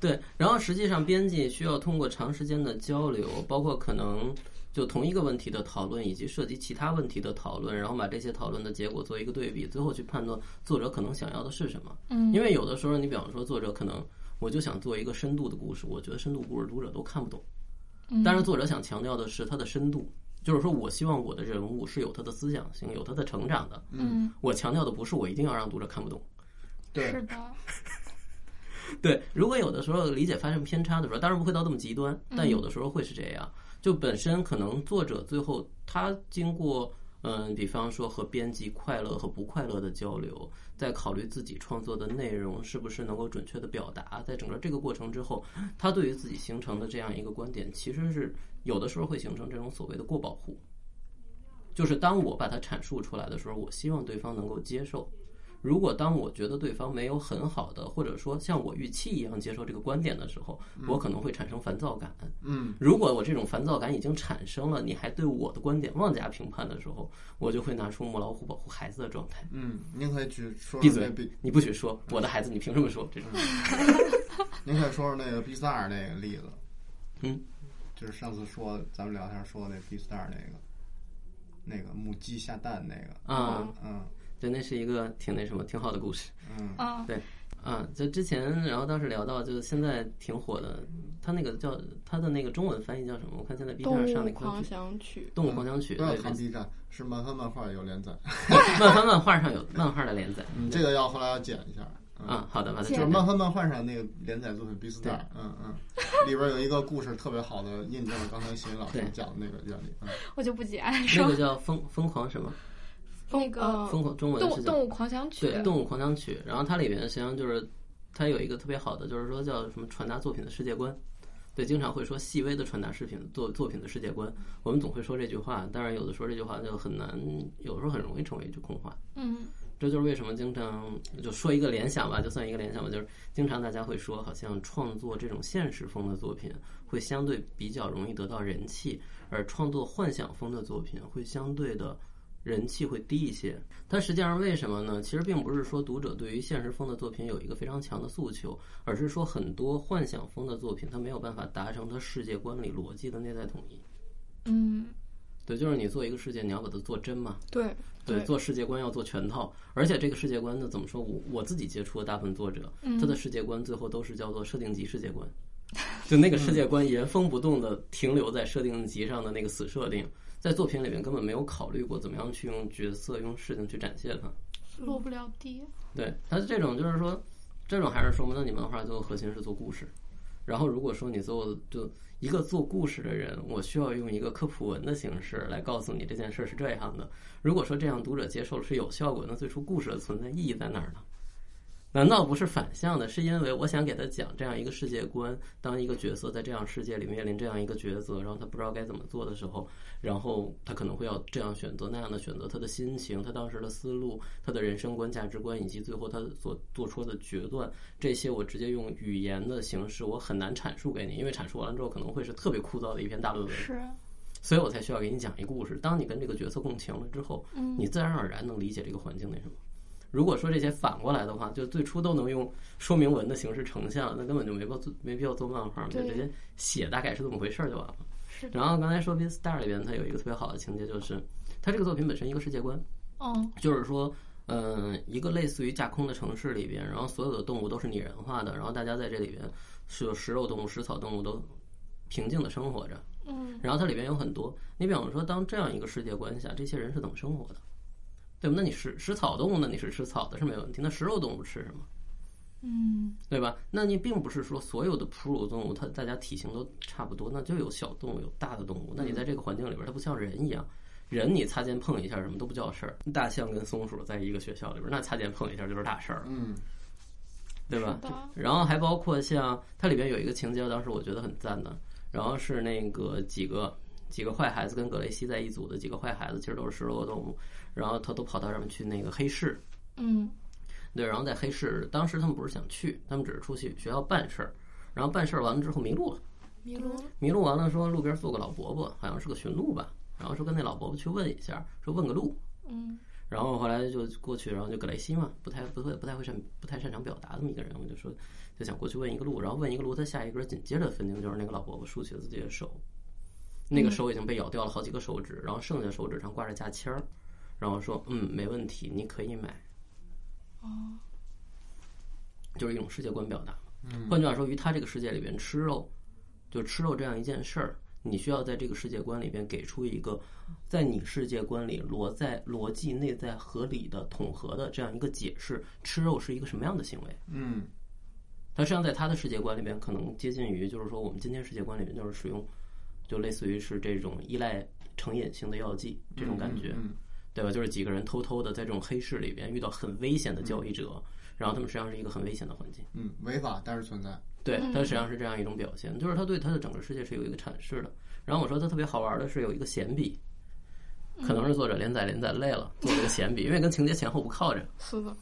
S4: 对，然后实际上编辑需要通过长时间的交流，包括可能就同一个问题的讨论，以及涉及其他问题的讨论，然后把这些讨论的结果做一个对比，最后去判断作者可能想要的是什么。
S1: 嗯，
S4: 因为有的时候，你比方说作者可能我就想做一个深度的故事，我觉得深度故事读者都看不懂，
S1: 嗯
S4: 但是作者想强调的是它的深度，就是说我希望我的人物是有他的思想性、有他的成长的。
S1: 嗯，
S4: 我强调的不是我一定要让读者看不懂。
S2: 对
S1: 是的，
S4: 对，如果有的时候理解发生偏差的时候，当然不会到这么极端，但有的时候会是这样。就本身可能作者最后他经过嗯，比方说和编辑快乐和不快乐的交流，在考虑自己创作的内容是不是能够准确的表达，在整个这个过程之后，他对于自己形成的这样一个观点，其实是有的时候会形成这种所谓的过保护。就是当我把它阐述出来的时候，我希望对方能够接受。如果当我觉得对方没有很好的，或者说像我预期一样接受这个观点的时候，我可能会产生烦躁感。
S2: 嗯，
S4: 如果我这种烦躁感已经产生了，你还对我的观点妄加评判的时候，我就会拿出母老虎保护孩子的状态，
S2: 嗯，您可以去说
S4: 闭
S2: 说
S4: 嘴
S2: 那比，
S4: 你不许说我的孩子，你凭什么说这 种？
S2: 您可以说说那个 B 三二那个例子。
S4: 嗯，
S2: 就是上次说咱们聊天说那 B 三二那个，那个母鸡下蛋那个。
S4: 啊，
S2: 嗯
S4: 对，那是一个挺那什么，挺好的故事。
S2: 嗯
S1: 啊，
S4: 啊，就之前，然后当时聊到，就是现在挺火的，他那个叫他的那个中文翻译叫什么？我看现在 B 站上
S3: 动
S4: 上了
S3: 物
S4: 一个
S3: 狂
S4: 剧《
S3: 想曲
S4: 动物狂想曲》
S2: 不要
S4: 对，
S2: 看 B 站，是漫画漫画有连载。
S4: 漫画漫画上有漫画的连载。
S2: 嗯，这个要后来要剪一下。嗯，
S4: 啊，好的，把它
S2: 就是
S4: 剪
S2: 漫
S4: 掉。
S2: 画漫画上那个连载作品《B 四代》，嗯嗯，里边有一个故事特别好的印证了刚才邢老师
S4: 对
S2: 讲的那个原理。嗯
S1: 我就不解爱
S4: 那
S1: 说
S4: 个叫疯疯狂什么？
S3: 那个
S4: 疯狂中文
S3: 哦动
S4: 是叫
S3: 动物狂想曲
S4: 对，《动物狂想曲》，然后它里边实际上就是它有一个特别好的，就是说叫什么传达作品的世界观。对，经常会说细微的传达视频作作品的世界观，我们总会说这句话，当然有的时候这句话就很难，有时候很容易成为一句空话。
S3: 嗯，
S4: 这就是为什么经常就说一个联想吧，就算一个联想吧，就是经常大家会说，好像创作这种现实风的作品会相对比较容易得到人气，而创作幻想风的作品会相对的人气会低一些。但实际上为什么呢？其实并不是说读者对于现实风的作品有一个非常强的诉求，而是说很多幻想风的作品它没有办法达成它世界观里逻辑的内在统一。
S3: 嗯，
S4: 对，就是你做一个世界，你要把它做真嘛。
S3: 对，
S4: 对，
S3: 对
S4: 做世界观要做全套，而且这个世界观呢，怎么说？我我自己接触的大部分作者，他的世界观最后都是叫做设定集世界观， 就那个世界观原封不动的停留在设定集上的那个死设定，在作品里面根本没有考虑过怎么样去用角色、用事情去展现它。
S1: 落不了地。
S4: 对，它这种就是说，这种还是说明，那你漫画最后核心是做故事。然后，如果说你做就一个做故事的人，我需要用一个科普文的形式来告诉你这件事是这样的。如果说这样读者接受了是有效果，那最初故事的存在意义在哪儿呢？难道不是反向的？是因为我想给他讲这样一个世界观，当一个角色在这样世界里面临这样一个抉择，然后他不知道该怎么做的时候，然后他可能会要这样选择那样的选择，他的心情、他当时的思路、他的人生观、价值观，以及最后他所做出的决断，这些我直接用语言的形式，我很难阐述给你，因为阐述完了之后可能会是特别枯燥的一篇大论文，
S1: 是，
S4: 所以我才需要给你讲一故事。当你跟这个角色共情了之后，
S1: 嗯
S4: 你自然而然能理解这个环境那什么。如果说这些反过来的话，就最初都能用说明文的形式呈现了，那根本就没必要做没必要做漫画嘛，就
S1: 对
S4: 直接写大概是这么回事儿就完了。
S1: 是的，
S4: 然后刚才说《b e s t a r 里边，它有一个特别好的情节，就是它这个作品本身一个世界观，
S1: 嗯
S4: 就是说，嗯，一个类似于架空的城市里边，然后所有的动物都是拟人化的，然后大家在这里边是有食肉动物、食草动物都平静的生活着。
S1: 嗯，
S4: 然后它里边有很多，你比方说，当这样一个世界观下，这些人是怎么生活的？对吧？那你食食草动物，那你是吃草的是没问题，那食肉动物吃什么？
S1: 嗯，
S4: 对吧？那你并不是说所有的哺乳动物它大家体型都差不多，那就有小动物有大的动物。那你在这个环境里边，它不像人一样，人你擦肩碰一下什么都不叫事儿。大象跟松鼠在一个学校里边，那擦肩碰一下就是大事儿，
S2: 嗯
S4: 对吧？
S1: 是的
S4: 然后还包括像它里边有一个情节，当时我觉得很赞的，然后是那个几个几个坏孩子跟格雷西在一组的几个坏孩子，其实都是食肉动物，然后他都跑到上面去那个黑市，
S1: 嗯
S4: 对，然后在黑市，当时他们不是想去，他们只是出去学校办事儿，然后办事儿完了之后迷路了，
S3: 迷路了，
S4: 迷路完了说路边坐个老伯伯，好像是个寻路吧，然后说跟那老伯伯去问一下，说问个路，
S1: 嗯
S4: 然后后来就过去，然后就葛雷西嘛，不太不会不太会擅不太擅长表达这么一个人，我就说就想过去问一个路，然后问一个路，他下一歌紧接着分镜就是那个老伯伯竖起了自己的手，那个手已经被咬掉了好几个手指，然后剩下手指上挂着价签儿，然后说嗯没问题，你可以买，
S3: 哦，
S4: 就是一种世界观表达。换句话说，于他这个世界里边吃肉，就吃肉这样一件事儿，你需要在这个世界观里边给出一个，在你世界观里逻在逻辑内在合理的统合的这样一个解释，吃肉是一个什么样的行为？
S2: 嗯
S4: 它实际上在他的世界观里边，可能接近于就是说我们今天世界观里面就是使用，就类似于是这种依赖成瘾性的药剂这种感觉。
S2: 嗯
S4: 对吧？就是几个人偷偷的在这种黑市里边遇到很危险的交易者，然后他们实际上是一个很危险的环境。
S2: 嗯，嗯违法但是存在，
S4: 对，
S3: 嗯
S4: 它实际上是这样一种表现，就是他对他的整个世界是有一个阐释的。然后我说他特别好玩的是有一个闲笔，可能
S3: 嗯
S4: 是作者连载连载累了，做了一个闲笔，因为跟情节前后不靠着。
S3: 是的，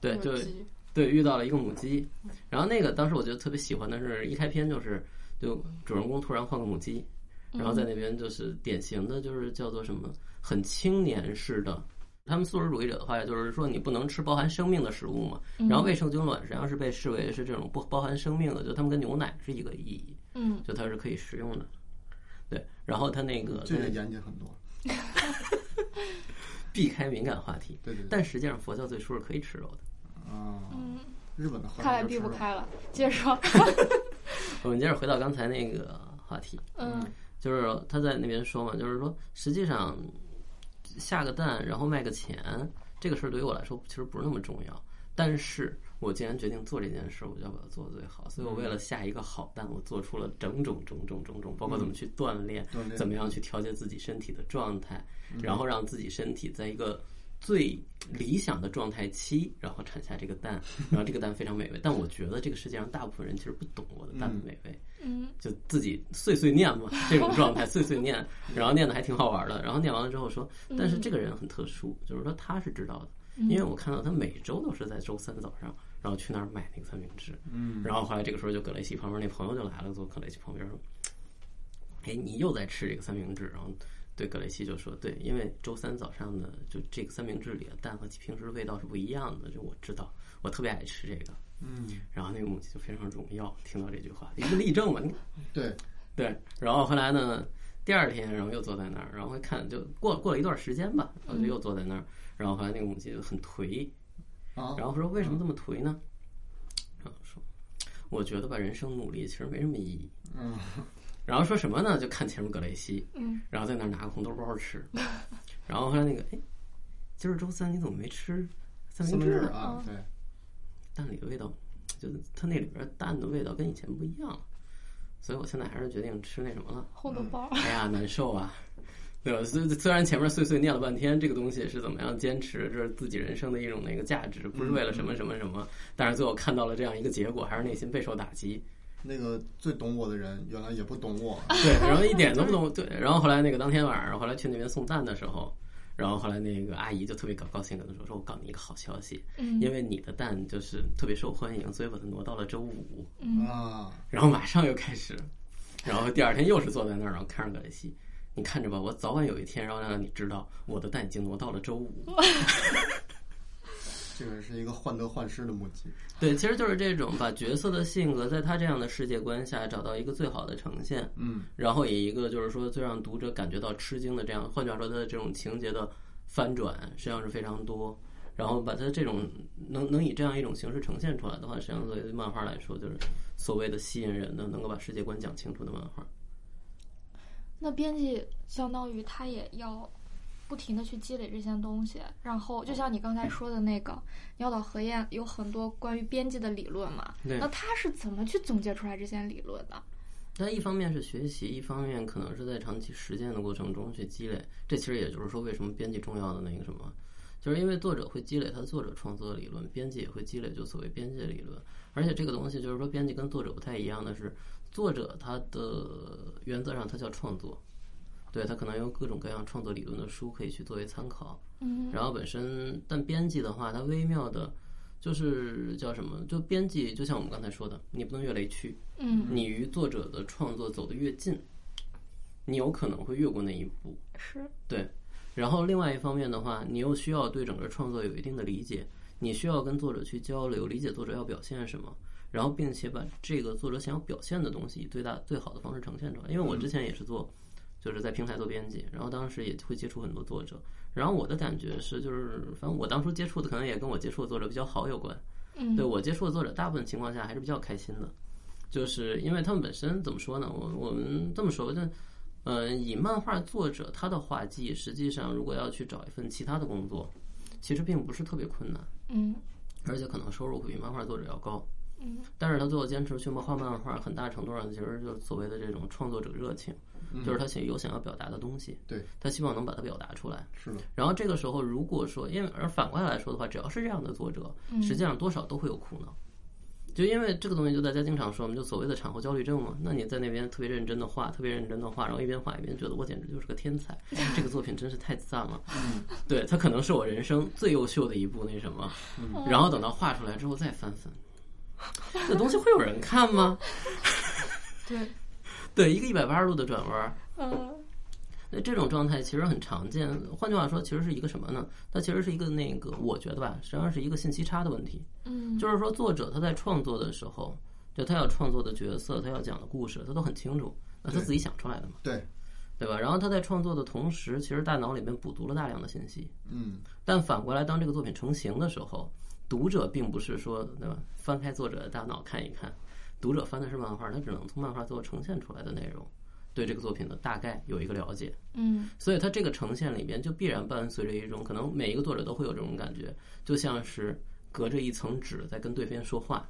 S4: 对，
S3: 我
S4: 就
S3: 记
S4: 对，遇到了一个母鸡，然后那个当时我觉得特别喜欢的是，一开篇就是就主人公突然换个母鸡，然后在那边就是典型的就是叫做什么很青年式的。他们素食主义者的话，就是说你不能吃包含生命的食物嘛。然后卫生巾卵实际上是被视为是这种不包含生命的，就他们跟牛奶是一个意义，
S3: 嗯，
S4: 就它是可以食用的。对，然后他那个
S2: 这个严谨很多。
S4: 避开敏感话题，
S2: 对对对，
S4: 但实际上佛教最初是可以吃肉的。
S2: 啊，
S3: 嗯
S2: 日本的和
S1: 看来
S2: 尚
S1: 避
S2: 就吃
S1: 不
S2: 肉，
S1: 开了。接着说，
S4: 我们接着回到刚才那个话题，
S1: 嗯
S4: 就是他在那边说嘛，就是说实际上下个蛋然后卖个钱这个事儿对于我来说其实不是那么重要，但是我既然决定做这件事，我就要把它做得最好。所以我为了
S2: 嗯
S4: 下一个好蛋，我做出了种种种种种种，包括怎么去锻炼，
S2: 嗯锻炼
S4: 怎么样去调节自己身体的状态，然后让自己身体在一个。最理想的状态期，然后产下这个蛋，然后这个蛋非常美味。但我觉得这个世界上大部分人其实不懂我的蛋的美味，
S3: 嗯
S4: 就自己碎碎念嘛，这种状态碎碎念，然后念的还挺好玩的。然后念完了之后说，但是这个人很特殊，就是说他是知道的，因为我看到他每周都是在周三早上，然后去那儿买那个三明治。
S2: 嗯，
S4: 然后后来这个时候就葛雷西旁边那朋友就来了，坐葛雷西旁边说：“哎，你又在吃这个三明治？”然后对葛雷西就说：“对，因为周三早上呢，就这个三明治里的蛋和平时的味道是不一样的，就我知道，我特别爱吃这个。”
S2: 嗯，
S4: 然后那个母亲就非常荣耀，听到这句话，一个例证嘛，你
S2: 对，
S4: 对，然后后来呢，第二天，然后又坐在那儿，然后一看，就过过了一段时间吧，然后就又坐在那儿，然后后来那个母亲就很颓，
S2: 啊，
S4: 然后说为什么这么颓呢？然后说，我觉得吧，人生努力其实没什么意义。
S2: 嗯，
S4: 然后说什么呢？就看前面葛雷西，
S1: 嗯，
S4: 然后在那儿拿个红豆包吃，然后后来那个，哎，今儿周三你怎么没吃三
S2: 三
S4: 明
S2: 明治
S4: 治啊？
S2: 啊，对，
S4: 蛋里的味道，就是它那里边蛋的味道跟以前不一样了，所以我现在还是决定吃那什么了。
S3: 红豆包，
S4: 哎呀，难受啊，对吧？虽虽然前面碎碎念了半天，这个东西是怎么样坚持，这是自己人生的一种那个价值，不是为了什么什么什么，但是最后看到了这样一个结果，还是内心备受打击。
S2: 那个最懂我的人原来也不懂我，
S4: 对，然后一点都不懂。对，然后后来那个当天晚上，后来去那边送蛋的时候。然后后来那个阿姨就特别高高兴地跟他说：“说我告诉你一个好消息，
S1: 嗯
S4: 因为你的蛋就是特别受欢迎，所以把它挪到了周五。”
S2: 啊，
S4: 然后马上又开始，然后第二天又是坐在那儿，然后看着葛雷西，你看着吧，我早晚有一天要让你知道，我的蛋已经挪到了周五。
S2: 这个是一个患得患失的母鸡，
S4: 对，其实就是这种把角色的性格在他这样的世界观下找到一个最好的呈现，
S2: 嗯
S4: 然后以一个就是说最让读者感觉到吃惊的这样，换句话说，他的这种情节的翻转实际上是非常多。然后把它这种能能以这样一种形式呈现出来的话，实际上作为漫画来说，就是所谓的吸引人的、能够把世界观讲清楚的漫画。
S1: 那编辑相当于他也要不停的去积累这些东西，然后就像你刚才说的那个《鸟岛和彦》有很多关于编辑的理论嘛，
S4: 对
S1: 那他是怎么去总结出来这些理论的？
S4: 但一方面是学习，一方面可能是在长期实践的过程中去积累。这其实也就是说，为什么编辑重要的那个什么，就是因为作者会积累他作者创作的理论，编辑也会积累就所谓编辑的理论。而且这个东西就是说，编辑跟作者不太一样的是，作者他的原则上他叫创作，对他可能有各种各样创作理论的书可以去作为参考。
S1: 嗯
S4: 然后本身，但编辑的话，它微妙的，就是叫什么？就编辑，就像我们刚才说的，你不能越雷区。
S1: 嗯，
S4: 你与作者的创作走得越近，你有可能会越过那一步。
S1: 是，
S4: 然后另外一方面的话，你又需要对整个创作有一定的理解，你需要跟作者去交流，理解作者要表现什么，然后并且把这个作者想要表现的东西以最大最好的方式呈现出来。因为我之
S1: 嗯
S4: 前也是做，就是在平台做编辑，然后当时也会接触很多作者，然后我的感觉是，就是反正我当初接触的可能也跟我接触的作者比较好有关，
S1: 嗯，
S4: 对我接触的作者大部分情况下还是比较开心的，就是因为他们本身怎么说呢？我我们这么说吧，就嗯，以漫画作者他的画技，实际上如果要去找一份其他的工作，其实并不是特别困难，
S1: 嗯
S4: 而且可能收入会比漫画作者要高。
S1: 嗯，
S4: 但是他最后坚持去画漫画，很大程度上其实就是所谓的这种创作者热情，就是他想有想要表达的东西，
S2: 对
S4: 他希望能把它表达出来。
S2: 是的，
S4: 然后这个时候，如果说因为而反过来来说的话，只要是这样的作者，
S1: 嗯
S4: 实际上多少都会有苦恼。就因为这个东西，就大家经常说，我们就所谓的产后焦虑症嘛。那你在那边特别认真的画，特别认真的画，然后一边画一边觉得我简直就是个 天才，这个作品真是太赞了。
S1: 嗯
S4: 对，它可能是我人生最优秀的一部那什么。
S1: 嗯
S4: 然后等到画出来之后再翻翻，这东西会有人看吗？
S1: 对，
S4: 对，一个一百八十度的转弯儿，
S1: 嗯
S4: 那这种状态其实很常见。换句话说，其实是一个什么呢？它其实是一个那个，我觉得吧，实际上是一个信息差的问题。
S1: 嗯，
S4: 就是说，作者他在创作的时候，就他要创作的角色，他要讲的故事，他都很清楚，那他
S2: 对
S4: 自己想出来的嘛，
S2: 对，
S4: 对吧？然后他在创作的同时，其实大脑里面补足了大量的信息。
S2: 嗯，
S4: 但反过来，当这个作品成型的时候，读者并不是说对吧，翻开作者的大脑看一看，读者翻的是漫画，他只能从漫画最后呈现出来的内容，对这个作品的大概有一个了解。
S1: 嗯
S4: 所以它这个呈现里边就必然伴随着一种可能每一个作者都会有这种感觉，就像是隔着一层纸在跟对方说话，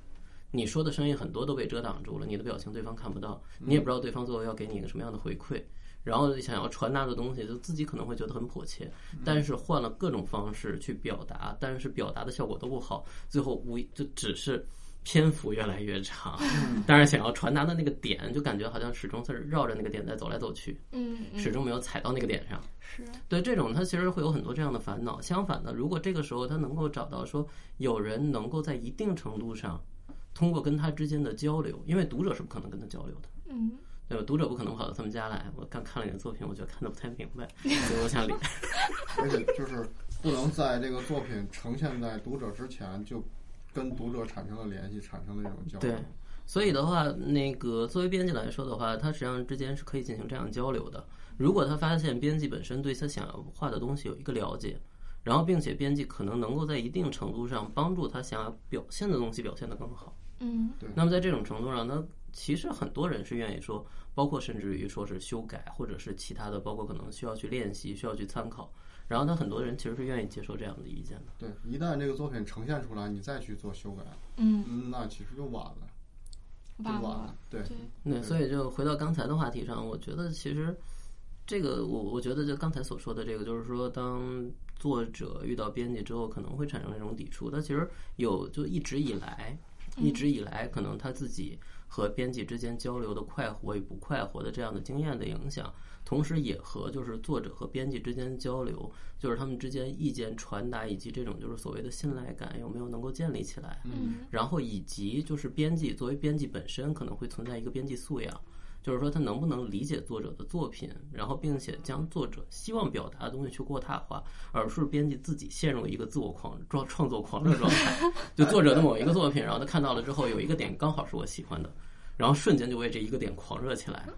S4: 你说的声音很多都被遮挡住了，你的表情对方看不到，你也不知道对方最后要给你一个什么样的回馈。然后想要传达的东西，就自己可能会觉得很迫切，但是换了各种方式去表达，但是表达的效果都不好，最后无一就只是篇幅越来越长，但是想要传达的那个点，就感觉好像始终是绕着那个点在走来走去，
S1: 嗯嗯，
S4: 始终没有踩到那个点上。
S1: 是，
S4: 对这种，他其实会有很多这样的烦恼。相反的，如果这个时候他能够找到说有人能够在一定程度上通过跟他之间的交流，因为读者是不可能跟他交流的，
S1: 嗯
S4: 对吧？读者不可能跑到他们家来，我刚看了你的作品，我觉得看的不太明白，所以我想理。
S2: 而且就是不能在这个作品呈现在读者之前就跟读者产生了联系，产生了这种交流。
S4: 对所以的话，那个作为编辑来说的话，他实际上之间是可以进行这样交流的。如果他发现编辑本身对他想要画的东西有一个了解，然后并且编辑可能能够在一定程度上帮助他想要表现的东西表现得更好。
S1: 嗯
S4: 那么在这种程度上，呢，其实很多人是愿意说，包括甚至于说是修改，或者是其他的，包括可能需要去练习，需要去参考。然后他很多人其实是愿意接受这样的意见的。
S2: 对，一旦这个作品呈现出来，你再去做修改，
S1: 嗯，
S2: 嗯，那其实就晚了，就
S1: 完
S2: 晚了。对，
S1: 对，
S4: 对，所以就回到刚才的话题上，我觉得其实这个我我觉得就刚才所说的这个，就是说当作者遇到编辑之后，可能会产生这种抵触。他其实有就一直以来，一直以来可能他自己和编辑之间交流的快活与不快活的这样的经验的影响，同时也和就是作者和编辑之间交流，就是他们之间意见传达以及这种就是所谓的信赖感有没有能够建立起来。
S1: 嗯
S4: 然后以及就是编辑作为编辑本身可能会存在一个编辑素养，就是说他能不能理解作者的作品，然后并且将作者希望表达的东西去过大化，而不是编辑自己陷入一个自我狂创创作狂热状态。 就作者的某一个作品，然后他看到了之后有一个点刚好是我喜欢的，然后瞬间就为这一个点狂热起来。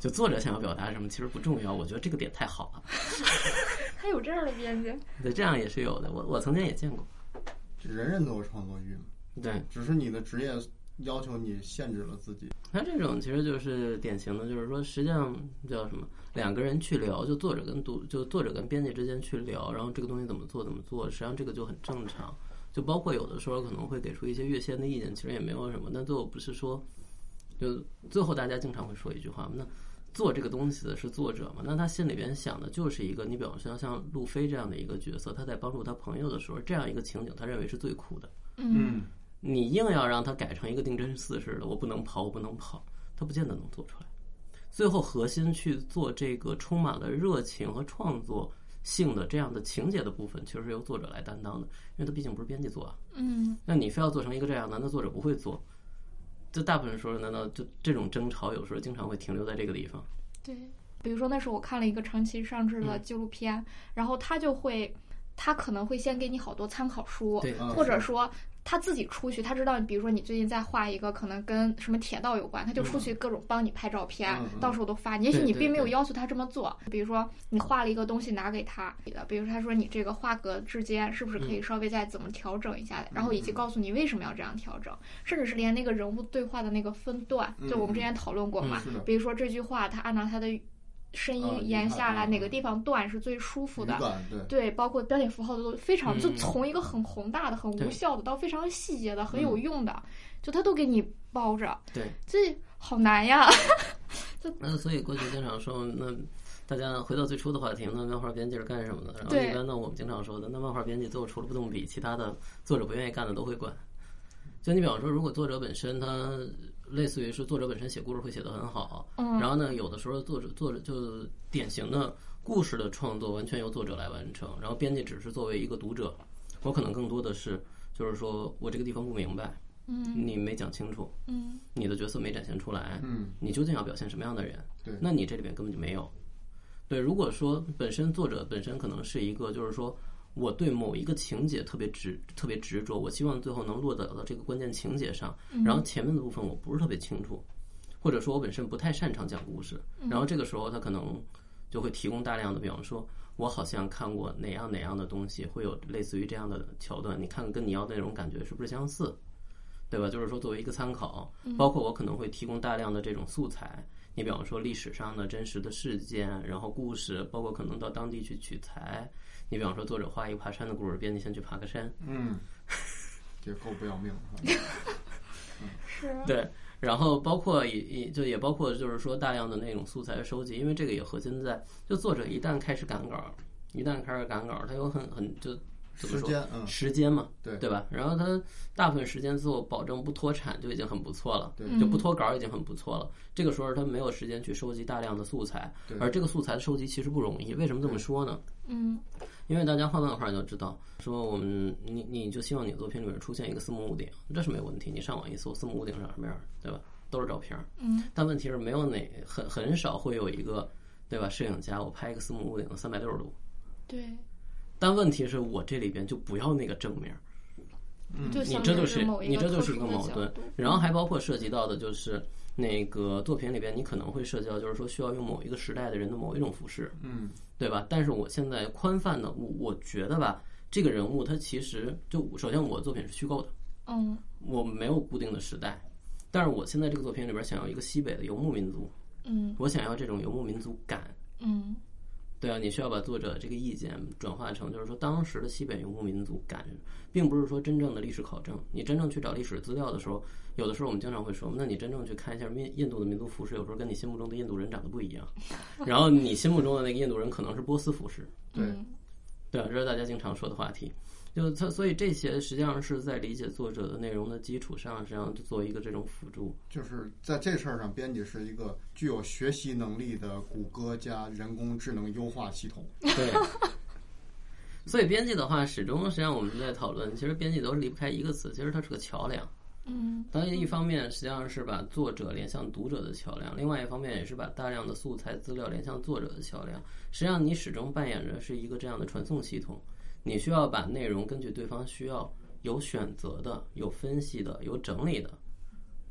S4: 就作者想要表达什么其实不重要，我觉得这个点太好了，
S1: 还有这样的编辑，
S4: 对，这样也是有的。我我曾经也见过，
S2: 人人都有创作欲嘛，
S4: 对。
S2: 只是你的职业要求你限制了自己。
S4: 他这种其实就是典型的，就是说，实际上叫什么？两个人去聊，就作者跟读，就作者跟编辑之间去聊，然后这个东西怎么做怎么做，实际上这个就很正常。就包括有的时候可能会给出一些越线的意见，其实也没有什么。但最后不是说，就最后大家经常会说一句话嘛，那做这个东西的是作者嘛？那他心里边想的就是一个，你比方说像路飞这样的一个角色，他在帮助他朋友的时候，这样一个情景，他认为是最酷的。
S1: 嗯，
S4: 你硬要让它改成一个定真寺似的，我不能跑，我不能跑，它不见得能做出来。最后核心去做这个充满了热情和创作性的这样的情节的部分，其实是由作者来担当的，因为他毕竟不是编辑做啊。
S1: 嗯
S4: 那你非要做成一个这样的，那作者不会做。就大部分时候，难道就这种争吵有时候经常会停留在这个地方？
S1: 对，比如说那时候我看了一个长崎尚志的
S4: 嗯
S1: 纪录片，然后他就会，他可能会先给你好多参考书，
S4: 对，
S2: 嗯
S1: 或者说他自己出去，他知道你，比如说你最近在画一个可能跟什么铁道有关，他就出去各种帮你拍照片，
S2: 嗯嗯
S1: 到时候都发你。也许
S4: 嗯对
S1: 你
S4: 对
S1: 并没有
S4: 对
S1: 要求他这么做，比如说你画了一个东西拿给他，比如他说你这个画格之间是不是可
S4: 嗯
S1: 以稍微再怎么调整一下，然后以及告诉你为什么要这样调整，甚至是连那个人物对话的那个分段，就我们
S4: 嗯
S1: 之前讨论过嘛，
S2: 是的，
S1: 比如说这句话，他按照他的声
S2: 啊
S1: 音
S2: 语
S1: 延
S2: 态
S1: 下来，
S2: 啊
S1: 哪个地方断是最舒服
S2: 语
S1: 的，
S2: 感对，
S1: 对，包括标点符号都非常，
S4: 嗯
S1: 就从一个很宏大的、很
S4: 对嗯
S1: 无效的，到非常细节的、很有用的，就他都给你包着，
S4: 对，
S1: 这好难呀。
S4: 那所以过去经常说，那大家回到最初的话题，那漫画编辑是干什么的？然后
S1: 对
S4: 一般呢，我们经常说的，那漫画编辑最后除了不动笔，其他的作者不愿意干的都会管。就你比方说，如果作者本身他类似于是作者本身写故事会写得很好，
S1: 嗯
S4: 然后呢，有的时候作者作者就典型的故事的创作完全由作者来完成，然后编辑只是作为一个读者，我可能更多的是就是说我这个地方不明白，
S1: 嗯
S4: 你没讲清楚，
S1: 嗯
S4: 你的角色没展现出来，
S2: 嗯，
S4: 你究竟要表现什么样的人？
S2: 对
S4: 那你这里面根本就没有。对，如果说本身作者本身可能是一个，就是说我对某一个情节特别执特别执着，我希望最后能落到到这个关键情节上，然后前面的部分我不是特别清楚，或者说我本身不太擅长讲故事，然后这个时候他可能就会提供大量的，比方说。我好像看过哪样哪样的东西，会有类似于这样的桥段，你看跟你要的那种感觉是不是相似，对吧？就是说作为一个参考，包括我可能会提供大量的这种素材，你比方说历史上的真实的事件，然后故事，包括可能到当地去取材。你比方说，作者画一个爬山的故事，编辑先去爬个山，
S2: 嗯， 这够不要命的。
S1: 是，
S4: 对，然后包括也也就也包括就是说大量的那种素材的收集，因为这个也核心在就作者一旦开始赶稿，一旦开始赶稿，他有很很就怎么
S2: 时
S4: 说
S2: 间，嗯，
S4: 时间嘛，
S2: 对
S4: 对吧？然后他大部分时间做保证不脱产就已经很不错了，
S2: 对
S4: 就不脱稿已经很不错了。这个时候他没有时间去收集大量的素材
S2: 对，
S4: 而这个素材的收集其实不容易。为什么这么说呢？
S1: 嗯
S4: 因为大家画漫画就知道，说我们你你就希望你的作品里面出现一个四目屋顶，这是没问题。你上网一搜，四目屋顶长什么样，对吧？都是照片儿。
S1: 嗯
S4: 但问题是没有哪很很少会有一个，对吧？摄影家我拍一个四目屋顶的三百六十度，
S1: 对，
S4: 但问题是我这里边就不要那个正面儿。
S1: 嗯就
S4: 嗯你
S1: 想
S4: 这
S1: 着
S4: 就是
S1: 某一
S4: 你
S1: 个
S4: 这
S1: 特
S4: 就是一
S1: 殊
S4: 个
S1: 的
S4: 矛
S1: 角
S4: 盾
S1: 度，，嗯
S4: 然后还包括涉及到的就是那个作品里边，你可能会涉及到就是说需要用某一个时代的人的某一种服饰，
S2: 嗯，
S4: 对吧？但是我现在宽泛的，我我觉得吧，这个人物他其实就首先我的作品是虚构的，
S1: 嗯
S4: 我没有固定的时代，但是我现在这个作品里边想要一个西北的游牧民族，
S1: 嗯
S4: 我想要这种游牧民族感，
S1: 嗯
S4: 对啊，你需要把作者这个意见转化成，就是说当时的西北游牧民族感，并不是说真正的历史考证。你真正去找历史资料的时候，有的时候我们经常会说，那你真正去看一下印印度的民族服饰，有时候跟你心目中的印度人长得不一样。然后你心目中的那个印度人可能是波斯服饰，
S2: 对
S1: 嗯
S4: 对啊，这是大家经常说的话题。就它，所以这些实际上是在理解作者的内容的基础上，实际上做一个这种辅助。
S2: 就是在这事儿上，编辑是一个具有学习能力的谷歌加人工智能优化系统。
S4: 对。所以编辑的话，始终实际上我们在讨论，其实编辑都是离不开一个词，其实它是个桥梁。
S1: 嗯
S4: 它一方面实际上是把作者连向读者的桥梁，另外一方面也是把大量的素材资料连向作者的桥梁。实际上，你始终扮演着是一个这样的传送系统，你需要把内容根据对方需要有选择的、有分析的、有整理的，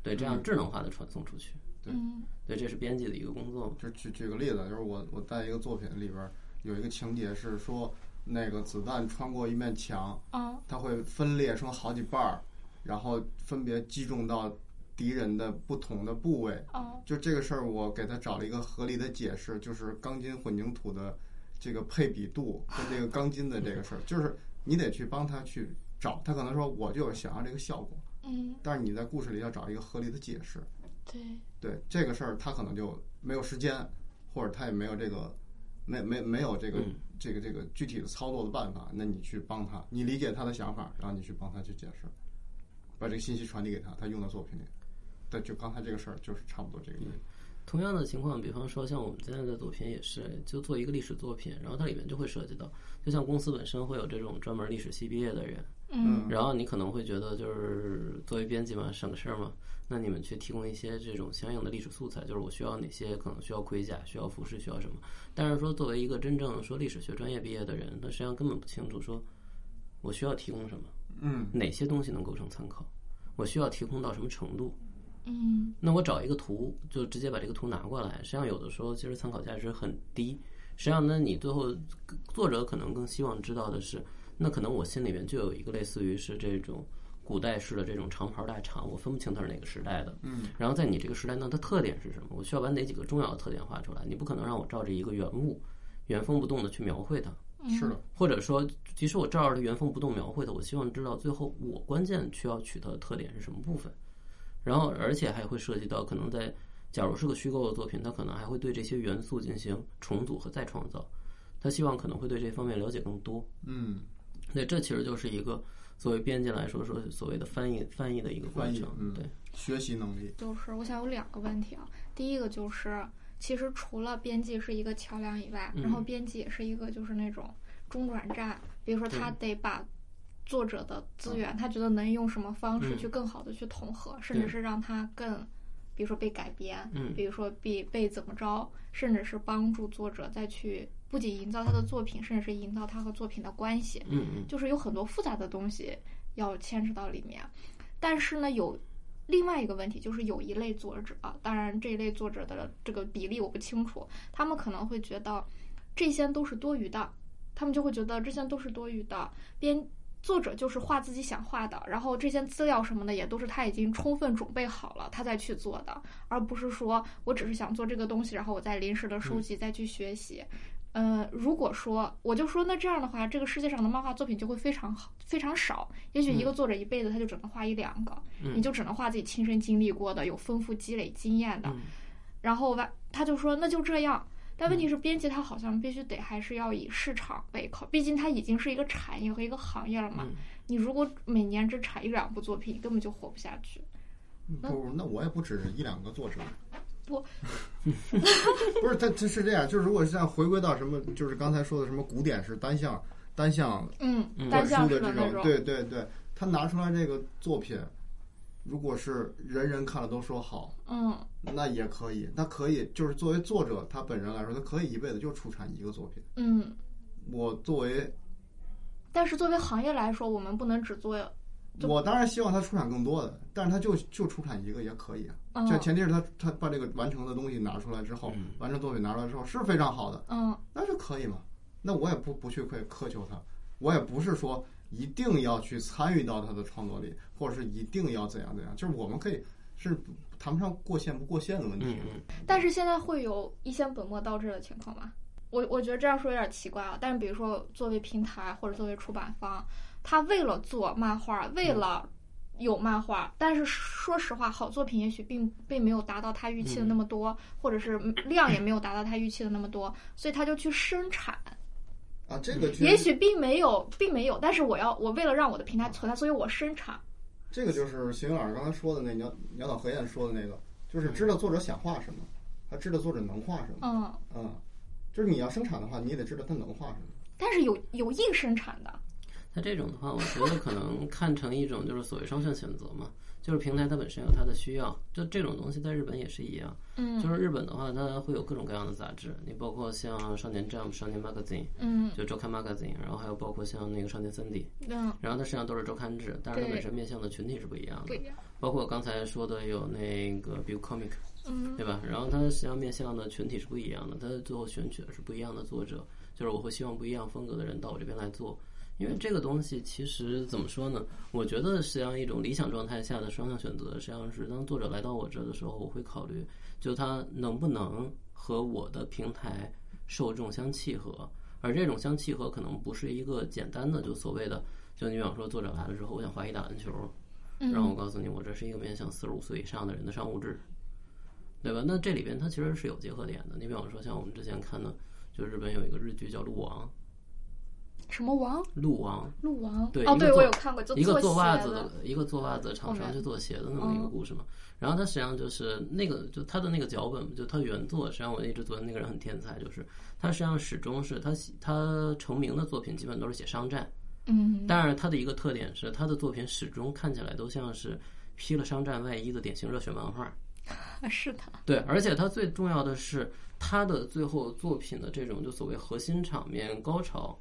S4: 对，这样智能化的传送出去。
S2: 对
S1: 嗯
S4: 对，这是编辑的一个工作嘛。
S2: 就举举个例子，就是我我在一个作品里边儿有一个情节是说，那个子弹穿过一面墙，
S1: 啊
S2: 它会分裂成好几半儿，然后分别击中到敌人的不同的部位。
S1: 啊
S2: 就这个事儿，我给他找了一个合理的解释，就是钢筋混凝土的这个配比度跟这个钢筋的这个事儿，就是你得去帮他去找。他可能说我就是想要这个效果，
S1: 嗯
S2: 但是你在故事里要找一个合理的解释。
S1: 对
S2: 对这个事儿，他可能就没有时间，或者他也没有这个，没没没有这个、
S4: 嗯
S2: 这个这个具体的操作的办法。那你去帮他，你理解他的想法，然后你去帮他去解释，把这个信息传递给他，他用到作品里。对，就刚才这个事儿就是差不多这个意思。
S4: 同样的情况，比方说像我们现在的作品也是，就做一个历史作品，然后它里面就会涉及到，就像公司本身会有这种专门历史系毕业的人，
S1: 嗯
S4: 然后你可能会觉得就是作为编辑嘛，省个事儿嘛，那你们去提供一些这种相应的历史素材，就是我需要哪些可能需要盔甲、需要服饰、需要什么。但是说作为一个真正说历史学专业毕业的人，他实际上根本不清楚说我需要提供什么，
S2: 嗯，
S4: 哪些东西能构成参考，我需要提供到什么程度。
S1: 嗯
S4: 那我找一个图，就直接把这个图拿过来。实际上，有的时候其实参考价值很低。实际上呢，你最后作者可能更希望知道的是，那可能我心里面就有一个类似于是这种古代式的这种长袍大氅，我分不清它是哪个时代的。
S2: 嗯，
S4: 然后在你这个时代呢，它特点是什么？我需要把哪几个重要的特点画出来？你不可能让我照着一个原物原封不动的去描绘它。
S1: 嗯
S2: 是的，
S4: 或者说，即使我照着它原封不动描绘的，我希望知道最后我关键需要取它的特点是什么部分。然后，而且还会涉及到可能在，假如是个虚构的作品，它可能还会对这些元素进行重组和再创造。他希望可能会对这方面了解更多。
S2: 嗯，
S4: 那这其实就是一个作为编辑来说，说所谓的翻译翻译的一个过
S2: 翻译
S4: 程。
S2: 嗯
S4: 对，
S2: 学习能力，
S1: 就是我想有两个问题啊。第一个就是，其实除了编辑是一个桥梁以外，
S4: 嗯
S1: 然后编辑也是一个就是那种中转站，比如说他得把作者的资源，他觉得能用什么方式
S4: 嗯
S1: 去更好的去统合，甚至
S4: 对
S1: 是让它更，比如说被改编，
S4: 嗯
S1: 比如说被被怎么着，甚至是帮助作者再去不仅营造他的作品，甚至是营造他和作品的关系。
S4: 嗯嗯
S1: 就是有很多复杂的东西要牵扯到里面。但是呢，有另外一个问题，就是有一类作者，啊，当然这一类作者的这个比例我不清楚，他们可能会觉得这些都是多余的，他们就会觉得这些都是多余的，编。作者就是画自己想画的，然后这些资料什么的也都是他已经充分准备好了，他再去做的，而不是说我只是想做这个东西，然后我再临时的收集，再去学习。呃，如果说我就说，那这样的话，这个世界上的漫画作品就会非常好，非常少。也许一个作者一辈子他就只能画一两个，
S4: 嗯
S1: 你就只能画自己亲身经历过的、有丰富积累经验的。
S4: 嗯
S1: 然后吧，他就说那就这样。但问题是，编辑他好像必须得还是要以市场为考，毕竟它已经是一个产业和一个行业了嘛。
S4: 嗯
S1: 你如果每年只产一两部作品，你根本就活不下去。
S2: 不，那我也不止一两个作者。
S1: 不，
S2: 不是，他这是这样，就是如果是像回归到什么，就是刚才说的什么古典式单向单向
S1: 嗯，
S4: 嗯
S1: 单
S2: 灌
S1: 向
S2: 输
S1: 式
S2: 的这
S1: 那种，
S2: 对对对，他拿出来这个作品，如果是人人看了都说好，
S1: 嗯
S2: 那也可以，那可以就是作为作者他本人来说，他可以一辈子就出产一个作品。
S1: 嗯。
S2: 我作为
S1: 但是作为行业来说，我们不能只做，就
S2: 我当然希望他出产更多的，但是他就就出产一个也可以啊。
S1: 嗯
S2: 这前提是他他把这个完成的东西拿出来之后
S4: 嗯，
S2: 完成作品拿出来之后是非常好的，
S1: 嗯
S2: 那就可以嘛。那我也不不去苛苛求他，我也不是说一定要去参与到他的创作里，或者是一定要怎样怎样，就是我们可以是谈不上过线不过线的问题。
S4: 嗯嗯，
S1: 但是现在会有一些本末倒置的情况吗？我我觉得这样说有点奇怪啊。但是比如说，作为平台或者作为出版方，他为了做漫画，为了
S4: 嗯
S1: 有漫画，但是说实话，好作品也许并并没有达到他预期的那么
S4: 嗯
S1: 多，或者是量也没有达到他预期的那么多，所以他就去生产。
S2: 啊，这
S4: 嗯
S2: 个
S1: 也许并没有，并没有，但是我要我为了让我的平台存在，所以我生产。
S2: 这个就是邢云老师刚才说的那鸟鸟岛和彦说的那个，就是知道作者想画什么，还知道作者能画什么。
S1: 嗯，
S2: 嗯，就是你要生产的话，你也得知道他能画什么。
S1: 但是有有硬生产的。
S4: 它这种的话，我觉得可能看成一种就是所谓双向选择嘛，就是平台它本身有它的需要，就这种东西在日本也是一样。
S1: 嗯
S4: 就是日本的话，它会有各种各样的杂志，你包括像《少年 Jump》《少年 Magazine》
S1: 嗯
S4: 就周刊 Magazine，然后还有包括像那个《少年 Sunday》，
S1: 嗯，
S4: 然后它实际上都是周刊制，但是它
S1: 对
S4: 本身面向的群体是不一样
S1: 不
S4: 的。
S1: 一样。
S4: 包括刚才说的有那个 Bill Comic，
S1: 嗯
S4: 对吧？然后它实际上面向的群体是不一样的，它最后选取的是不一样的作者，就是我会希望不一样风格的人到我这边来做。因为这个东西其实怎么说呢？我觉得实际上一种理想状态下的双向选择，实际上是当作者来到我这的时候，我会考虑就他能不能和我的平台受众相契合，而这种相契合可能不是一个简单的就所谓的，就你比方说作者来了之后，我想画一打篮球，
S1: 嗯
S4: 然后我告诉你，我这是一个面向四十五岁以上的人的商务制，对吧？那这里边它其实是有结合点的。你比方说，像我们之前看的，就日本有一个日剧叫《鹿王》，
S1: 什么王？
S4: 鹿王，
S1: 鹿王？
S4: 对
S1: 哦，
S4: 一个
S1: 对
S4: 做
S1: 我有看过，就
S4: 一个
S1: 做
S4: 做袜
S1: 鞋
S4: 子的，一个做袜子的厂
S1: 我
S4: 商
S1: 们
S4: 去做鞋的那么一
S1: 哦
S4: 个故事嘛。然后他实际上就是那个，就他的那个脚本，就他原作，实际上我一直觉得那个人很天才，就是他实际上始终是他写他成名的作品基本都是写商战，
S1: 嗯，
S4: 但是他的一个特点是他的作品始终看起来都像是披了商战外衣的典型热血漫画。
S1: 是的，
S4: 对，而且它最重要的是，它的最后作品的这种就所谓核心场面、高潮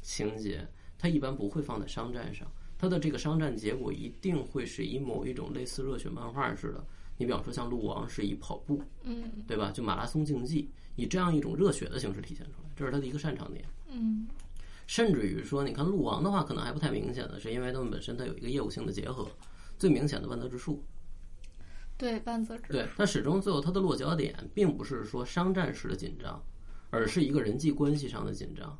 S4: 情节，它一般不会放在商战上。它的这个商战结果一定会是以某一种类似热血漫画似的，你比方说像《鹿王》是以跑步，
S1: 嗯
S4: 对吧？就马拉松竞技，以这样一种热血的形式体现出来，这是它的一个擅长点。
S1: 嗯
S4: 甚至于说，你看鹿王的话，可能还不太明显的是，因为他们本身它有一个业务性的结合。最明显的万德之树，
S1: 对，半泽直
S4: 对，它始终最后它的落脚点，并不是说商战式的紧张，而是一个人际关系上的紧张。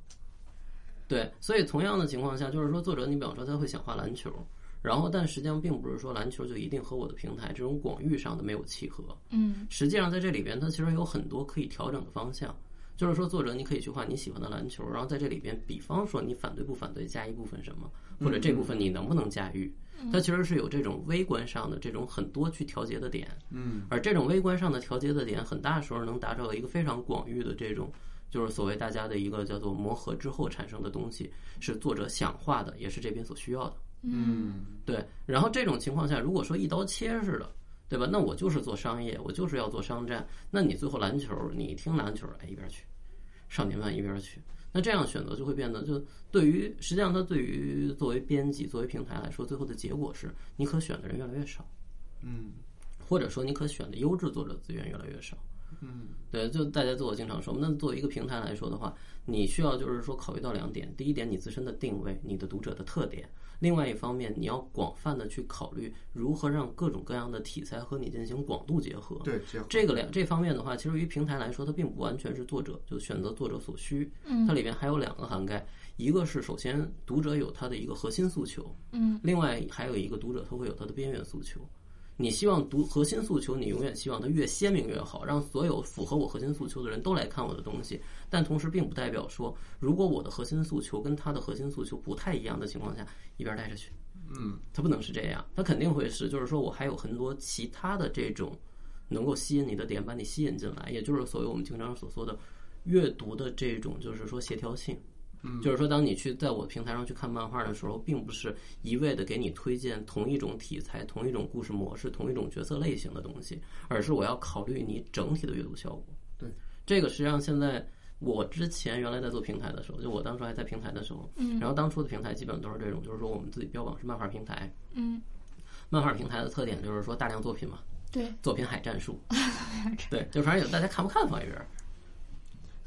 S4: 对，所以同样的情况下，就是说作者，你比方说他会想画篮球，然后但实际上并不是说篮球就一定和我的平台这种广域上的没有契合。
S1: 嗯
S4: 实际上在这里边，它其实有很多可以调整的方向。就是说，作者你可以去画你喜欢的篮球，然后在这里边，比方说你反对不反对加一部分什么，或者这部分你能不能驾驭，它其实是有这种微观上的这种很多去调节的点。
S2: 嗯，
S4: 而这种微观上的调节的点，很大时候能达到一个非常广域的这种，就是所谓大家的一个叫做磨合之后产生的东西，是作者想画的，也是这边所需要的。
S2: 嗯，
S4: 对，然后这种情况下，如果说一刀切似的，对吧？那我就是做商业，我就是要做商战。那你最后篮球，你听篮球，哎，一边去，少年漫一边去。那这样选择就会变得，就对于实际上，它对于作为编辑、作为平台来说，最后的结果是你可选的人越来越少，
S2: 嗯，
S4: 或者说你可选的优质作者资源越来越少。嗯，对，就大家自我经常说，那作为一个平台来说的话，你需要就是说考虑到两点：第一点，你自身的定位，你的读者的特点；另外一方面，你要广泛的去考虑如何让各种各样的题材和你进行广度结合。
S2: 对，结合
S4: 这个两这方面的话，其实于平台来说，它并不完全是作者就选择作者所需，它里面还有两个涵盖，一个是首先读者有他的一个核心诉求，
S1: 嗯，
S4: 另外还有一个读者他会有他的边缘诉求。你希望读核心诉求，你永远希望它越鲜明越好，让所有符合我核心诉求的人都来看我的东西。但同时，并不代表说，如果我的核心诉求跟他的核心诉求不太一样的情况下，一边待着去。
S2: 嗯
S4: 它不能是这样，它肯定会是，就是说我还有很多其他的这种能够吸引你的点，把你吸引进来，也就是所谓我们经常所说的阅读的这种，就是说协调性。嗯，就是说，当你去在我平台上去看漫画的时候，并不是一味的给你推荐同一种题材、同一种故事模式、同一种角色类型的东西，而是我要考虑你整体的阅读效果。
S2: 对，
S4: 这个实际上现在我之前原来在做平台的时候，就我当时还在平台的时候，
S1: 嗯
S4: 然后当初的平台基本都是这种，就是说我们自己标榜是漫画平台。
S1: 嗯，
S4: 漫画平台的特点就是说大量作品嘛，
S1: 对，
S4: 作品海战术。对，就反正有大家看不看放一边儿。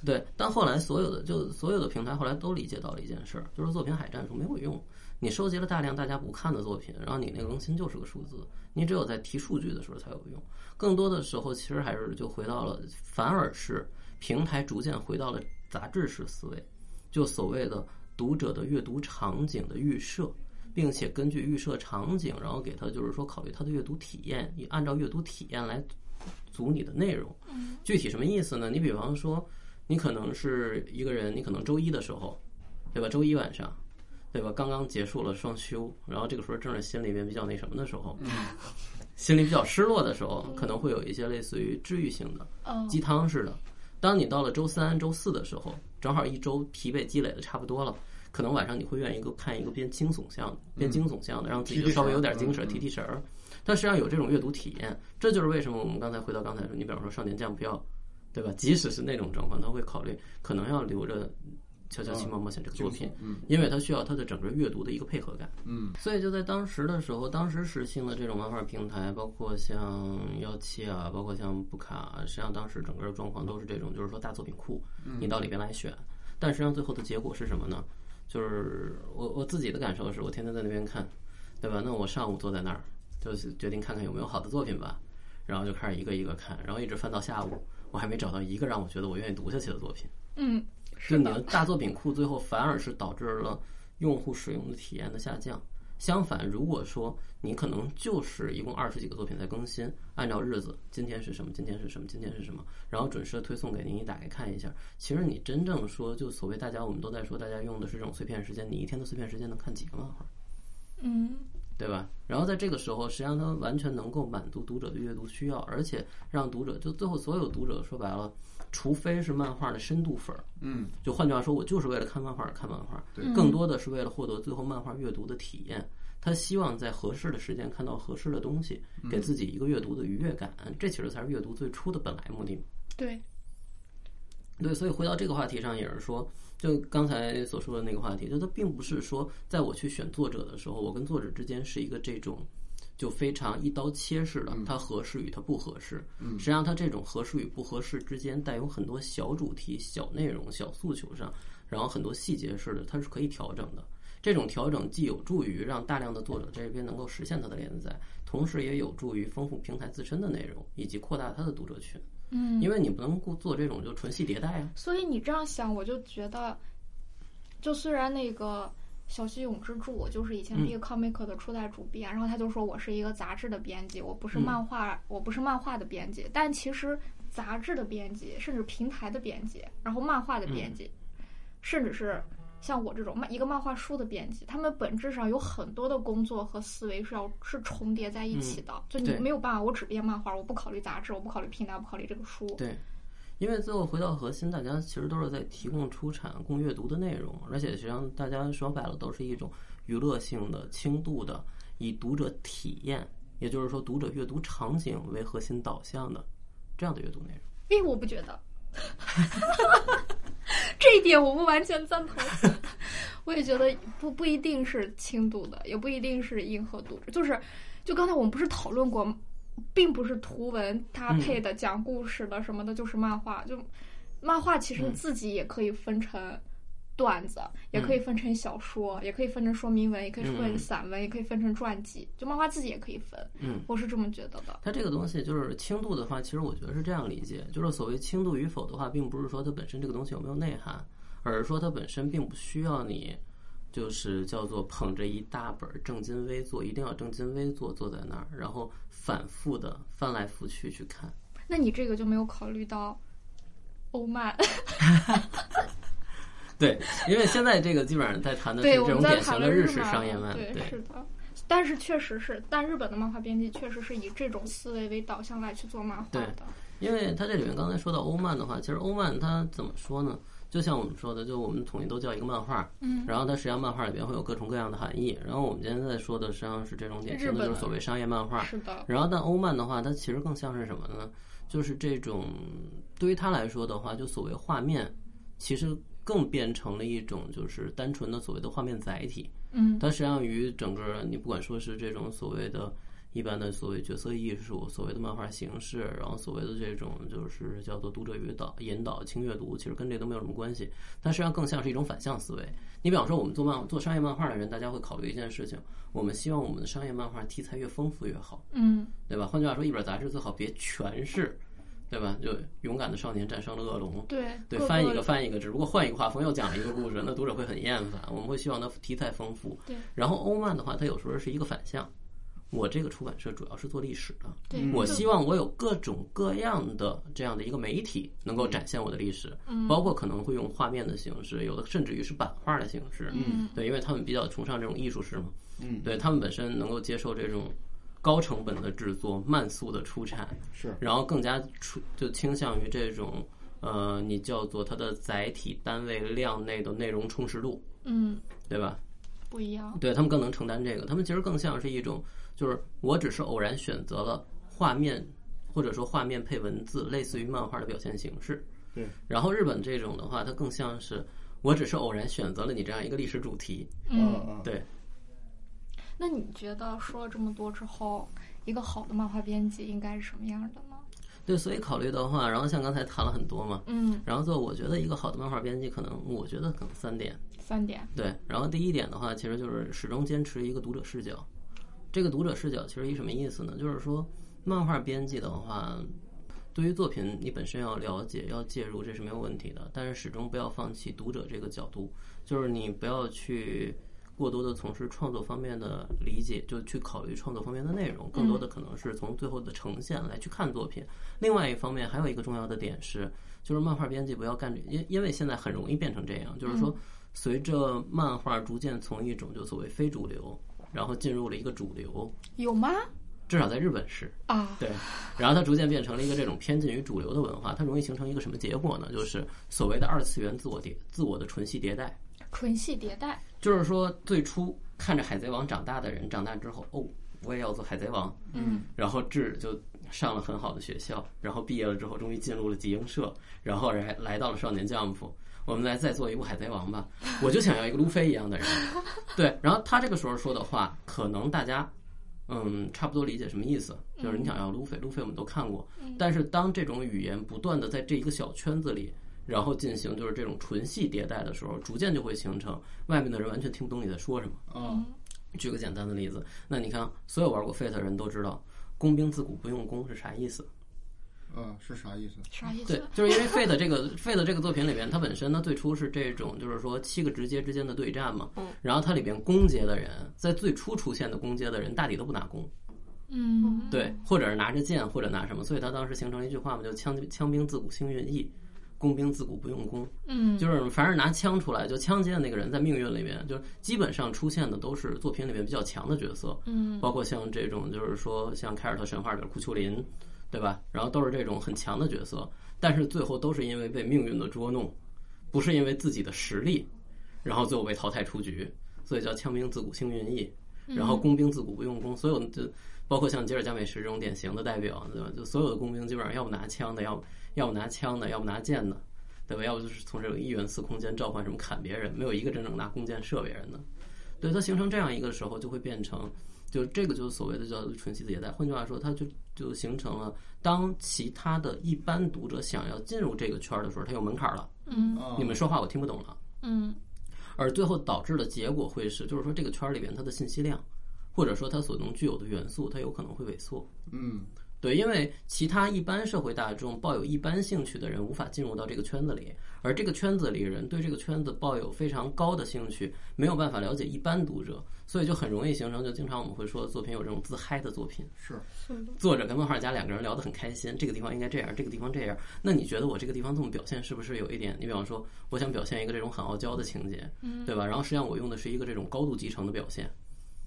S4: 对，但后来所有的就所有的平台后来都理解到了一件事儿，就是作品海战术没有用。你收集了大量大家不看的作品，然后你那个更新就是个数字，你只有在提数据的时候才有用。更多的时候，其实还是就回到了，反而是平台逐渐回到了杂志式思维，就所谓的读者的阅读场景的预设，并且根据预设场景，然后给他就是说考虑他的阅读体验，你按照阅读体验来组你的内容。具体什么意思呢？你比方说，你可能是一个人，你可能周一的时候，对吧？周一晚上。对吧？刚刚结束了双休，然后这个时候正是心里面比较那什么的时候，心里比较失落的时候，可能会有一些类似于治愈性的
S1: 哦，
S4: 鸡汤似的。当你到了周三、周四的时候，正好一周疲惫积累的差不多了，可能晚上你会愿意个看一个偏惊悚向的、偏惊悚向的，让自己
S2: 提提神
S4: 稍微有点
S2: 儿
S4: 精神、
S2: 嗯
S4: 提提神儿。但实际上有这种阅读体验，这就是为什么我们刚才回到刚才说，你比方说少年将不要，对吧？即使是那种状况，他会考虑可能要留着《悄悄
S2: 嗯
S4: 奇猫冒险》这个
S2: 惊
S4: 作品
S2: 悚，嗯
S4: 因为它需要它的整个阅读的一个配合感。
S2: 嗯
S4: 所以就在当时的时候，当时实行的这种漫画平台，包括像幺七啊，包括像布卡啊，实际上当时整个状况都是这种，就是说大作品库，
S2: 嗯
S4: 你到里边来选。但实际上最后的结果是什么呢？就是我我自己的感受是我天天在那边看，对吧？那我上午坐在那儿，就是决定看看有没有好的作品吧，然后就开始一个一个看，然后一直翻到下午，我还没找到一个让我觉得我愿意读下去的作品。
S1: 嗯，
S4: 就是你
S1: 的，
S4: 的大作品库最后反而是导致了用户使用的体验的下降。相反，如果说你可能就是一共二十几个作品在更新，按照日子，今天是什么，今天是什么，今天是什么，然后准时的推送给您，你打开看一下。其实你真正说，就所谓大家我们都在说，大家用的是这种碎片时间，你一天的碎片时间能看几个漫画？
S1: 嗯，
S4: 对吧？然后在这个时候，实际上它完全能够满足读者的阅读需要，而且让读者就最后所有读者说白了，除非是漫画的深度粉儿，
S2: 嗯，
S4: 就换句话说，我就是为了看漫画而看漫画，
S2: 对
S4: 更多的是为了获得最后漫画阅读的体验。他希望在合适的时间看到合适的东西，给自己一个阅读的愉悦感，这其实才是阅读最初的本来目的嘛。
S1: 对，
S4: 对，所以回到这个话题上，也是说，就刚才所说的那个话题，就它并不是说，在我去选作者的时候，我跟作者之间是一个这种就非常一刀切式的，它合适与它不合适。实际上，它这种合适与不合适之间带有很多小主题、小内容、小诉求上，然后很多细节式的，它是可以调整的。这种调整既有助于让大量的作者这边能够实现它的连载，同时也有助于丰富平台自身的内容，以及扩大它的读者群。
S1: 嗯，
S4: 因为你不能顾做这种就纯系迭代啊。
S1: 所以你这样想，我就觉得，就虽然那个小西永之助，就是以前
S4: 嗯
S1: Big Comic 的初代主编，然后他就说我是一个杂志的编辑，我不是
S4: 嗯
S1: 漫画，我不是漫画的编辑，但其实杂志的编辑，甚至平台的编辑，然后漫画的
S4: 嗯
S1: 编辑，甚至是。像我这种漫一个漫画书的编辑，他们本质上有很多的工作和思维是要是重叠在一起的，就你
S4: 嗯对
S1: 没有办法，我只编漫画，我不考虑杂志，我不考虑平台，不考虑这个书，
S4: 对，因为最后回到核心，大家其实都是在提供出产供阅读的内容，而且实际上大家说白了都是一种娱乐性的、轻度的，以读者体验，也就是说读者阅读场景为核心导向的这样的阅读内容。
S1: 哎，我不觉得， 这一点我不完全赞同。 我也觉得不不一定是轻度的，也不一定是硬核读者，就是就刚才我们不是讨论过，并不是图文
S4: 嗯
S1: 搭配的、讲故事的什么的，就是漫画。就漫画其实
S4: 嗯
S1: 自己也可以分成。段子也可以分成小说，也可以分成说明文，也可以分
S4: 嗯
S1: 成散文，也可以分成传记。就漫画自己也可以分，
S4: 嗯，
S1: 我是这么觉得的。
S4: 它这个东西就是轻度的话，其实我觉得是这样理解，就是所谓轻度与否的话，并不是说它本身这个东西有没有内涵，而是说它本身并不需要你，就是叫做捧着一大本儿正襟危坐，一定要正襟危坐坐在那儿，然后反复的翻来覆去去看。
S1: 那你这个就没有考虑到欧漫，
S4: 对，因为现在这个基本上在谈的是
S1: 对，
S4: 这
S1: 我们
S4: 种
S1: 在
S4: 典
S1: 谈
S4: 型
S1: 论
S4: 的日式
S1: 漫
S4: 商业漫，
S1: 对，
S4: 对
S1: 是的。但是确实是，但日本的漫画编辑确实是以这种思维为导向来去做漫画
S4: 对
S1: 的。
S4: 因为它这里面刚才说到欧漫的话，其实欧漫它怎么说呢？就像我们说的，就我们统一都叫一个漫画，
S1: 嗯，
S4: 然后它实际上漫画里边会有各种各样的含义。然后我们今天在说的实际上是这种典型
S1: 日
S4: 的，
S1: 本
S4: 就是所谓商业漫画。
S1: 是的，
S4: 然后但欧漫的话，它其实更像是什么呢？就是这种对于它来说的话，就所谓画面，其实更变成了一种就是单纯的所谓的画面载体。
S1: 嗯
S4: 它实际上与整个你不管说是这种所谓的一般的所谓角色艺术、所谓的漫画形式，然后所谓的这种就是叫做读者引导、引导轻阅读，其实跟这都没有什么关系。它实际上更像是一种反向思维。你比方说，我们做漫做商业漫画的人，大家会考虑一件事情：我们希望我们的商业漫画题材越丰富越好，
S1: 嗯，
S4: 对吧？换句话说，一本杂志最好别全是，对吧？就勇敢的少年战胜了恶龙，
S1: 对，
S4: 对，
S1: 各
S4: 翻一个翻一个，只不过换一个画风又讲了一个故事，那读者会很厌烦。我们会希望它题材丰富。
S1: 对，
S4: 然后欧漫的话，它有时候是一个反向。我这个出版社主要是做历史的，
S1: 对，
S2: 嗯
S4: 我
S1: 就
S4: 希望我有各种各样的这样的一个媒体能够展现我的历史，包括可能会用画面的形式，有的甚至于是版画的形式。
S1: 嗯，
S4: 对，因为他们比较崇尚这种艺术式嘛，
S2: 嗯，
S4: 对他们本身能够接受这种高成本的制作、慢速的出产，
S2: 是
S4: 然后更加出就倾向于这种呃，你叫做它的载体单位量内的内容充实度，
S1: 嗯
S4: 对吧？
S1: 不一样，
S4: 对他们更能承担这个，他们其实更像是一种，就是我只是偶然选择了画面或者说画面配文字，类似于漫画的表现形式。
S2: 对，
S4: 然后日本这种的话，它更像是我只是偶然选择了你这样一个历史主题。
S1: 嗯。
S2: 嗯
S4: 对，
S1: 那你觉得说了这么多之后，一个好的漫画编辑应该是什么样的呢？
S4: 对，所以考虑的话，然后像刚才谈了很多嘛，
S1: 嗯，
S4: 然后最后我觉得一个好的漫画编辑，可能我觉得可能三点。
S1: 三点，
S4: 对，然后第一点的话，其实就是始终坚持一个读者视角。这个读者视角其实一什么意思呢？就是说，漫画编辑的话，对于作品你本身要了解、要介入，这是没有问题的。但是始终不要放弃读者这个角度，就是你不要去过多的从事创作方面的理解，就去考虑创作方面的内容，更多的可能是从最后的呈现来去看作品。另外一方面，还有一个重要的点是，就是漫画编辑不要干这，因因为现在很容易变成这样，就是说，随着漫画逐渐从一种就所谓非主流，然后进入了一个主流，
S1: 有吗？
S4: 至少在日本是。
S1: 啊，
S4: 对，然后它逐渐变成了一个这种偏近于主流的文化，它容易形成一个什么结果呢？就是所谓的二次元自我迭自我的纯系迭代，
S1: 纯系迭代，
S4: 就是说最初看着海贼王长大的人，长大之后哦，我也要做海贼王，
S1: 嗯，
S4: 然后志就上了很好的学校，然后毕业了之后终于进入了集英社，然后来来到了少年 Jump。我们来再做一部《海贼王》吧，我就想要一个路飞一样的人。对，然后他这个时候说的话，可能大家嗯，差不多理解什么意思，就是你想要路飞，路飞我们都看过，但是当这种语言不断的在这一个小圈子里，然后进行就是这种纯系迭代的时候，逐渐就会形成外面的人完全听不懂你在说什么。
S2: 嗯，
S4: 举个简单的例子，那你看，所有玩过 Fate 的人都知道“工兵自古不用攻”是啥意思。
S2: 嗯，是啥意思？
S1: 啥意
S4: 对
S1: 思？，
S4: 就是因为 Fate 这个 Fate 这个作品里面，它本身呢最初是这种，就是说七个直接之间的对战嘛。
S3: 嗯。
S4: 然后它里边攻阶的人，在最初出现的攻阶的人，大抵都不拿弓。
S1: 嗯，
S4: 对，或者是拿着剑，或者拿什么，所以他当时形成了一句话嘛，就枪枪兵自古兴运意，工兵自古不用功，
S1: 嗯，
S4: 就是凡是拿枪出来就枪击的那个人，在命运里面，就是基本上出现的都是作品里面比较强的角色，
S1: 嗯，
S4: 包括像这种就是说像凯尔特神话里边库丘林，对吧？然后都是这种很强的角色，但是最后都是因为被命运的捉弄，不是因为自己的实力，然后最后被淘汰出局，所以叫枪兵自古兴运意，然后工兵自古不用功，所有就包括像吉尔加美什这种典型的代表，对吧？就所有的工兵基本上要不拿枪的，要不要不拿枪的，要不拿剑的，对吧？要不就是从这种一元四空间召唤什么砍别人，没有一个真正拿弓箭射别人的。对，它形成这样一个时候，就会变成，就这个就是所谓的叫做纯系迭代。换句话说，它就就形成了，当其他的一般读者想要进入这个圈儿的时候，它有门槛儿了，
S1: 嗯
S2: 啊，
S4: 你们说话我听不懂了。
S1: 嗯
S4: 而最后导致的结果会是，就是说这个圈儿里边它的信息量，或者说它所能具有的元素，它有可能会萎缩。
S2: 嗯
S4: 对，因为其他一般社会大众抱有一般兴趣的人无法进入到这个圈子里，而这个圈子里人对这个圈子抱有非常高的兴趣，没有办法了解一般读者，所以就很容易形成，就经常我们会说作品有这种自嗨的作品，
S2: 是
S4: 作者跟漫画家两个人聊得很开心，这个地方应该这样，这个地方这样。那你觉得我这个地方这么表现是不是有一点？你比方说，我想表现一个这种很傲娇的情节，对吧？然后实际上我用的是一个这种高度集成的表现。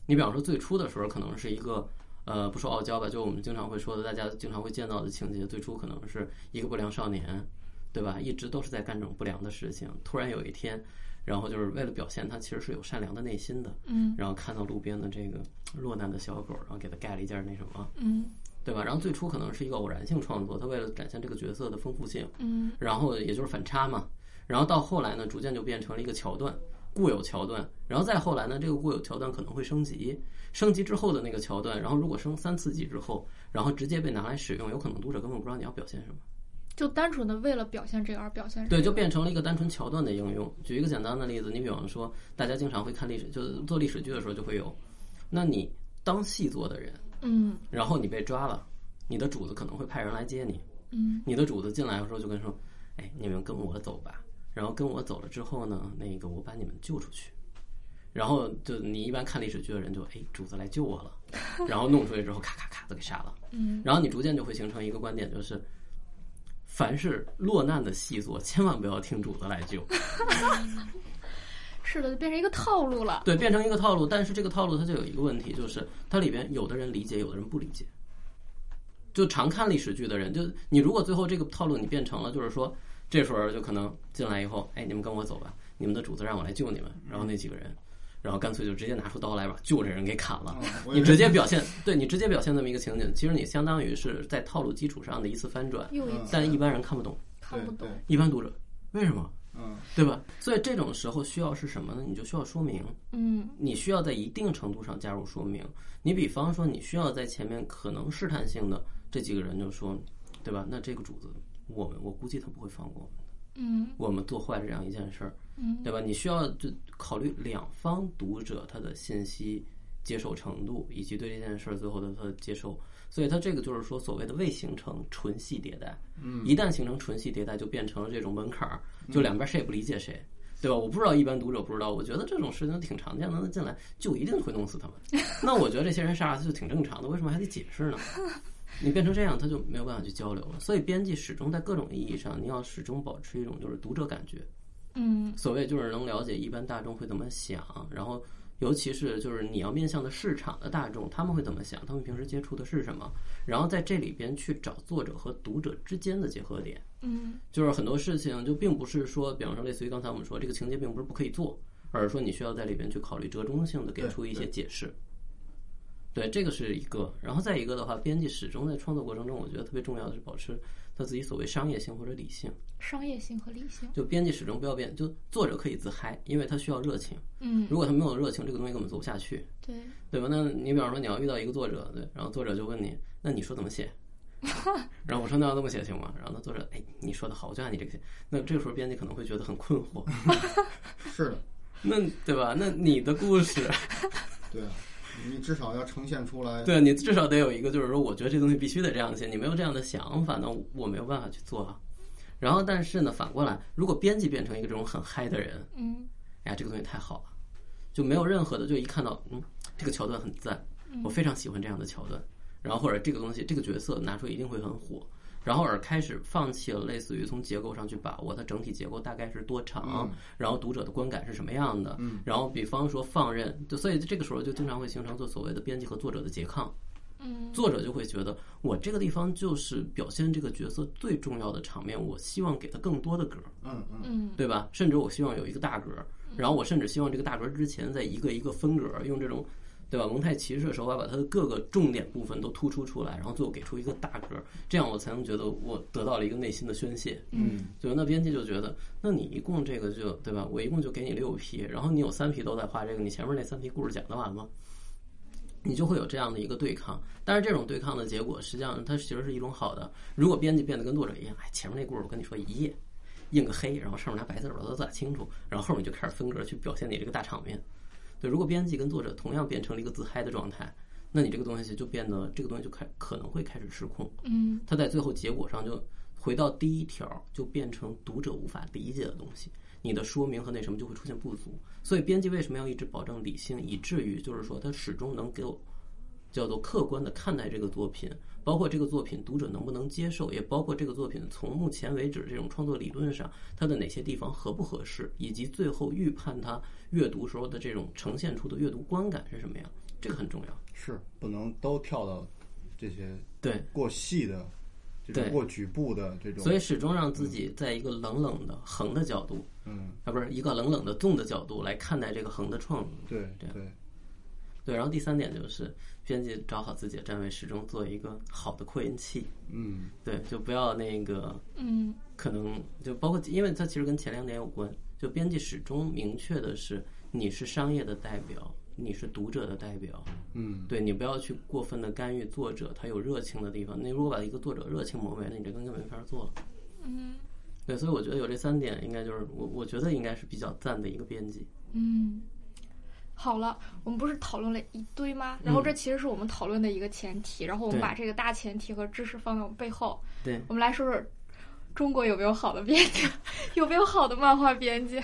S4: 你比方说最初的时候可能是一个。呃，不说傲娇吧，就我们经常会说的，大家经常会见到的情节，最初可能是一个不良少年，对吧？一直都是在干这种不良的事情，突然有一天，然后就是为了表现他其实是有善良的内心的，
S1: 嗯，
S4: 然后看到路边的这个落难的小狗，然后给他盖了一件那什么，
S1: 嗯
S4: 对吧？然后最初可能是一个偶然性创作，他为了展现这个角色的丰富性，
S1: 嗯，
S4: 然后也就是反差嘛。然后到后来呢，逐渐就变成了一个桥段，固有桥段。然后再后来呢，这个固有桥段可能会升级，升级之后的那个桥段，然后如果升三四级之后，然后直接被拿来使用，有可能读者根本不知道你要表现什么。
S1: 就单纯的为了表现这个而表现这个，
S4: 对，就变成了一个单纯桥段的应用。举一个简单的例子，你比方说，大家经常会看历史，就是做历史剧的时候就会有，那你当戏做的人，
S1: 嗯
S4: 然后你被抓了，你的主子可能会派人来接你。
S1: 嗯
S4: 你的主子进来的时候就跟说：“哎，你们跟我走吧。”然后跟我走了之后呢，那个我把你们救出去。然后就你一般看历史剧的人就哎，主子来救我了，然后弄出来之后咔咔咔的给杀了。
S1: 嗯，
S4: 然后你逐渐就会形成一个观点，就是凡是落难的细作，千万不要听主子来救。
S1: 是的，就变成一个套路了，
S4: 对，变成一个套路。但是这个套路它就有一个问题，就是它里边有的人理解，有的人不理解。就常看历史剧的人，就你如果最后这个套路你变成了，就是说这时候就可能进来以后，哎，你们跟我走吧，你们的主子让我来救你们，然后那几个人，然后干脆就直接拿出刀来把救这人给砍了。
S2: 啊，我以
S4: 你
S2: 为
S4: 直接表现，对你直接表现这么一个情景，其实你相当于是在套路基础上的一次翻转，
S1: 又一次
S4: 但一般人看不懂，
S1: 看不
S2: 嗯
S1: 懂，
S2: 对对
S4: 一般读者为什么，
S2: 嗯
S4: 对吧？所以这种时候需要是什么呢？你就需要说明，
S1: 嗯
S4: 你需要在一定程度上加入说明。你比方说，你需要在前面可能试探性的这几个人就说，对吧？那这个主子，我们我估计他不会放过我们，
S1: 嗯
S4: 我们做坏了这样一件事儿，
S1: 嗯
S4: 对吧？你需要就考虑两方读者他的信息接受程度，以及对这件事儿最后的他的接受。所以，他这个就是说，所谓的未形成纯系迭代，
S2: 嗯
S4: 一旦形成纯系迭代，就变成了这种门槛儿，就两边谁也不理解谁。对吧？我不知道一般读者不知道，我觉得这种事情挺常见的，那进来就一定会弄死他们。那我觉得这些人杀了他就挺正常的，为什么还得解释呢？你变成这样，他就没有办法去交流了。所以编辑始终在各种意义上，你要始终保持一种就是读者感觉，
S1: 嗯
S4: 所谓就是能了解一般大众会怎么想，然后尤其是就是你要面向的市场的大众，他们会怎么想，他们平时接触的是什么，然后在这里边去找作者和读者之间的结合点。
S1: 嗯
S4: 就是很多事情就并不是说，比方说类似于刚才我们说这个情节并不是不可以做，而是说你需要在里边去考虑折中性的给出一些解释。对，这个是一个。然后再一个的话，编辑始终在创作过程中，我觉得特别重要的是保持他自己所谓商业性或者理性。
S1: 商业性和理性，
S4: 就编辑始终不要变，就作者可以自嗨，因为他需要热情。
S1: 嗯，
S4: 如果他没有热情，这个东西根本做不下去。
S1: 对，
S4: 对吧？那你比方说你要遇到一个作者，对，然后作者就问你，那你说怎么写？ 然后我说那要这么写行吗？然后那作者，哎，你说的好，我就按你这个写。那这个时候编辑可能会觉得很困惑，
S2: 是的，
S4: 那对吧？那你的故事，
S2: 对啊，你至少要呈现出来。
S4: 对你至少得有一个，就是说，我觉得这东西必须得这样写，你没有这样的想法，那我没有办法去做啊。然后，但是呢，反过来，如果编辑变成一个这种很嗨的人，
S1: 嗯
S4: 哎呀，这个东西太好了，就没有任何的，就一看到，嗯，这个桥段很赞，我非常喜欢这样的桥段，然后或者这个东西，这个角色拿出来一定会很火，然后而开始放弃了类似于从结构上去把握它整体结构大概是多长，然后读者的观感是什么样的，然后比方说放任，就所以这个时候就经常会形成就所谓的编辑和作者的拮抗，
S1: 嗯
S4: 作者就会觉得我这个地方就是表现这个角色最重要的场面，我希望给他更多的格儿。
S2: 嗯嗯，
S1: 嗯
S4: 对吧？甚至我希望有一个大格儿，然后我甚至希望这个大格儿之前在一个一个分格儿，用这种对吧蒙太奇式的手法把它的各个重点部分都突出出来，然后最后给出一个大格儿，这样我才能觉得我得到了一个内心的宣泄。
S1: 嗯
S4: 对吧？那编辑就觉得，那你一共这个就对吧？我一共就给你六批，然后你有三批都在画这个，你前面那三批故事讲得完吗？你就会有这样的一个对抗，但是这种对抗的结果，实际上它其实是一种好的。如果编辑变得跟作者一样，哎，前面那故事我跟你说一页，印个黑，然后上面拿白字儿把它打清楚，然后后面就开始分格去表现你这个大场面。对，如果编辑跟作者同样变成了一个自嗨的状态，那你这个东西就变得这个东西就开可能会开始失控。
S1: 嗯
S4: 它在最后结果上就回到第一条，就变成读者无法理解的东西。你的说明和那什么就会出现不足，所以编辑为什么要一直保证理性，以至于就是说他始终能给我叫做客观的看待这个作品，包括这个作品读者能不能接受，也包括这个作品从目前为止这种创作理论上它的哪些地方合不合适，以及最后预判它阅读时候的这种呈现出的阅读观感是什么样，这个很重要。
S2: 是不能都跳到这些
S4: 对，
S2: 过细的、这
S4: 对
S2: 种过局部的这种。
S4: 所以始终让自己在一个冷冷的横的角度，
S2: 嗯，
S4: 啊，不是一个冷冷的纵的角度来看待这个横的创作。
S2: 对
S4: 这样
S2: 对，
S4: 对，然后第三点就是编辑找好自己的站位，始终做一个好的扩音器。
S2: 嗯
S4: 对，就不要那个
S1: 嗯
S4: 可能就包括，因为它其实跟前两点有关。就编辑始终明确的是，你是商业的代表，你是读者的代表。
S2: 嗯，
S4: 对你不要去过分的干预作者他有热情的地方。那如果把一个作者热情磨没了，你这东西就没法做了。
S1: 嗯
S4: 对，所以我觉得有这三点，应该就是我我觉得应该是比较赞的一个编辑。
S1: 嗯。好了，我们不是讨论了一堆吗？然后这其实是我们讨论的一个前提，然后我们
S4: 嗯对
S1: 把这个大前提和知识放在我们背后，
S4: 对，
S1: 我们来说说中国有没有好的编辑， 有没有好的漫画编辑？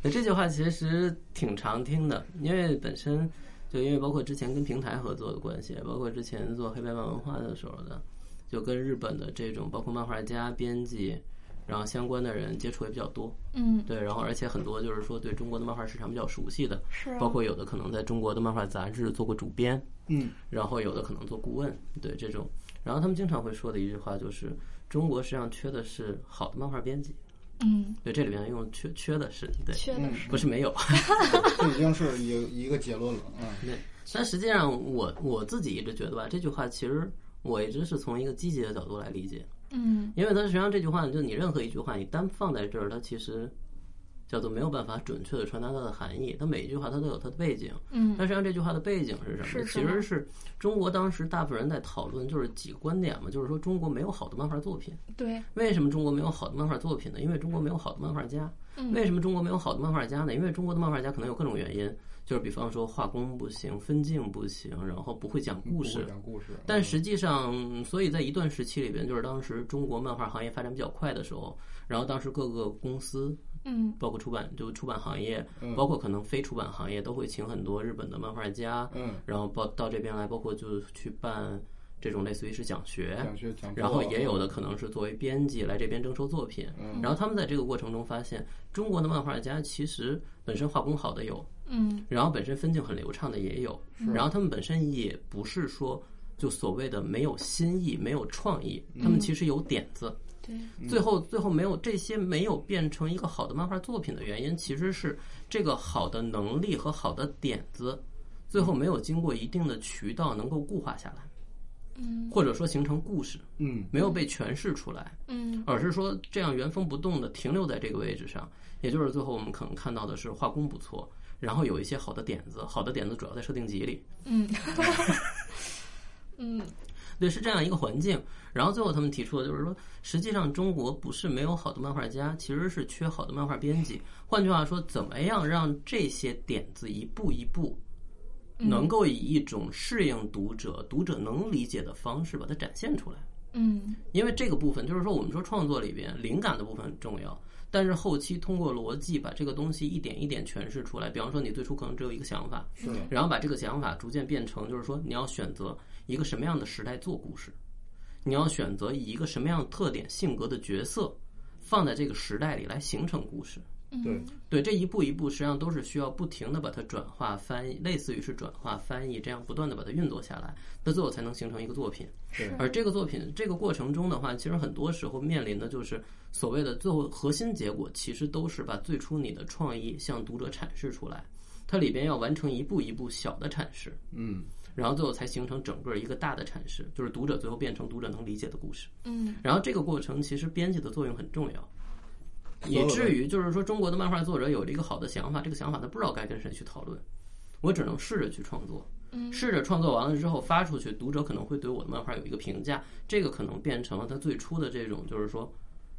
S4: 那这句话其实挺常听的，因为本身就因为包括之前跟平台合作的关系，包括之前做黑白漫文化的时候呢，就跟日本的这种包括漫画家、编辑，然后相关的人接触也比较多。
S1: 嗯，
S4: 对，然后而且很多就是说对中国的漫画市场比较熟悉的，
S1: 是啊
S4: 包括有的可能在中国的漫画杂志做过主编，
S2: 嗯，
S4: 然后有的可能做顾问，对这种，然后他们经常会说的一句话就是，中国实际上缺的是好的漫画编辑，
S1: 嗯，
S4: 对，这里边用缺缺的是对，嗯
S1: 缺的是
S4: 不是没有，
S2: 这已经是一一个结论了。嗯，
S4: 对，但实际上我我自己一直觉得吧，这句话其实我一直是从一个积极的角度来理解，
S1: 嗯
S4: 因为它实际上这句话，就你任何一句话，你单放在这儿，它其实叫做没有办法准确的传达它的含义。它每一句话它都有它的背景，
S1: 嗯
S4: 但实际上这句话的背景是什么？
S1: 是什
S4: 其
S1: 么
S4: 实是中国当时大部分人在讨论，就是几个观点嘛，就是说中国没有好的漫画作品。
S1: 对，
S4: 为什么中国没有好的漫画作品呢？因为中国没有好的漫画家。为什么中国没有好的漫画家呢？因为中国的漫画家可能有各种原因，就是比方说画工不行，分镜不行，然后不会讲故
S2: 不
S4: 事
S2: 会。讲故事，
S4: 但实际上，所以在一段时期里边，就是当时中国漫画行业发展比较快的时候，然后当时各个公司
S1: 嗯
S4: 包括出版就出版行业，
S2: 嗯
S4: 包括可能非出版行业都会请很多日本的漫画家，
S2: 嗯，
S4: 然后报到这边来，包括就去办这种类似于是奖学，
S2: 讲学讲，
S4: 然后也有的可能是作为编辑来这边征收作品，
S2: 嗯
S4: 然后他们在这个过程中发现，中国的漫画家其实本身画工好的有，
S3: 嗯
S4: 然后本身分镜很流畅的也有，然后他们本身也不是说就所谓的没有新意、没有创意，他们其实有点子，
S3: 对
S4: 最后最后没有这些没有变成一个好的漫画作品的原因，其实是这个好的能力和好的点子，最后没有经过一定的渠道能够固化下来，
S3: 嗯
S4: 或者说形成故事，
S2: 嗯
S4: 没有被诠释出来，
S3: 嗯
S4: 而是说这样原封不动的停留在这个位置上。也就是最后我们可能看到的是画工不错，然后有一些好的点子，好的点子主要在设定集里，
S3: 嗯 嗯
S4: 对，是这样一个环境。然后最后他们提出的就是说，实际上中国不是没有好的漫画家，其实是缺好的漫画编辑。换句话说，怎么样让这些点子一步一步，
S3: 嗯
S4: 能够以一种适应读者、读者能理解的方式把它展现出来？
S3: 嗯
S4: 因为这个部分就是说，我们说创作里边灵感的部分很重要，但是后期通过逻辑把这个东西一点一点诠释出来。比方说，你最初可能只有一个想法，
S2: 是
S1: 嗯
S2: 的，
S4: 然后把这个想法逐渐变成，就是说你要选择一个什么样的时代做故事，你要选择以一个什么样特点性格的角色放在这个时代里来形成故事。
S1: 嗯
S2: 对，
S4: 对，这一步一步实际上都是需要不停的把它转化翻译，类似于是转化翻译，这样不断的把它运作下来，到最后才能形成一个作品。
S2: 对
S4: 而这个作品这个过程中的话，其实很多时候面临的就是所谓的最后核心结果，其实都是把最初你的创意向读者阐释出来，它里边要完成一步一步小的阐释，
S2: 嗯
S4: 然后最后才形成整个一个大的阐释，就是读者最后变成读者能理解的故事。
S3: 嗯
S4: 然后这个过程其实编辑的作用很重要，
S2: 所有
S4: 以
S2: 的
S4: 至于就是说中国的漫画作者有了一个好的想法，这个想法他不知道该跟谁去讨论，我只能试着去创作，
S3: 嗯
S4: 试着创作完了之后发出去，读者可能会对我的漫画有一个评价，这个可能变成了他最初的这种就是说。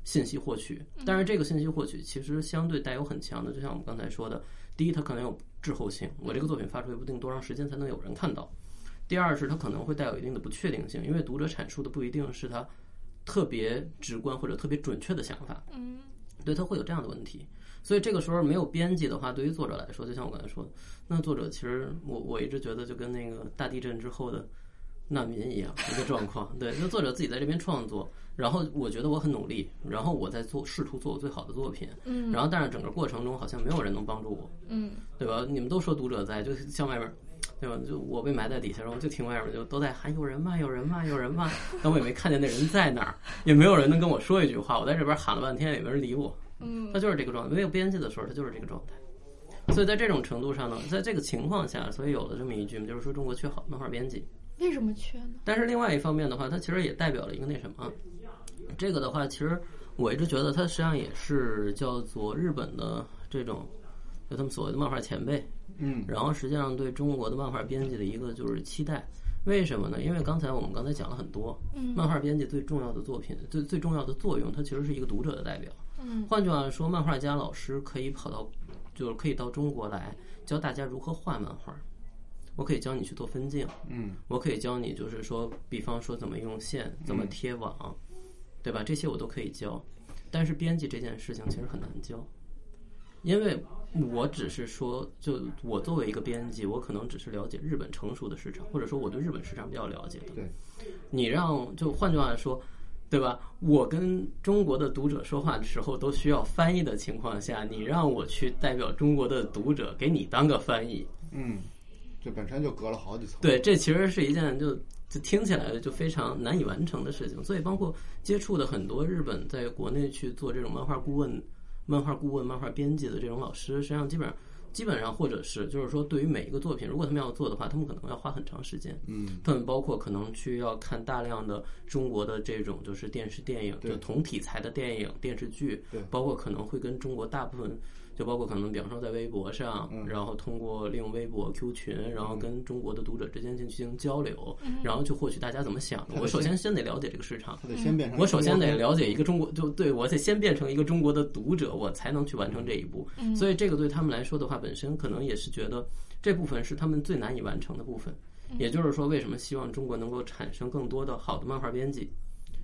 S4: 信息获取，
S3: 嗯
S4: 但是这个信息获取其实相对带有很强的，就像我们刚才说的，第一，它可能有滞后性，我这个作品发出去不定多长时间才能有人看到；第二是它可能会带有一定的不确定性，因为读者阐述的不一定是他特别直观或者特别准确的想法，
S3: 嗯
S4: 对他会有这样的问题。所以这个时候没有编辑的话，对于作者来说，就像我刚才说的，那作者其实我我一直觉得就跟那个大地震之后的难民一样一个状况。 对，那作者自己在这边创作，然后我觉得我很努力，然后我在做试图做我最好的作品，
S3: 嗯
S4: 然后但是整个过程中好像没有人能帮助我，
S3: 嗯
S4: 对吧？你们都说读者在，就像外面，对吧？就我被埋在底下，然后就听外面就都在喊有人吗？有人吗？有人吗？但我也没看见那人在哪儿，也没有人能跟我说一句话。我在这边喊了半天，也没人理我。
S3: 嗯
S4: 他就是这个状态，没有编辑的时候，他就是这个状态。所以在这种程度上呢，在这个情况下，所以有了这么一句，就是说中国缺好漫画编辑。
S1: 为什么缺呢？
S4: 但是另外一方面的话，它其实也代表了一个那什么，这个的话，其实我一直觉得它实际上也是叫做日本的这种，就他们所谓的漫画前辈，
S2: 嗯
S4: 然后实际上对中国的漫画编辑的一个就是期待。为什么呢？因为刚才我们刚才讲了很多，漫画编辑最重要的作品，最最重要的作用，它其实是一个读者的代表。
S3: 嗯，
S4: 换句话说，漫画家老师可以跑到，就是可以到中国来教大家如何画漫画。我可以教你去做分镜，
S2: 嗯
S4: 我可以教你，就是说，比方说怎么用线，怎么贴网，对吧？这些我都可以教，但是编辑这件事情其实很难教，因为我只是说，就我作为一个编辑，我可能只是了解日本成熟的市场，或者说我对日本市场比较了解的。
S2: 对，
S4: 你让就换句话说。对吧？我跟中国的读者说话的时候都需要翻译的情况下，你让我去代表中国的读者给你当个翻译，
S2: 嗯，这本身就隔了好几层，
S4: 对，这其实是一件就就听起来就非常难以完成的事情。所以，包括接触的很多日本在国内去做这种漫画顾问、漫画顾问、漫画编辑的这种老师，实际上基本上基本上或者是就是说，对于每一个作品，如果他们要做的话，他们可能要花很长时间。
S2: 嗯
S4: 他们包括可能去要看大量的中国的这种就是电视电影，
S2: 对
S4: 就同题材的电影、电视剧
S2: 对，
S4: 包括可能会跟中国大部分，就包括可能比方说在微博上，
S2: 嗯
S4: 然后通过利用微博 Q 群，然后跟中国的读者之间进行交流，然后去获取大家怎么想的。
S2: 对
S4: 我首先先得了解这个市场。
S2: 他得先变成
S4: 嗯我首先得
S2: 中国
S4: 了解一个中国，就对我得先变成一个中国的读者，我才能去完成这一步。所以这个对他们来说的话，本身可能也是觉得这部分是他们最难以完成的部分。也就是说，为什么希望中国能够产生更多的好的漫画编辑？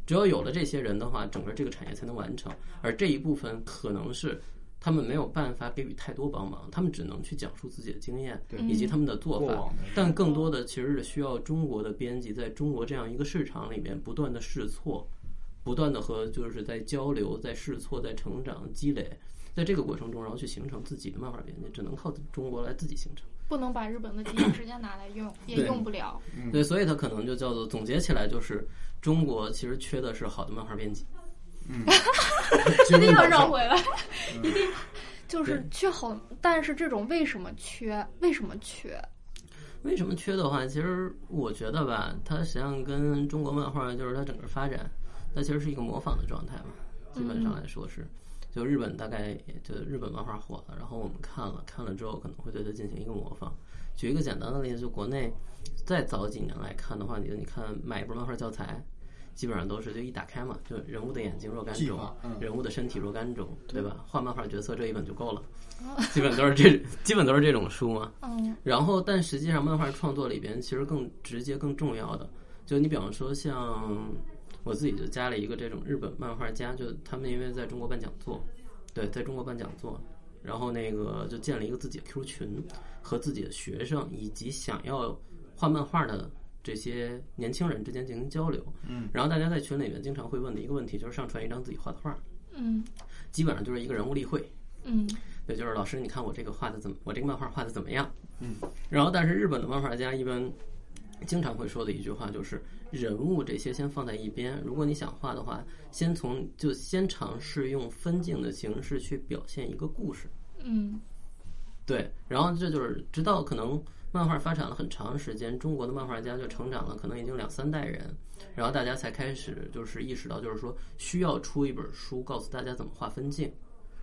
S4: 只要有了这些人的话，整个这个产业才能完成。而这一部分可能是他们没有办法给予太多帮忙，他们只能去讲述自己的经验
S2: 对
S4: 以及他们的做
S2: 过
S4: 法
S2: 往的。
S4: 但更多的其实是需要中国的编辑在中国这样一个市场里面不断的试错，不断的和就是在交流、在试错、在成长、积累，在这个过程中，然后去形成自己的漫画编辑，只能靠中国来自己形成。
S1: 不能把日本的经验直接拿来用，也
S4: 对
S1: 用不 了。
S4: 对，所以它可能就叫做总结起来就是中国其实缺的是好的漫画编辑。
S2: 结
S1: 一定要
S2: 论导
S1: 绕
S2: 向
S1: 回来， 一定
S4: 嗯
S1: 就是缺好，但是这种为什么缺？为什么缺？
S4: 为什么缺的话，其实我觉得吧，它实际上跟中国漫画就是它整个发展，它其实是一个模仿的状态嘛，基本上来说是。就日本大概也就日本漫画火了，然后我们看了看了之后，可能会对它进行一个模仿。举一个简单的例子，就国内再早几年来看的话，你就你看买一本漫画教材，基本上都是就一打开嘛，就人物的眼睛若干
S2: 计
S4: 种
S2: 划，嗯
S4: 人物的身体若干种，对吧？画漫画角色这一本就够了，基本都是这基本都是这种书嘛。
S1: 嗯，
S4: 然后，但实际上漫画创作里边，其实更直接、更重要的，就你比方说像我自己就加了一个这种日本漫画家，就他们因为在中国办讲座，对，在中国办讲座，然后那个就建了一个自己的 Q 群，和自己的学生以及想要画漫画的这些年轻人之间进行交流。嗯，然后大家在群里面经常会问的一个问题就是上传一张自己画的画，
S1: 嗯
S4: 基本上就是一个人物例会。
S1: 嗯
S4: 对，就是老师，你看我这个画的怎么，我这个漫画画的怎么样？嗯，然后但是日本的漫画家一般经常会说的一句话就是，人物这些先放在一边，如果你想画的话，先从就先尝试用分镜的形式去表现一个故事。
S1: 嗯
S4: 对，然后这就是直到可能漫画发展了很长时间，中国的漫画家就成长了，可能已经两三代人，然后大家才开始就是意识到，就是说需要出一本书，告诉大家怎么画分镜。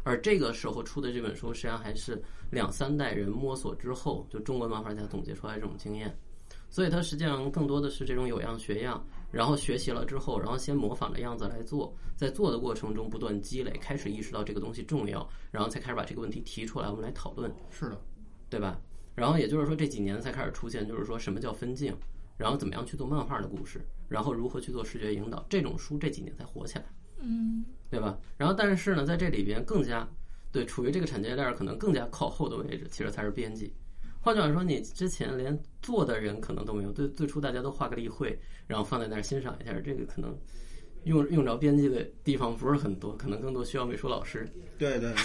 S4: 而这个时候出的这本书，实际上还是两三代人摸索之后，就中国漫画家总结出来这种经验，所以它实际上更多的是这种有样学样，然后学习了之后，然后先模仿着样子来做，在做的过程中不断积累，开始意识到这个东西重要，然后才开始把这个问题提出来，我们来讨论。
S2: 是的，
S4: 对吧？然后也就是说这几年才开始出现，就是说什么叫分镜，然后怎么样去做漫画的故事，然后如何去做视觉引导，这种书这几年才火起来，
S1: 嗯
S4: 对吧？然后但是呢，在这里边更加对处于这个产业链儿可能更加靠后的位置，其实才是编辑。换句话说，你之前连做的人可能都没有，最最初大家都画个例会，然后放在那儿欣赏一下，这个可能用用着编辑的地方不是很多，可能更多需要美术老师。
S2: 对对，对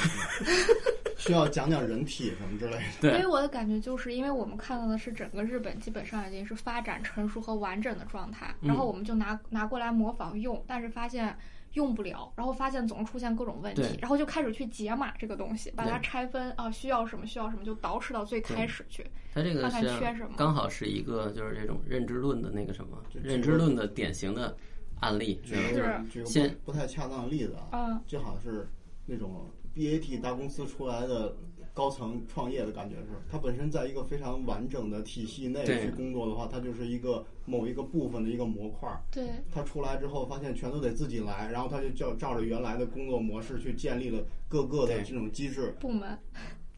S2: 需要讲讲人体什么之类的。
S1: 因
S4: 对，
S1: 为我的感觉就是，因为我们看到的是整个日本基本上已经是发展成熟和完整的状态，
S4: 嗯
S1: 然后我们就拿拿过来模仿用，但是发现用不了，然后发现总出现各种问题
S4: 对，
S1: 然后就开始去解码这个东西，把它
S4: 对
S1: 拆分啊，需要什么需要什么，就捯饬到最开始去。
S4: 它这个
S1: 看看
S4: 是
S1: 缺什么
S4: 刚好是一个就是这种认知论的那个什么
S2: 这
S4: 认知论的典型的案例，
S2: 举
S4: 对吧
S2: 一个举一个
S4: 先
S2: 不不太恰当的例子啊，
S1: 嗯
S2: 就好像是那种 BAT 大公司出来的高层创业的感觉是，它本身在一个非常完整的体系内
S4: 对
S2: 去工作的话，它就是一个某一个部分的一个模块儿。
S1: 对，
S2: 它出来之后，发现全都得自己来，然后它就照照着原来的工作模式去建立了各个的
S4: 对
S2: 这种机制。
S1: 部门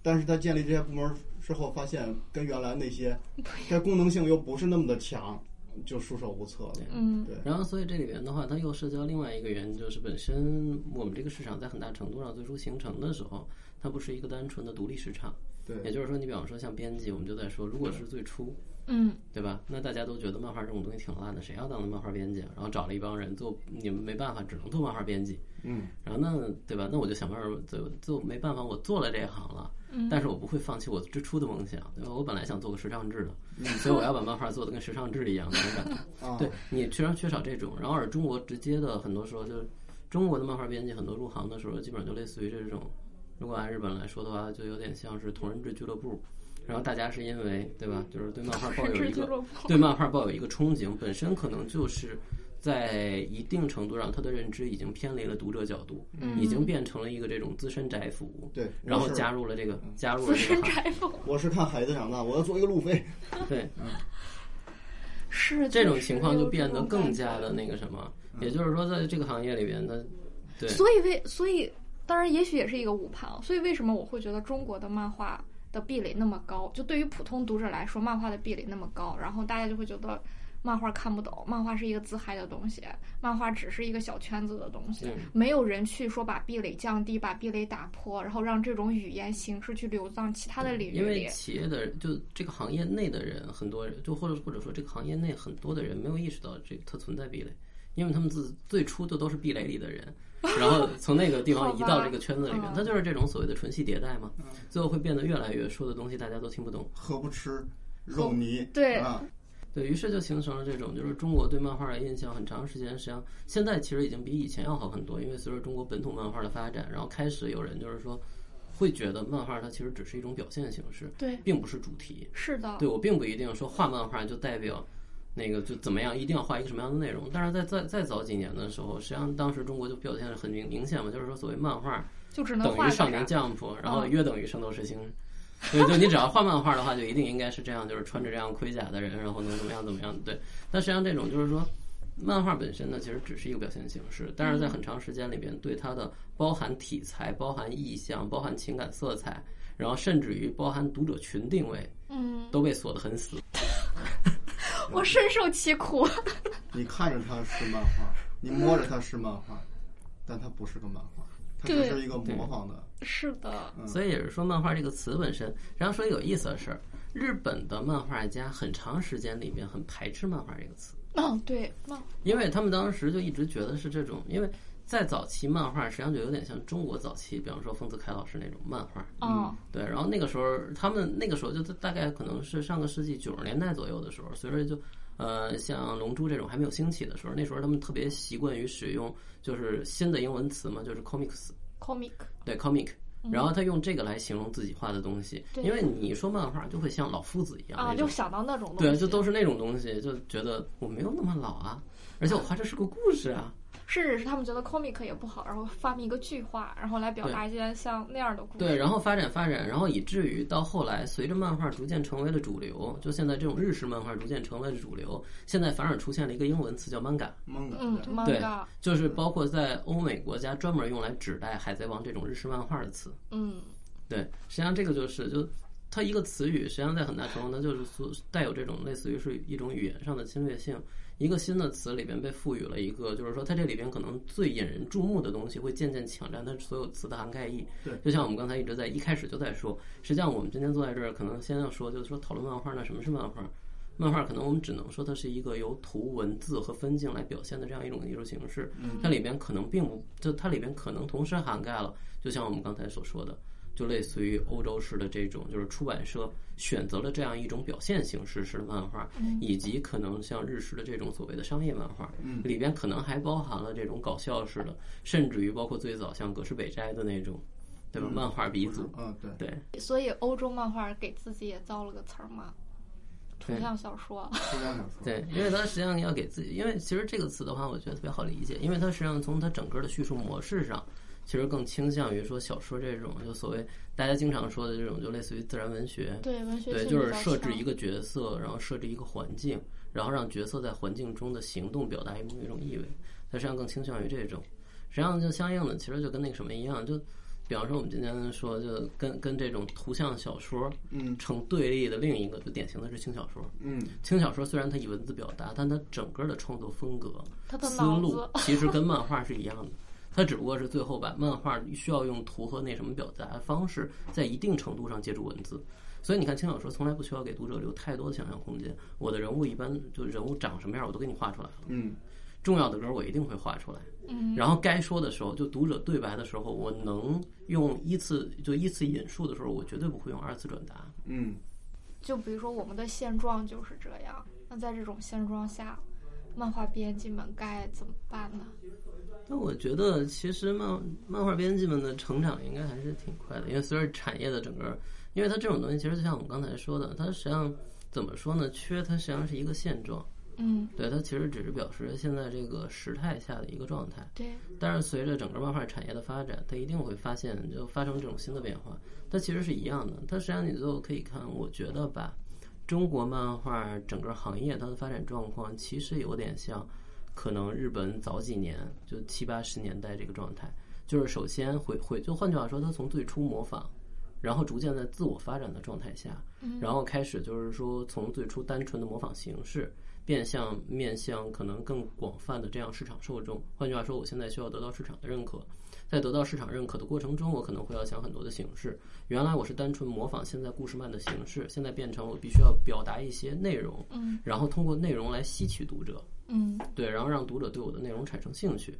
S2: 但是它建立这些部门之后，发现跟原来那些，它功能性又不是那么的强，就束手无策了。
S1: 嗯
S2: 对，
S4: 然后，所以这里边的话，它又涉及到另外一个原因，就是本身我们这个市场在很大程度上最初形成的时候，它不是一个单纯的独立市场。
S2: 对
S4: 也就是说，你比方说像编辑，我们就在说，如果是最初，
S1: 嗯
S4: 对吧？那大家都觉得漫画这种东西挺烂的，谁要当漫画编辑啊？然后找了一帮人做，你们没办法，只能做漫画编辑。
S2: 嗯，
S4: 然后那对吧？那我就想办法，就就没办法，我做了这一行了，但是我不会放弃我之初的梦想，对吧？我本来想做个时尚志
S2: 嗯
S4: 的，所以我要把漫画做的跟时尚志 一样那种感觉。
S2: 啊，
S4: 对你虽然缺少这种，然后而中国直接的很多时候就是中国的漫画编辑很多入行的时候，基本上就类似于这种，如果按日本来说的话，就有点像是同人志俱乐部。然后大家是因为对吧，就是对漫画抱有一
S1: 俱
S4: 个
S1: 乐部
S4: 对漫画抱有一个憧憬，本身可能就是在一定程度上，他的认知已经偏离了读者角度，已经变成了一个这种资深宅腐，
S2: 嗯对
S4: 然后
S2: 我是嗯
S4: 加入了这个加入
S1: 资
S4: 了这
S1: 深
S4: 个行，
S1: 宅风
S2: 我是看孩子长大，我要做一个路飞。
S4: 对，
S1: 是
S4: 这种
S1: 确实
S4: 情况
S1: 有
S4: 就
S1: 这
S4: 变得
S1: 种
S4: 更
S1: 感
S4: 加
S1: 觉
S4: 的那个什么，
S2: 嗯
S4: 也就是说，在这个行业里边呢，对，
S1: 所以为所以当然也许也是一个误判啊，所以为什么我会觉得中国的漫画的壁垒那么高？就对于普通读者来说，漫画的壁垒那么高，然后大家就会觉得。漫画看不懂，漫画是一个自嗨的东西，漫画只是一个小圈子的东西，
S4: 嗯
S1: 没有人去说把壁垒降低、把壁垒打破，然后让这种语言形式去流到其他的领域
S4: 因为
S1: 里。
S4: 企业的人就这个行业内的人，很多人就或者或者说这个行业内很多的人没有意识到这个它存在壁垒，因为他们自最初就都是壁垒里的 人，然后从那个地
S1: 好吧
S4: 方移到这个圈子里面
S1: 嗯，
S4: 它就是这种所谓的纯系迭代嘛，最后会变得越来越说的东西大家都听不懂，
S2: 何不吃肉泥？
S1: 对
S2: 啊，
S4: 对于是就形成了这种就是中国对漫画的印象，很长时间实际上现在其实已经比以前要好很多，因为随着中国本土漫画的发展，然后开始有人就是说会觉得漫画它其实只是一种表现形式，
S1: 对，
S4: 并不是主题。
S1: 是的，
S4: 对我并不一定说画漫画就代表那个就怎么样，一定要画一个什么样的内容。但是在再再早几年的时候，实际上当时中国就表现的很明明显嘛，就是说所谓漫画
S1: 就只能
S4: 等
S1: 画
S4: 于
S1: 个
S4: 少年
S1: 啥
S4: Jump，然后
S1: 嗯
S4: 约等于圣斗士星矢。对，就你只要画漫画的话，就一定应该是这样，就是穿着这样盔甲的人，然后能怎么样怎么样。对，但实际上这种就是说，漫画本身呢，其实只是一个表现形式，但
S1: 嗯
S4: 是在很长时间里边，对它的包含题材、包含意象、包含情感色彩，然后甚至于包含读者群定位，
S1: 嗯，
S4: 都被锁得很死。
S1: 我深受其苦。
S2: 你看着它是漫画，你摸着它是漫画，但它不是个漫画，它只
S1: 对
S2: 是一个模仿的。
S1: 是的，
S2: 嗯
S4: 所以也是说，漫画这个词本身。然后说有意思的是，日本的漫画家很长时间里面很排斥漫画这个词，
S1: 嗯， 对，
S4: 因为他们当时就一直觉得是这种，因为在早期漫画实际上就有点像中国早期，比方说丰子恺老师那种漫画。
S1: 嗯，
S4: 对，然后那个时候他们那个时候就大概可能是上个世纪九十年代左右的时候，随着就呃像《龙珠》这种还没有兴起的时候，那时候他们特别习惯于使用就是新的英文词嘛，就是 comics。
S1: comic，
S4: 对 comic，然后他用这个来形容自己画的东西，
S1: 对
S4: 因为你说漫画就会像老夫子一样
S1: 啊，
S4: 那
S1: 就
S4: 种
S1: 想到那种东西，
S4: 对，就都是那种东西，就觉得我没有那么老啊，而且我画这是个故事啊，
S1: 甚至是他们觉得 comic 也不好，然后发明一个句话，然后来表达一些像那样的故事。
S4: 对，然后发展发展，然后以至于到后来，随着漫画逐渐成为了主流，就现在这种日式漫画逐渐成为了主流，现在反而出现了一个英文词叫 manga，
S2: 蒙的，
S1: 嗯
S2: 对
S1: ，manga，
S4: 就是包括在欧美国家专门用来指代《海贼王》这种日式漫画的词。
S1: 嗯，
S4: 对，实际上这个就是就它一个词语，实际上在很大程度它就是所带有这种类似于是一种语言上的侵略性。一个新的词里边被赋予了一个，就是说它这里边可能最引人注目的东西会渐渐抢占它所有词的涵盖意。
S2: 对，
S4: 就像我们刚才一直在一开始就在说，实际上我们今天坐在这儿，可能先要说就是说讨论漫画，那什么是漫画？漫画可能我们只能说它是一个由图文字和分镜来表现的这样一种艺术形式，它里边可能并不，就它里边可能同时涵盖了，就像我们刚才所说的，就类似于欧洲式的这种，就是出版社选择了这样一种表现形式式的漫画，以及可能像日式的这种所谓的商业漫画，
S2: 嗯
S4: 里边可能还包含了这种搞笑式的，甚至于包括最早像葛饰北斋的那种，对吧？
S2: 嗯
S4: 漫画鼻
S2: 不是
S4: 祖，
S2: 嗯，对，
S4: 对，
S1: 所以欧洲漫画给自己也造了个词儿嘛，图
S4: 对
S1: 像小 说。
S2: 不敢想说。
S4: 对，因为它实际上要给自己，因为其实这个词的话，我觉得特别好理解，因为它实际上从它整个的叙述模式上，其实更倾向于说小说这种，就所谓大家经常说的这种，就类似于自然文学，
S1: 对，文学
S4: 对，
S1: 性
S4: 就是
S1: 比较
S4: 设置
S1: 强
S4: 一个角色，然后设置一个环境，然后让角色在环境中的行动表达一种一种意味，它实际上更倾向于这种。实际上就相应的，其实就跟那个什么一样，就比方说我们今天说，就跟跟这种图像小说
S2: 嗯
S4: 成对立的另一个，就典型的是轻小说。
S2: 嗯，
S4: 轻小说虽然它以文字表达，但它整个的创作风格、
S1: 他的
S4: 思
S1: 脑
S4: 路
S1: 子，
S4: 其实跟漫画是一样的。它只不过是最后把漫画需要用图和那什么表达的方式，在一定程度上借助文字。所以你看，轻小说从来不需要给读者留太多的想象空间。我的人物一般就人物长什么样，我都给你画出来了。
S2: 嗯，
S4: 重要的歌我一定会画出来。
S1: 嗯，
S4: 然后该说的时候，就读者对白的时候，我能用依次就依次引述的时候，我绝对不会用二次转达。
S2: 嗯，
S1: 就比如说我们的现状就是这样。那在这种现状下，漫画编辑们该怎么办呢？
S4: 那我觉得，其实漫漫画编辑们的成长应该还是挺快的，因为随着产业的整个，因为它这种东西其实就像我们刚才说的，它实际上怎么说呢？缺它实际上是一个现状，
S1: 嗯，
S4: 对它其实只是表示现在这个时态下的一个状态。
S1: 对，
S4: 但是随着整个漫画产业的发展，它一定会发现就发生这种新的变化。它其实是一样的，它实际上你最后可以看，我觉得吧，中国漫画整个行业它的发展状况其实有点像，可能日本早几年就七八十年代这个状态，就是首先回回就换句话说，它从最初模仿。然后逐渐在自我发展的状态下，然后开始就是说从最初单纯的模仿形式，变相面向可能更广泛的这样市场受众。换句话说，我现在需要得到市场的认可，在得到市场认可的过程中，我可能会要想很多的形式。原来我是单纯模仿现在故事漫的形式，现在变成我必须要表达一些内容，
S1: 嗯
S4: 然后通过内容来吸取读者，
S1: 嗯
S4: 对，然后让读者对我的内容产生兴趣。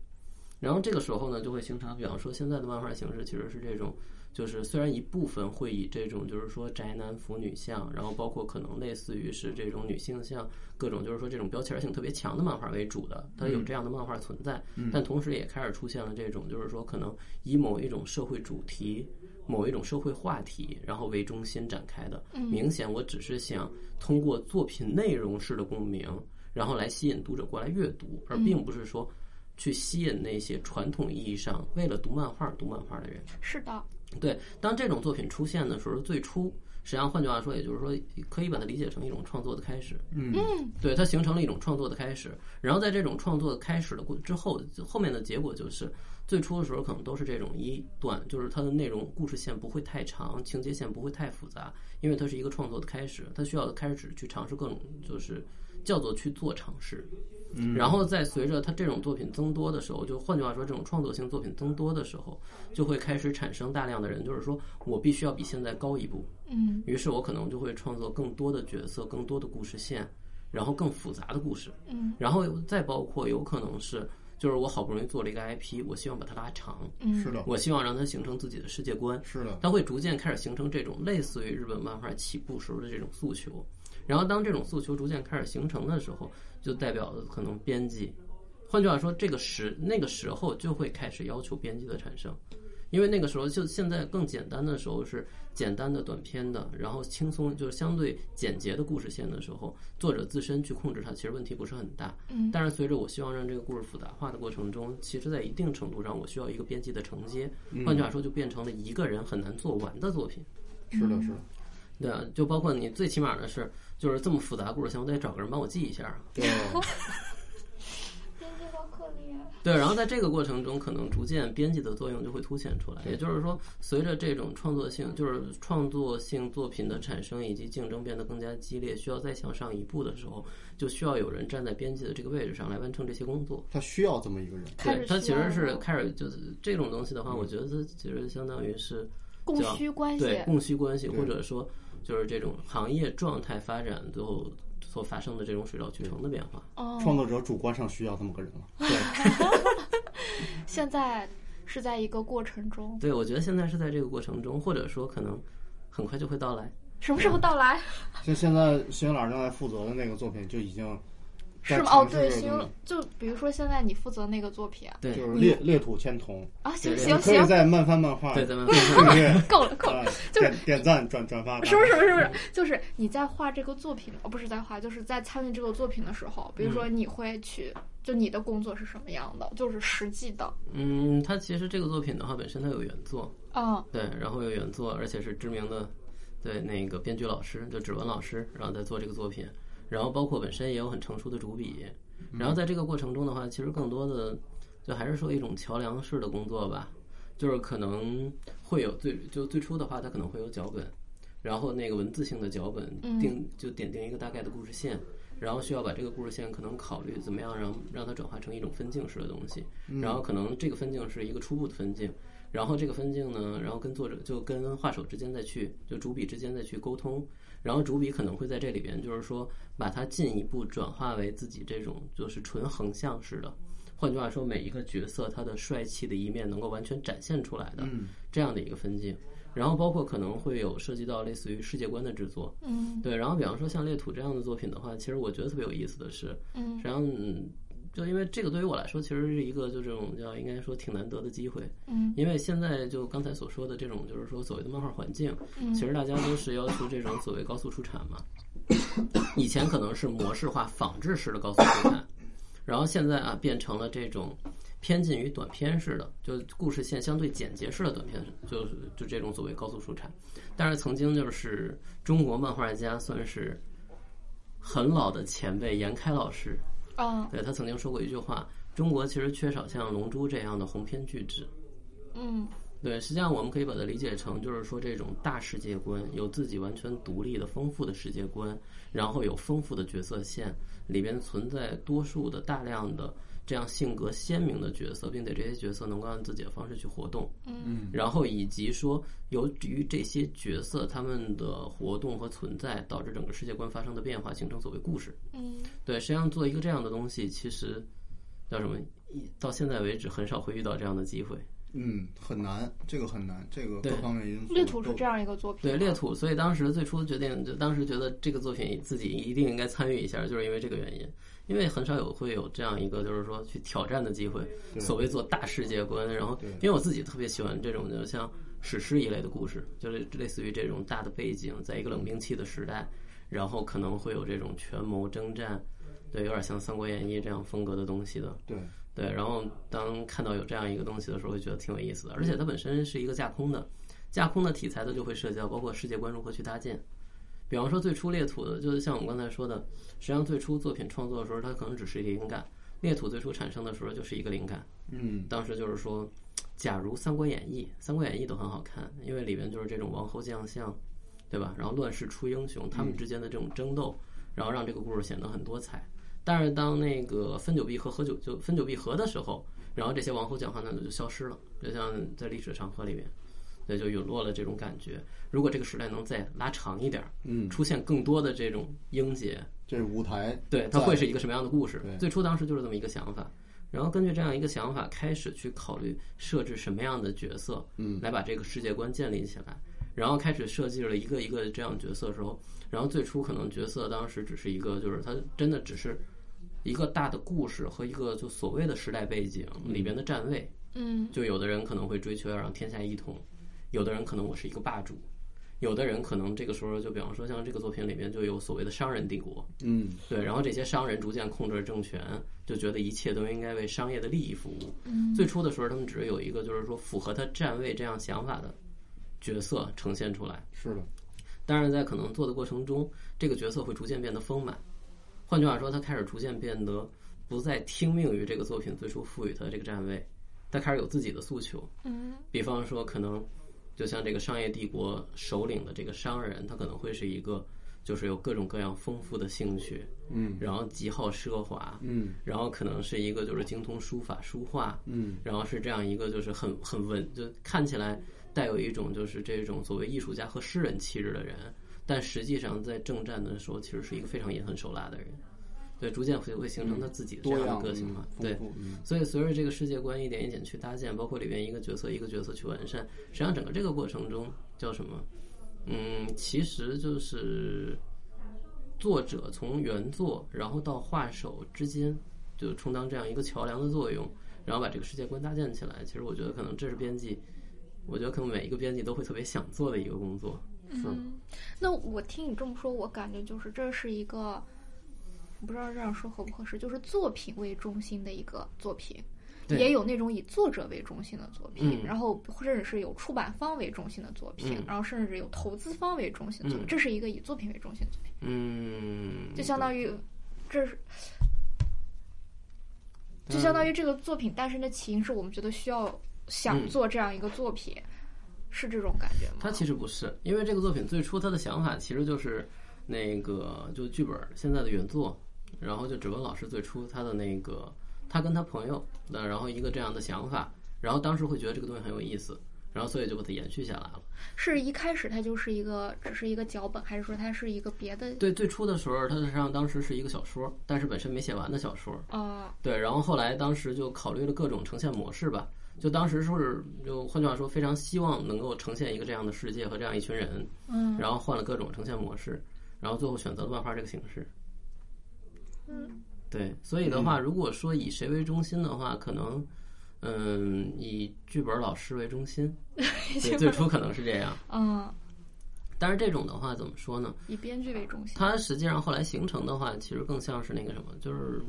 S4: 然后这个时候呢，就会形成，比方说现在的漫画形式其实是这种，就是虽然一部分会以这种就是说宅男腐女向，然后包括可能类似于是这种女性向各种就是说这种标签性特别强的漫画为主的，它有这样的漫画存在，但同时也开始出现了这种就是说可能以某一种社会主题。某一种社会话题，然后为中心展开的，明显我只是想通过作品内容式的共鸣，然后来吸引读者过来阅读，而并不是说去吸引那些传统意义上为了读漫画而读漫画的人。
S1: 是的，
S4: 对，当这种作品出现的时候，最初实际上换句话说，也就是说，可以把它理解成一种创作的开始。
S2: 嗯
S4: 对，它形成了一种创作的开始。然后在这种创作的开始的过之后，后面的结果就是，最初的时候可能都是这种一段，就是它的内容故事线不会太长，情节线不会太复杂，因为它是一个创作的开始，它需要开始去尝试各种，就是叫做去做尝试。然后在随着它这种作品增多的时候，就换句话说，这种创作性作品增多的时候，就会开始产生大量的人，就是说我必须要比现在高一步，
S1: 嗯
S4: 于是我可能就会创作更多的角色、更多的故事线，然后更复杂的故事，
S1: 嗯
S4: 然后再包括有可能是，就是我好不容易做了一个 IP，我希望把它拉长，
S1: 嗯，
S2: 是的，
S4: 我希望让它形成自己的世界观，
S2: 是的，
S4: 它会逐渐开始形成这种类似于日本漫画起步时候的这种诉求。然后当这种诉求逐渐开始形成的时候，就代表了可能编辑，换句话说，这个时那个时候就会开始要求编辑的产生。因为那个时候，就现在更简单的时候是简单的短篇的，然后轻松就是相对简洁的故事线的时候，作者自身去控制它，其实问题不是很大。
S1: 嗯
S4: 但是随着我希望让这个故事复杂化的过程中，其实在一定程度上，我需要一个编辑的承接，
S2: 嗯
S4: 换句话说，就变成了一个人很难做完的作品。
S2: 是的，是的，
S4: 对啊，就包括你最起码的是，就是这么复杂的故事线，我得找个人帮我记一下啊。
S2: 对，
S3: 编辑好可怜。
S4: 对，然后在这个过程中，可能逐渐编辑的作用就会凸显出来。也就是说，随着这种创作性，就是创作性作品的产生以及竞争变得更加激烈，需要再向上一步的时候，就需要有人站在编辑的这个位置上来完成这些工作。
S2: 他需要这么一个人，
S1: 开
S4: 对，
S1: 始
S4: 它
S1: 需
S4: 其
S1: 要
S4: 实是开始就是这种东西的话，我觉得它其实相当于是
S1: 供
S4: 叫
S1: 需关系
S4: 对，供需关系，
S2: 对
S4: 或者说就是这种行业状态发展最后所发生的这种水到渠成的变化。
S1: 哦，
S2: 创作者主观上需要这么个人了。
S1: 现在是在一个过程中，
S4: 对，我觉得现在是在这个过程中，或者说可能很快就会到来。
S1: 什么时候到来？
S2: 就现在，邢老师正在负责的那个作品就已经在
S1: 是吗？哦
S2: 尝，试
S1: 对，
S2: 这个
S1: 行
S2: 东西，
S1: 就比如说现在你负责那个作品
S4: 对
S2: 就是裂裂土千桐，
S1: 啊，行
S4: 对
S1: 行
S2: 可以
S1: 行，
S2: 在漫翻漫画
S4: 对，咱们
S2: 订阅、
S1: 够了 够了，
S2: 啊
S1: 就是
S2: 点点赞、转转发，
S1: 是不是？是不是？就是你在画这个作品，哦，不是在画，就是在参与这个作品的时候，比如说
S2: 嗯
S1: 你会去，就你的工作是什么样的，就是实际的，
S4: 嗯，它其实这个作品的话，本身它有原作，
S1: 嗯
S4: 对，然后有原作，而且是知名的，对那个编剧老师，就指纹老师，然后在做这个作品，然后包括本身也有很成熟的主笔，然后在这个过程中的话，其实更多的就还是说一种桥梁式的工作吧，就是可能会有最就最初的话，它可能会有脚本，然后那个文字性的脚本
S1: 嗯
S4: 定就点定一个大概的故事线。然后需要把这个故事线可能考虑怎么样让让它转化成一种分镜式的东西，然后可能这个分镜是一个初步的分镜，然后这个分镜呢，然后跟作者就跟画手之间再去，就主笔之间再去沟通，然后主笔可能会在这里边，就是说把它进一步转化为自己这种就是纯横向式的，换句话说，每一个角色他的帅气的一面能够完全展现出来的
S1: 嗯
S4: 这样的一个分镜，然后包括可能会有涉及到类似于世界观的制作，
S1: 嗯
S4: 对，然后比方说像《猎土》这样的作品的话，其实我觉得特别有意思的是，
S1: 嗯
S4: 实际上，嗯就因为这个对于我来说，其实是一个就这种叫应该说挺难得的机会。
S1: 嗯
S4: 因为现在就刚才所说的这种，就是说所谓的漫画环境，
S1: 嗯
S4: 其实大家都是要求这种所谓高速出产嘛。以前可能是模式化、仿制式的高速出产，然后现在啊变成了这种偏近于短篇式的，就故事线相对简洁式的短篇，就是就这种所谓高速出产。但是曾经就是中国漫画家算是很老的前辈严开老师，
S1: 嗯
S4: 对他曾经说过一句话：中国其实缺少像《龙珠》这样的鸿篇巨制。
S1: 嗯
S4: 对，实际上我们可以把它理解成，就是说这种大世界观，有自己完全独立的丰富的世界观，然后有丰富的角色线，里边存在多数的大量的这样性格鲜明的角色，并且这些角色能够按自己的方式去活动。嗯，然后以及说，由于这些角色他们的活动和存在，导致整个世界观发生的变化，形成所谓故事。
S3: 嗯，
S4: 对，实际上做一个这样的东西，其实叫什么？一到现在为止，很少会遇到这样的机会。
S2: 嗯，很难，这个很难，这个
S4: 对
S2: 各方面因素
S1: 猎土
S2: 都
S1: 是这样一个作品，
S4: 对猎土，所以当时最初决定，就当时觉得这个作品自己一定应该参与一下，就是因为这个原因，因为很少有会有这样一个就是说去挑战的机会，
S2: 对
S4: 所谓做大世界观。然后
S2: 对，
S4: 因为我自己特别喜欢这种，就像史诗一类的故事，就是类似于这种大的背景，在一个冷兵器的时代，然后可能会有这种权谋征战，对，有点像《三国演义》这样风格的东西的。
S2: 对，
S4: 对，然后当看到有这样一个东西的时候，会觉得挺有意思的，
S2: 嗯
S4: 而且它本身是一个架空的，架空的题材它就会涉及到包括世界观如何去搭建。比方说最初猎土的，就是像我们刚才说的，实际上最初作品创作的时候，它可能只是一个灵感。猎土最初产生的时候就是一个灵感，
S2: 嗯，
S4: 当时就是说，假如《三国演义》，《三国演义》都很好看，因为里面就是这种王侯将相，对吧？然后乱世出英雄，他们
S2: 嗯
S4: 之间的这种争斗，然后让这个故事显得很多彩。但是当那个分久必合，合久就分久必合的时候，然后这些王侯将相呢就消失了，就像在历史的长河里面，对，就陨落了这种感觉。如果这个时代能再拉长一点，
S2: 嗯，
S4: 出现更多的这种英杰，
S2: 这舞台
S4: 对，它
S2: 在
S4: 会是一个什么样的故事
S2: 对？
S4: 最初当时就是这么一个想法，然后根据这样一个想法开始去考虑设置什么样的角色，嗯，来把这个世界观建立起来，然后开始设计了一个一个这样角色的时候，然后最初可能角色当时只是一个，就是它真的只是一个大的故事和一个就所谓的时代背景里边的站位，
S1: 嗯，
S4: 就有的人可能会追求要让天下一统，有的人可能我是一个霸主。有的人可能这个时候就，比方说像这个作品里面就有所谓的商人帝国，
S2: 嗯
S4: 对，然后这些商人逐渐控制了政权，就觉得一切都应该为商业的利益服务。最初的时候，他们只是有一个就是说符合他站位这样想法的角色呈现出来。
S2: 是的，
S4: 当然，在可能做的过程中，这个角色会逐渐变得丰满。换句话说，他开始逐渐变得不再听命于这个作品最初赋予他的这个站位，他开始有自己的诉求。
S3: 嗯，
S4: 比方说，可能就像这个商业帝国首领的这个商人，他可能会是一个就是有各种各样丰富的兴趣，
S2: 嗯，
S4: 然后极好奢华，
S2: 嗯
S4: 然后可能是一个就是精通书法书画，
S2: 嗯
S4: 然后是这样一个就是很很文，就看起来带有一种就是这种所谓艺术家和诗人气质的人，但实际上在征战的时候，其实是一个非常严狠手辣的人。对，逐渐会会形成他自己的这
S2: 多
S4: 样的
S2: 样
S4: 个性化
S2: 嗯。丰
S4: 对，
S2: 富嗯
S4: 所以随着这个世界观一点一点去搭建，包括里边一个角色一个角色去完善，实际上整个这个过程中叫什么？嗯，其实就是作者从原作然后到画手之间，就充当这样一个桥梁的作用，然后把这个世界观搭建起来。其实我觉得可能这是编辑，我觉得可能每一个编辑都会特别想做的一个工作。
S1: 那我听你这么说，我感觉就是这是一个，我不知道这样说合不合适，就是作品为中心的一个作品，
S4: 对
S1: 也有那种以作者为中心的作品，
S4: 嗯
S1: 然后甚至是有出版方为中心的作品，
S4: 嗯
S1: 然后甚至有投资方为中心的作品，
S4: 嗯
S1: 这是一个以作品为中心的作品，
S4: 嗯，
S1: 就相当于这是。
S4: 对
S1: 就相当于这个作品诞生的起因是我们觉得需要想
S4: 嗯
S1: 做这样一个作品，是这种感觉吗？
S4: 他其实不是，因为这个作品最初他的想法其实就是那个就剧本儿现在的原作，然后就指纹老师最初他的那个他跟他朋友的，然后一个这样的想法，然后当时会觉得这个东西很有意思，然后所以就把它延续下来了。
S1: 是一开始它就是一个只是一个脚本，还是说它是一个别的？
S4: 对，最初的时候，它实际上当时是一个小说，但是本身没写完的小说，
S1: 呃，
S4: 对，然后后来当时就考虑了各种呈现模式吧，就当时说是就换句话说，非常希望能够呈现一个这样的世界和这样一群人，嗯，然后换了各种呈现模式，然后最后选择了漫画这个形式。
S3: 嗯，
S4: 对，所以的话，如果说以谁为中心的话，可能嗯以剧本老师为中心，对，最初可能是这样。
S1: 嗯，
S4: 但是这种的话怎么说呢？
S1: 以编剧为中心。
S4: 它实际上后来形成的话，其实更像是那个什么，就是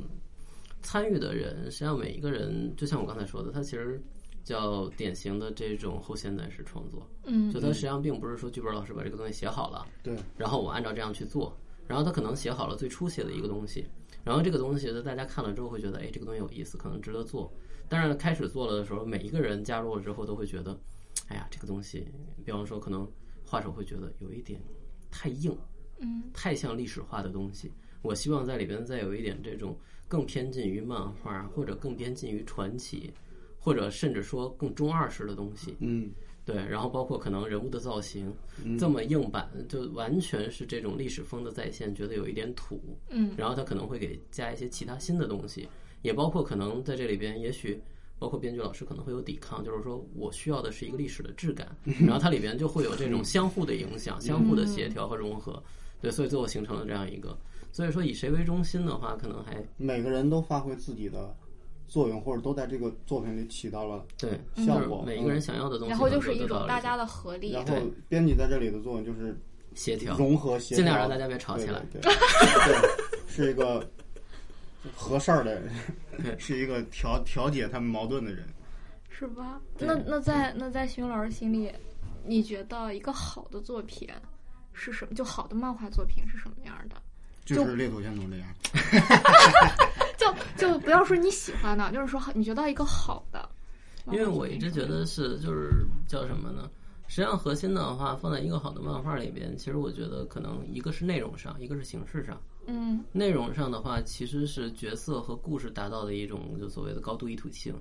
S4: 参与的人，实际上每一个人，就像我刚才说的，他其实叫典型的这种后现代式创作。
S1: 嗯，
S4: 就他实际上并不是说剧本老师把这个东西写好了，
S2: 对，
S4: 然后我按照这样去做，然后他可能写好了最初写的一个东西，然后这个东西呢，大家看了之后会觉得，哎，这个东西有意思，可能值得做。但是开始做了的时候，每一个人加入了之后都会觉得，哎呀，这个东西，比方说可能画手会觉得有一点太硬，
S1: 嗯
S4: 太像历史化的东西。我希望在里边再有一点这种更偏近于漫画，或者更偏近于传奇，或者甚至说更中二式的东西。
S2: 嗯
S4: 对，然后包括可能人物的造型，
S2: 嗯
S4: 这么硬板，就完全是这种历史风的再现，觉得有一点土。
S1: 嗯
S4: 然后他可能会给加一些其他新的东西，也包括可能在这里边，也许包括编剧老师可能会有抵抗，就是说我需要的是一个历史的质感，然后它里边就会有这种相互的影响、相互的协调和融合，对，所以最后形成了这样一个。所以说以谁为中心的话，可能还
S2: 每个人都发挥自己的作用，或者都在这个作品里起到了
S4: 对，
S2: 效
S4: 就是
S2: 果。
S4: 每一个人想要的东西，
S1: 然后就是一种大家的合
S2: 嗯，
S1: 嗯力
S2: 然，后编辑在这里的作用就是
S4: 协调，
S2: 融合协调，
S4: 尽量让大家别吵起来。
S2: 对，对对对是一个合事儿的
S4: 对
S2: 人， 是一个调调解他们矛盾的人。
S1: 是吧？
S4: 对
S1: 那那在那在熊老师心里，你觉得一个好的作品是什么？就好的漫画作品是什么样的？
S2: 就是裂口先从这样，
S1: 就就不要说你喜欢的，就是说你觉得一个好的漫画作品是什么样的，
S4: 因为我一直觉得是就是叫什么呢？实际上核心的话，放在一个好的漫画里边，其实我觉得可能一个是内容上，一个是形式上。
S1: 嗯
S4: 内容上的话，其实是角色和故事达到的一种就所谓的高度一体性。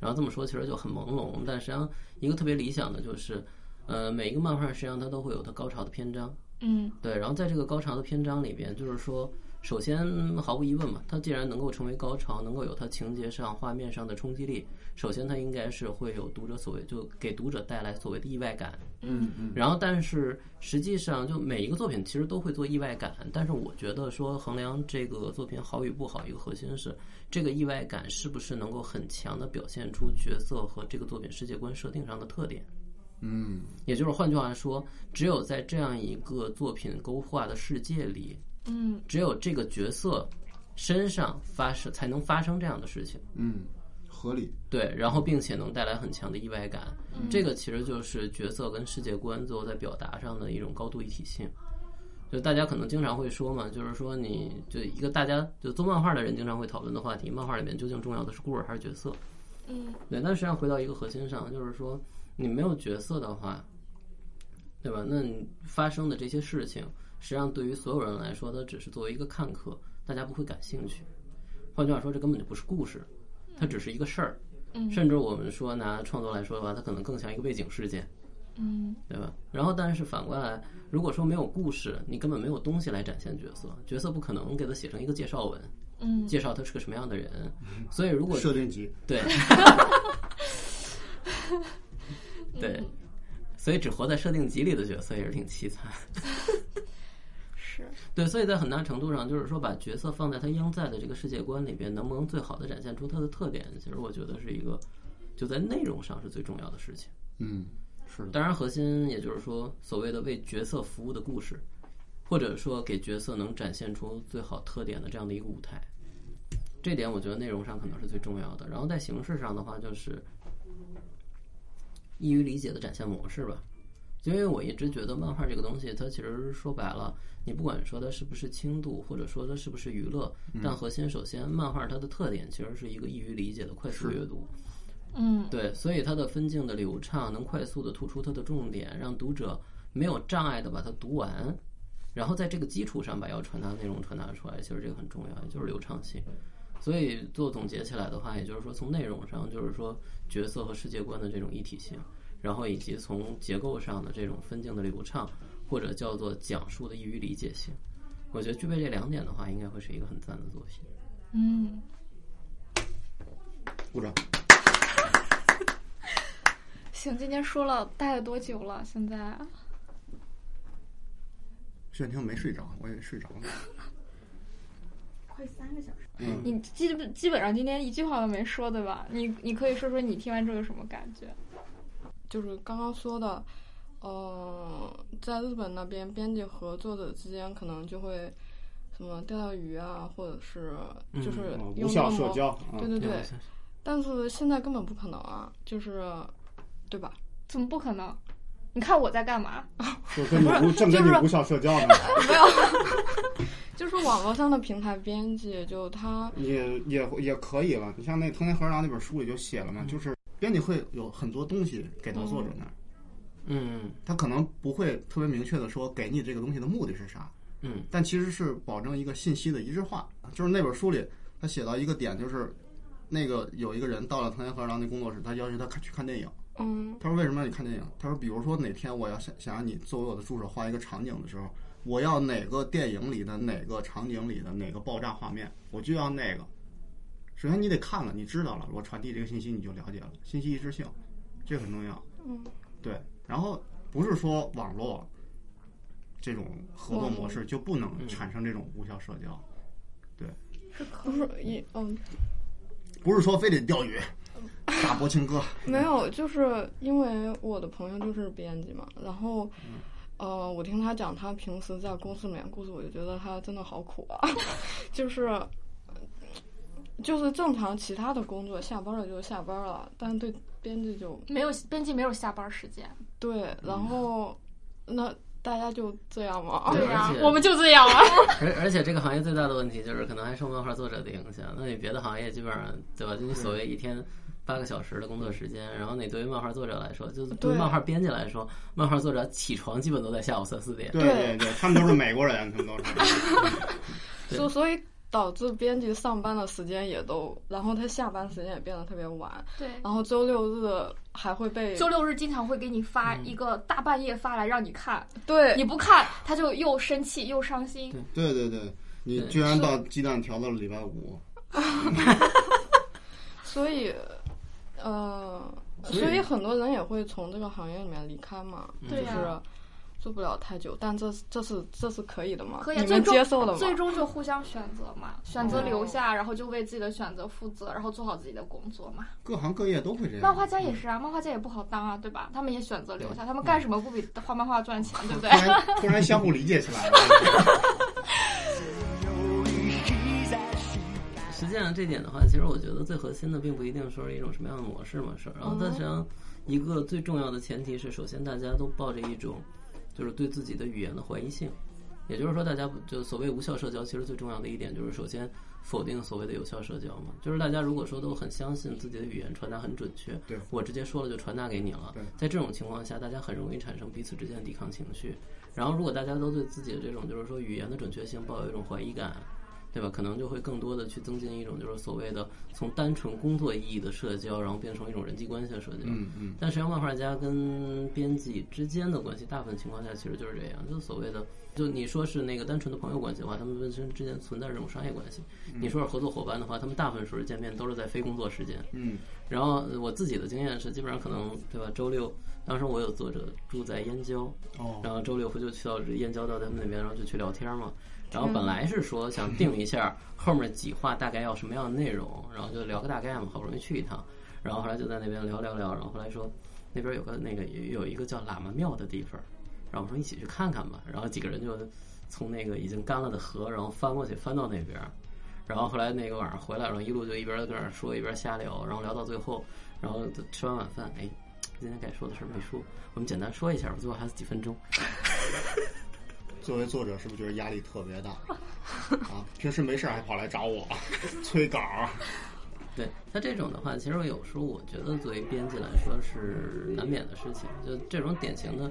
S4: 然后这么说其实就很朦胧，但实际上一个特别理想的就是，呃，每一个漫画实际上它都会有它高潮的篇章。
S1: 嗯
S4: 对，然后在这个高潮的篇章里边，就是说，首先毫无疑问嘛，它既然能够成为高潮，能够有它情节上、画面上的冲击力，首先它应该是会有读者所谓就给读者带来所谓的意外感。
S1: 嗯
S4: 然后，但是实际上，就每一个作品其实都会做意外感，但是我觉得说衡量这个作品好与不好，一个核心是这个意外感是不是能够很强的表现出角色和这个作品世界观设定上的特点。
S2: 嗯，
S4: 也就是换句话说，只有在这样一个作品勾画的世界里，
S1: 嗯
S4: 只有这个角色身上发生才能发生这样的事情。
S2: 嗯，合理。
S4: 对，然后并且能带来很强的意外感，这个其实就是角色跟世界观最后在表达上的一种高度一体性。就大家可能经常会说嘛，就是说你就一个大家就做漫画的人经常会讨论的话题，漫画里面究竟重要的是故事还是角色？
S1: 嗯
S4: 对，但实际上回到一个核心上，就是说你没有角色的话，对吧？那你发生的这些事情，实际上对于所有人来说，它只是作为一个看客，大家不会感兴趣。换句话说，这根本就不是故事，它只是一个事儿。
S1: 嗯
S4: 甚至我们说拿创作来说的话，它可能更像一个背景事件，
S1: 嗯
S4: 对吧？然后，但是反过来，如果说没有故事，你根本没有东西来展现角色，角色不可能给他写成一个介绍文，
S1: 嗯
S4: 介绍他是个什么样的人。所以，如果
S2: 设定集，
S4: 对，对，所以只活在设定集里的角色也是挺凄惨。
S1: 是
S4: 对，所以在很大程度上，就是说把角色放在他应在的这个世界观里边，能不能最好的展现出他的特点，其实我觉得是一个就在内容上是最重要的事情。
S2: 嗯，是的，
S4: 当然，核心也就是说所谓的为角色服务的故事，或者说给角色能展现出最好特点的这样的一个舞台。这点我觉得内容上可能是最重要的。然后在形式上的话，就是易于理解的展现模式吧。就因为我一直觉得漫画这个东西，它其实说白了，你不管说它是不是轻度，或者说它是不是娱乐，但核心首先，漫画它的特点其实是一个易于理解的快速阅读。
S1: 嗯
S4: 对，所以它的分镜的流畅，能快速的突出它的重点，让读者没有障碍的把它读完，然后在这个基础上把要传达的内容传达出来，其实这个很重要，也就是流畅性。所以做总结起来的话，也就是说从内容上，就是说角色和世界观的这种一体性，然后以及从结构上的这种分镜的流畅，或者叫做讲述的易于理解性，我觉得具备这两点的话，应该会是一个很赞的作品。
S1: 嗯。
S2: 鼓掌。
S1: 行，今天说了待了多久了？现在
S2: 薛婷没睡着，我也睡着了。
S3: 快三个小时。
S2: 嗯，
S1: 你基本基本上今天一句话都没说，对吧？你你可以说说你听完之后有什么感觉？
S3: 就是刚刚说的，呃，在日本那边，编辑和作者之间可能就会什么钓钓鱼啊，或者是就是
S2: 嗯无
S3: 用
S2: 效
S3: 那
S2: 社
S3: 么
S2: 交。
S3: 对
S2: 嗯，
S3: 对对，但是现在根本不可能啊，就是，对吧？
S1: 怎么不可能？你看我在干嘛？
S2: 就跟你
S3: 不
S2: 无
S3: 是
S2: 正跟
S3: 就是
S2: 你无效社交呢。
S3: 就是网络上的平台编辑，就他
S2: 也也也可以了。你像那《藤田和二郎》那本书里就写了嘛，就是编辑会有很多东西给到作者那儿，
S4: 嗯
S2: 他可能不会特别明确的说给你这个东西的目的是啥，
S4: 嗯
S2: 但其实是保证一个信息的一致化。就是那本书里，他写到一个点，就是那个有一个人到了藤原和郎那工作室，他要求他看去看电影。
S3: 嗯
S2: 他说为什么让你看电影？他说比如说哪天我要想想让你作为我的助手画一个场景的时候，我要哪个电影里的哪个场景里的哪个爆炸画面，我就要那个。首先你得看了，你知道了，我传递这个信息你就了解了，信息一致性，这很重要。
S3: 嗯，
S2: 对，然后不是说网络这种合作模式就不能产生这种无效社交，
S3: 不是也嗯，
S2: 不是说非得钓鱼、大伯情哥，
S3: 没有，就是因为我的朋友就是编辑嘛，然后。
S4: 嗯
S3: 呃，我听他讲他平时在公司里面的故事，我就觉得他真的好苦啊， 就是，呃就是正常其他的工作下班了就下班了，但对编辑就
S1: 没有编辑没有下班时间，
S4: 嗯
S3: 对，然后、那大家就这样嘛，
S4: 对
S1: 呀、
S4: 而且
S1: 我们就这样哦啊。
S4: 而而且这个行业最大的问题就是，可能还受漫画作者的影响。那你别的行业基本上，对吧？就你所谓一天八个小时的工作时间，然后你对于漫画作者来说，就是对
S3: 对
S4: 于漫画编辑来说，漫画作者起床基本都在下午三四点。
S2: 对对对，他们都是美国人，他们都是。
S4: 对
S3: 所所以导致编辑上班的时间也都，然后他下班时间也变得特别晚，
S1: 对，
S3: 然后周六日还会被
S1: 周六日经常会给你发一个大半夜发来让你看，你
S3: 对
S1: 不看他就又生气又伤心。
S2: 对对对，你居然把鸡蛋调到了礼拜五，
S3: 所以呃，所以很多人也会从这个行业里面离开嘛，就
S1: 对呀
S3: 是做不了太久，但这这是这是可以的嘛，
S1: 可以啊，
S3: 你
S1: 最
S3: 们
S1: 终
S3: 接受了吗？
S1: 最终就互相选择嘛，选择
S3: 嗯
S1: 留下，然后就为自己的选择负责，然后做好自己的工作嘛。
S2: 各行各业都会这
S1: 漫
S2: 样。
S1: 画家也是啊，漫画家也不好当啊，对吧？他们也选择留下，他们干什么不比画漫画赚钱，对不对
S2: 突？然 突然相互理解起来 了。
S4: 实际上这点的话，其实我觉得最核心的并不一定说是一种什么样的模式嘛，是。然后，但实际上一个最重要的前提是，首先大家都抱着一种就是对自己的语言的怀疑性，也就是说，大家不就所谓无效社交，其实最重要的一点就是首先否定所谓的有效社交嘛，就是大家如果说都很相信自己的语言传达很准确，
S2: 对
S4: 我直接说了就传达给你了
S2: 对，
S4: 在这种情况下，大家很容易产生彼此之间的抵抗情绪。然后，如果大家都对自己的这种就是说语言的准确性抱有一种怀疑感，对吧？可能就会更多的去增进一种就是所谓的从单纯工作意义的社交，然后变成一种人际关系的社交。
S2: 嗯嗯，
S4: 但实际上，漫画家跟编辑之间的关系，大部分情况下其实就是这样，就是所谓的，就你说是那个单纯的朋友关系的话，他们本身之间存在这种商业关系；你说是合作伙伴的话，他们大部分时候见面都是在非工作时间。
S2: 嗯，
S4: 然后呃我自己的经验是，基本上可能对吧？周六当时我有作者住在燕郊，
S2: 哦，
S4: 然后周六不就去到燕郊到他们那边，然后就去聊天嘛。然后本来是说想定一下后面几话大概要什么样的内容，然后就聊个大概嘛，好不容易去一趟。然后后来就在那边聊聊聊，然后后来说那边有个那个有一个叫喇嘛庙的地方，然后我说一起去看看吧。然后几个人就从那个已经干了的河，然后翻过去翻到那边。然后后来那个晚上回来，然后一路就一边跟那儿说一边瞎聊，然后聊到最后，然后吃完晚饭，哎，今天该说的事儿没说，我们简单说一下吧，最后还有几分钟。
S2: 作为作者是不是觉得压力特 别大啊？平时没事儿还跑来找我 催稿儿，
S4: 对，那这种的话，其实有时候我觉得作为编辑来说是难免的事情。就这种典型的，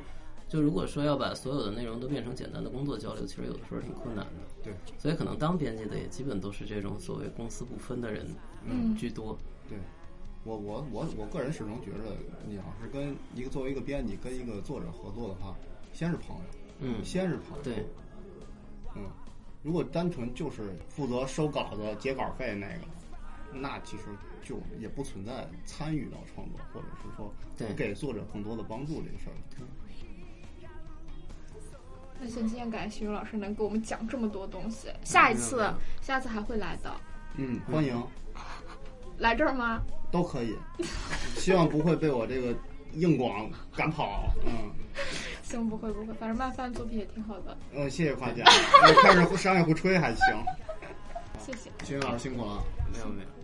S4: 就如果说要把所有的内容都变成简单的工作交流，其实有的时候挺困难的。
S2: 对，
S4: 所以可能当编辑的也基本都是这种所谓公私不分的人
S1: 嗯，
S4: 居多。
S2: 对。我我我我个人始终觉得，你要是跟一个作为一个编辑跟一个作者合作的话，先是朋友，
S4: 嗯，
S2: 先是朋友。
S4: 对，
S2: 嗯，如果单纯就是负责收稿子、结稿费那个，那其实就也不存在参与到创作，或者是
S4: 对
S2: 说给作者更多的帮助这个事儿。
S1: 那先今天感谢徐勇老师能给我们讲这么多东西，下一
S4: 没有
S1: 次
S4: 没有
S1: 下次还会来的，
S2: 嗯，欢迎，
S1: 来这儿吗？
S2: 都可以， 希望不会被我这个硬广赶跑。嗯，
S1: 行，不会不会，反正漫饭作品也挺好的，
S2: 呃，谢谢夸奖，我开始商业互吹还行，
S1: 谢谢。
S2: 辛云老师辛苦了。
S4: 没有没有。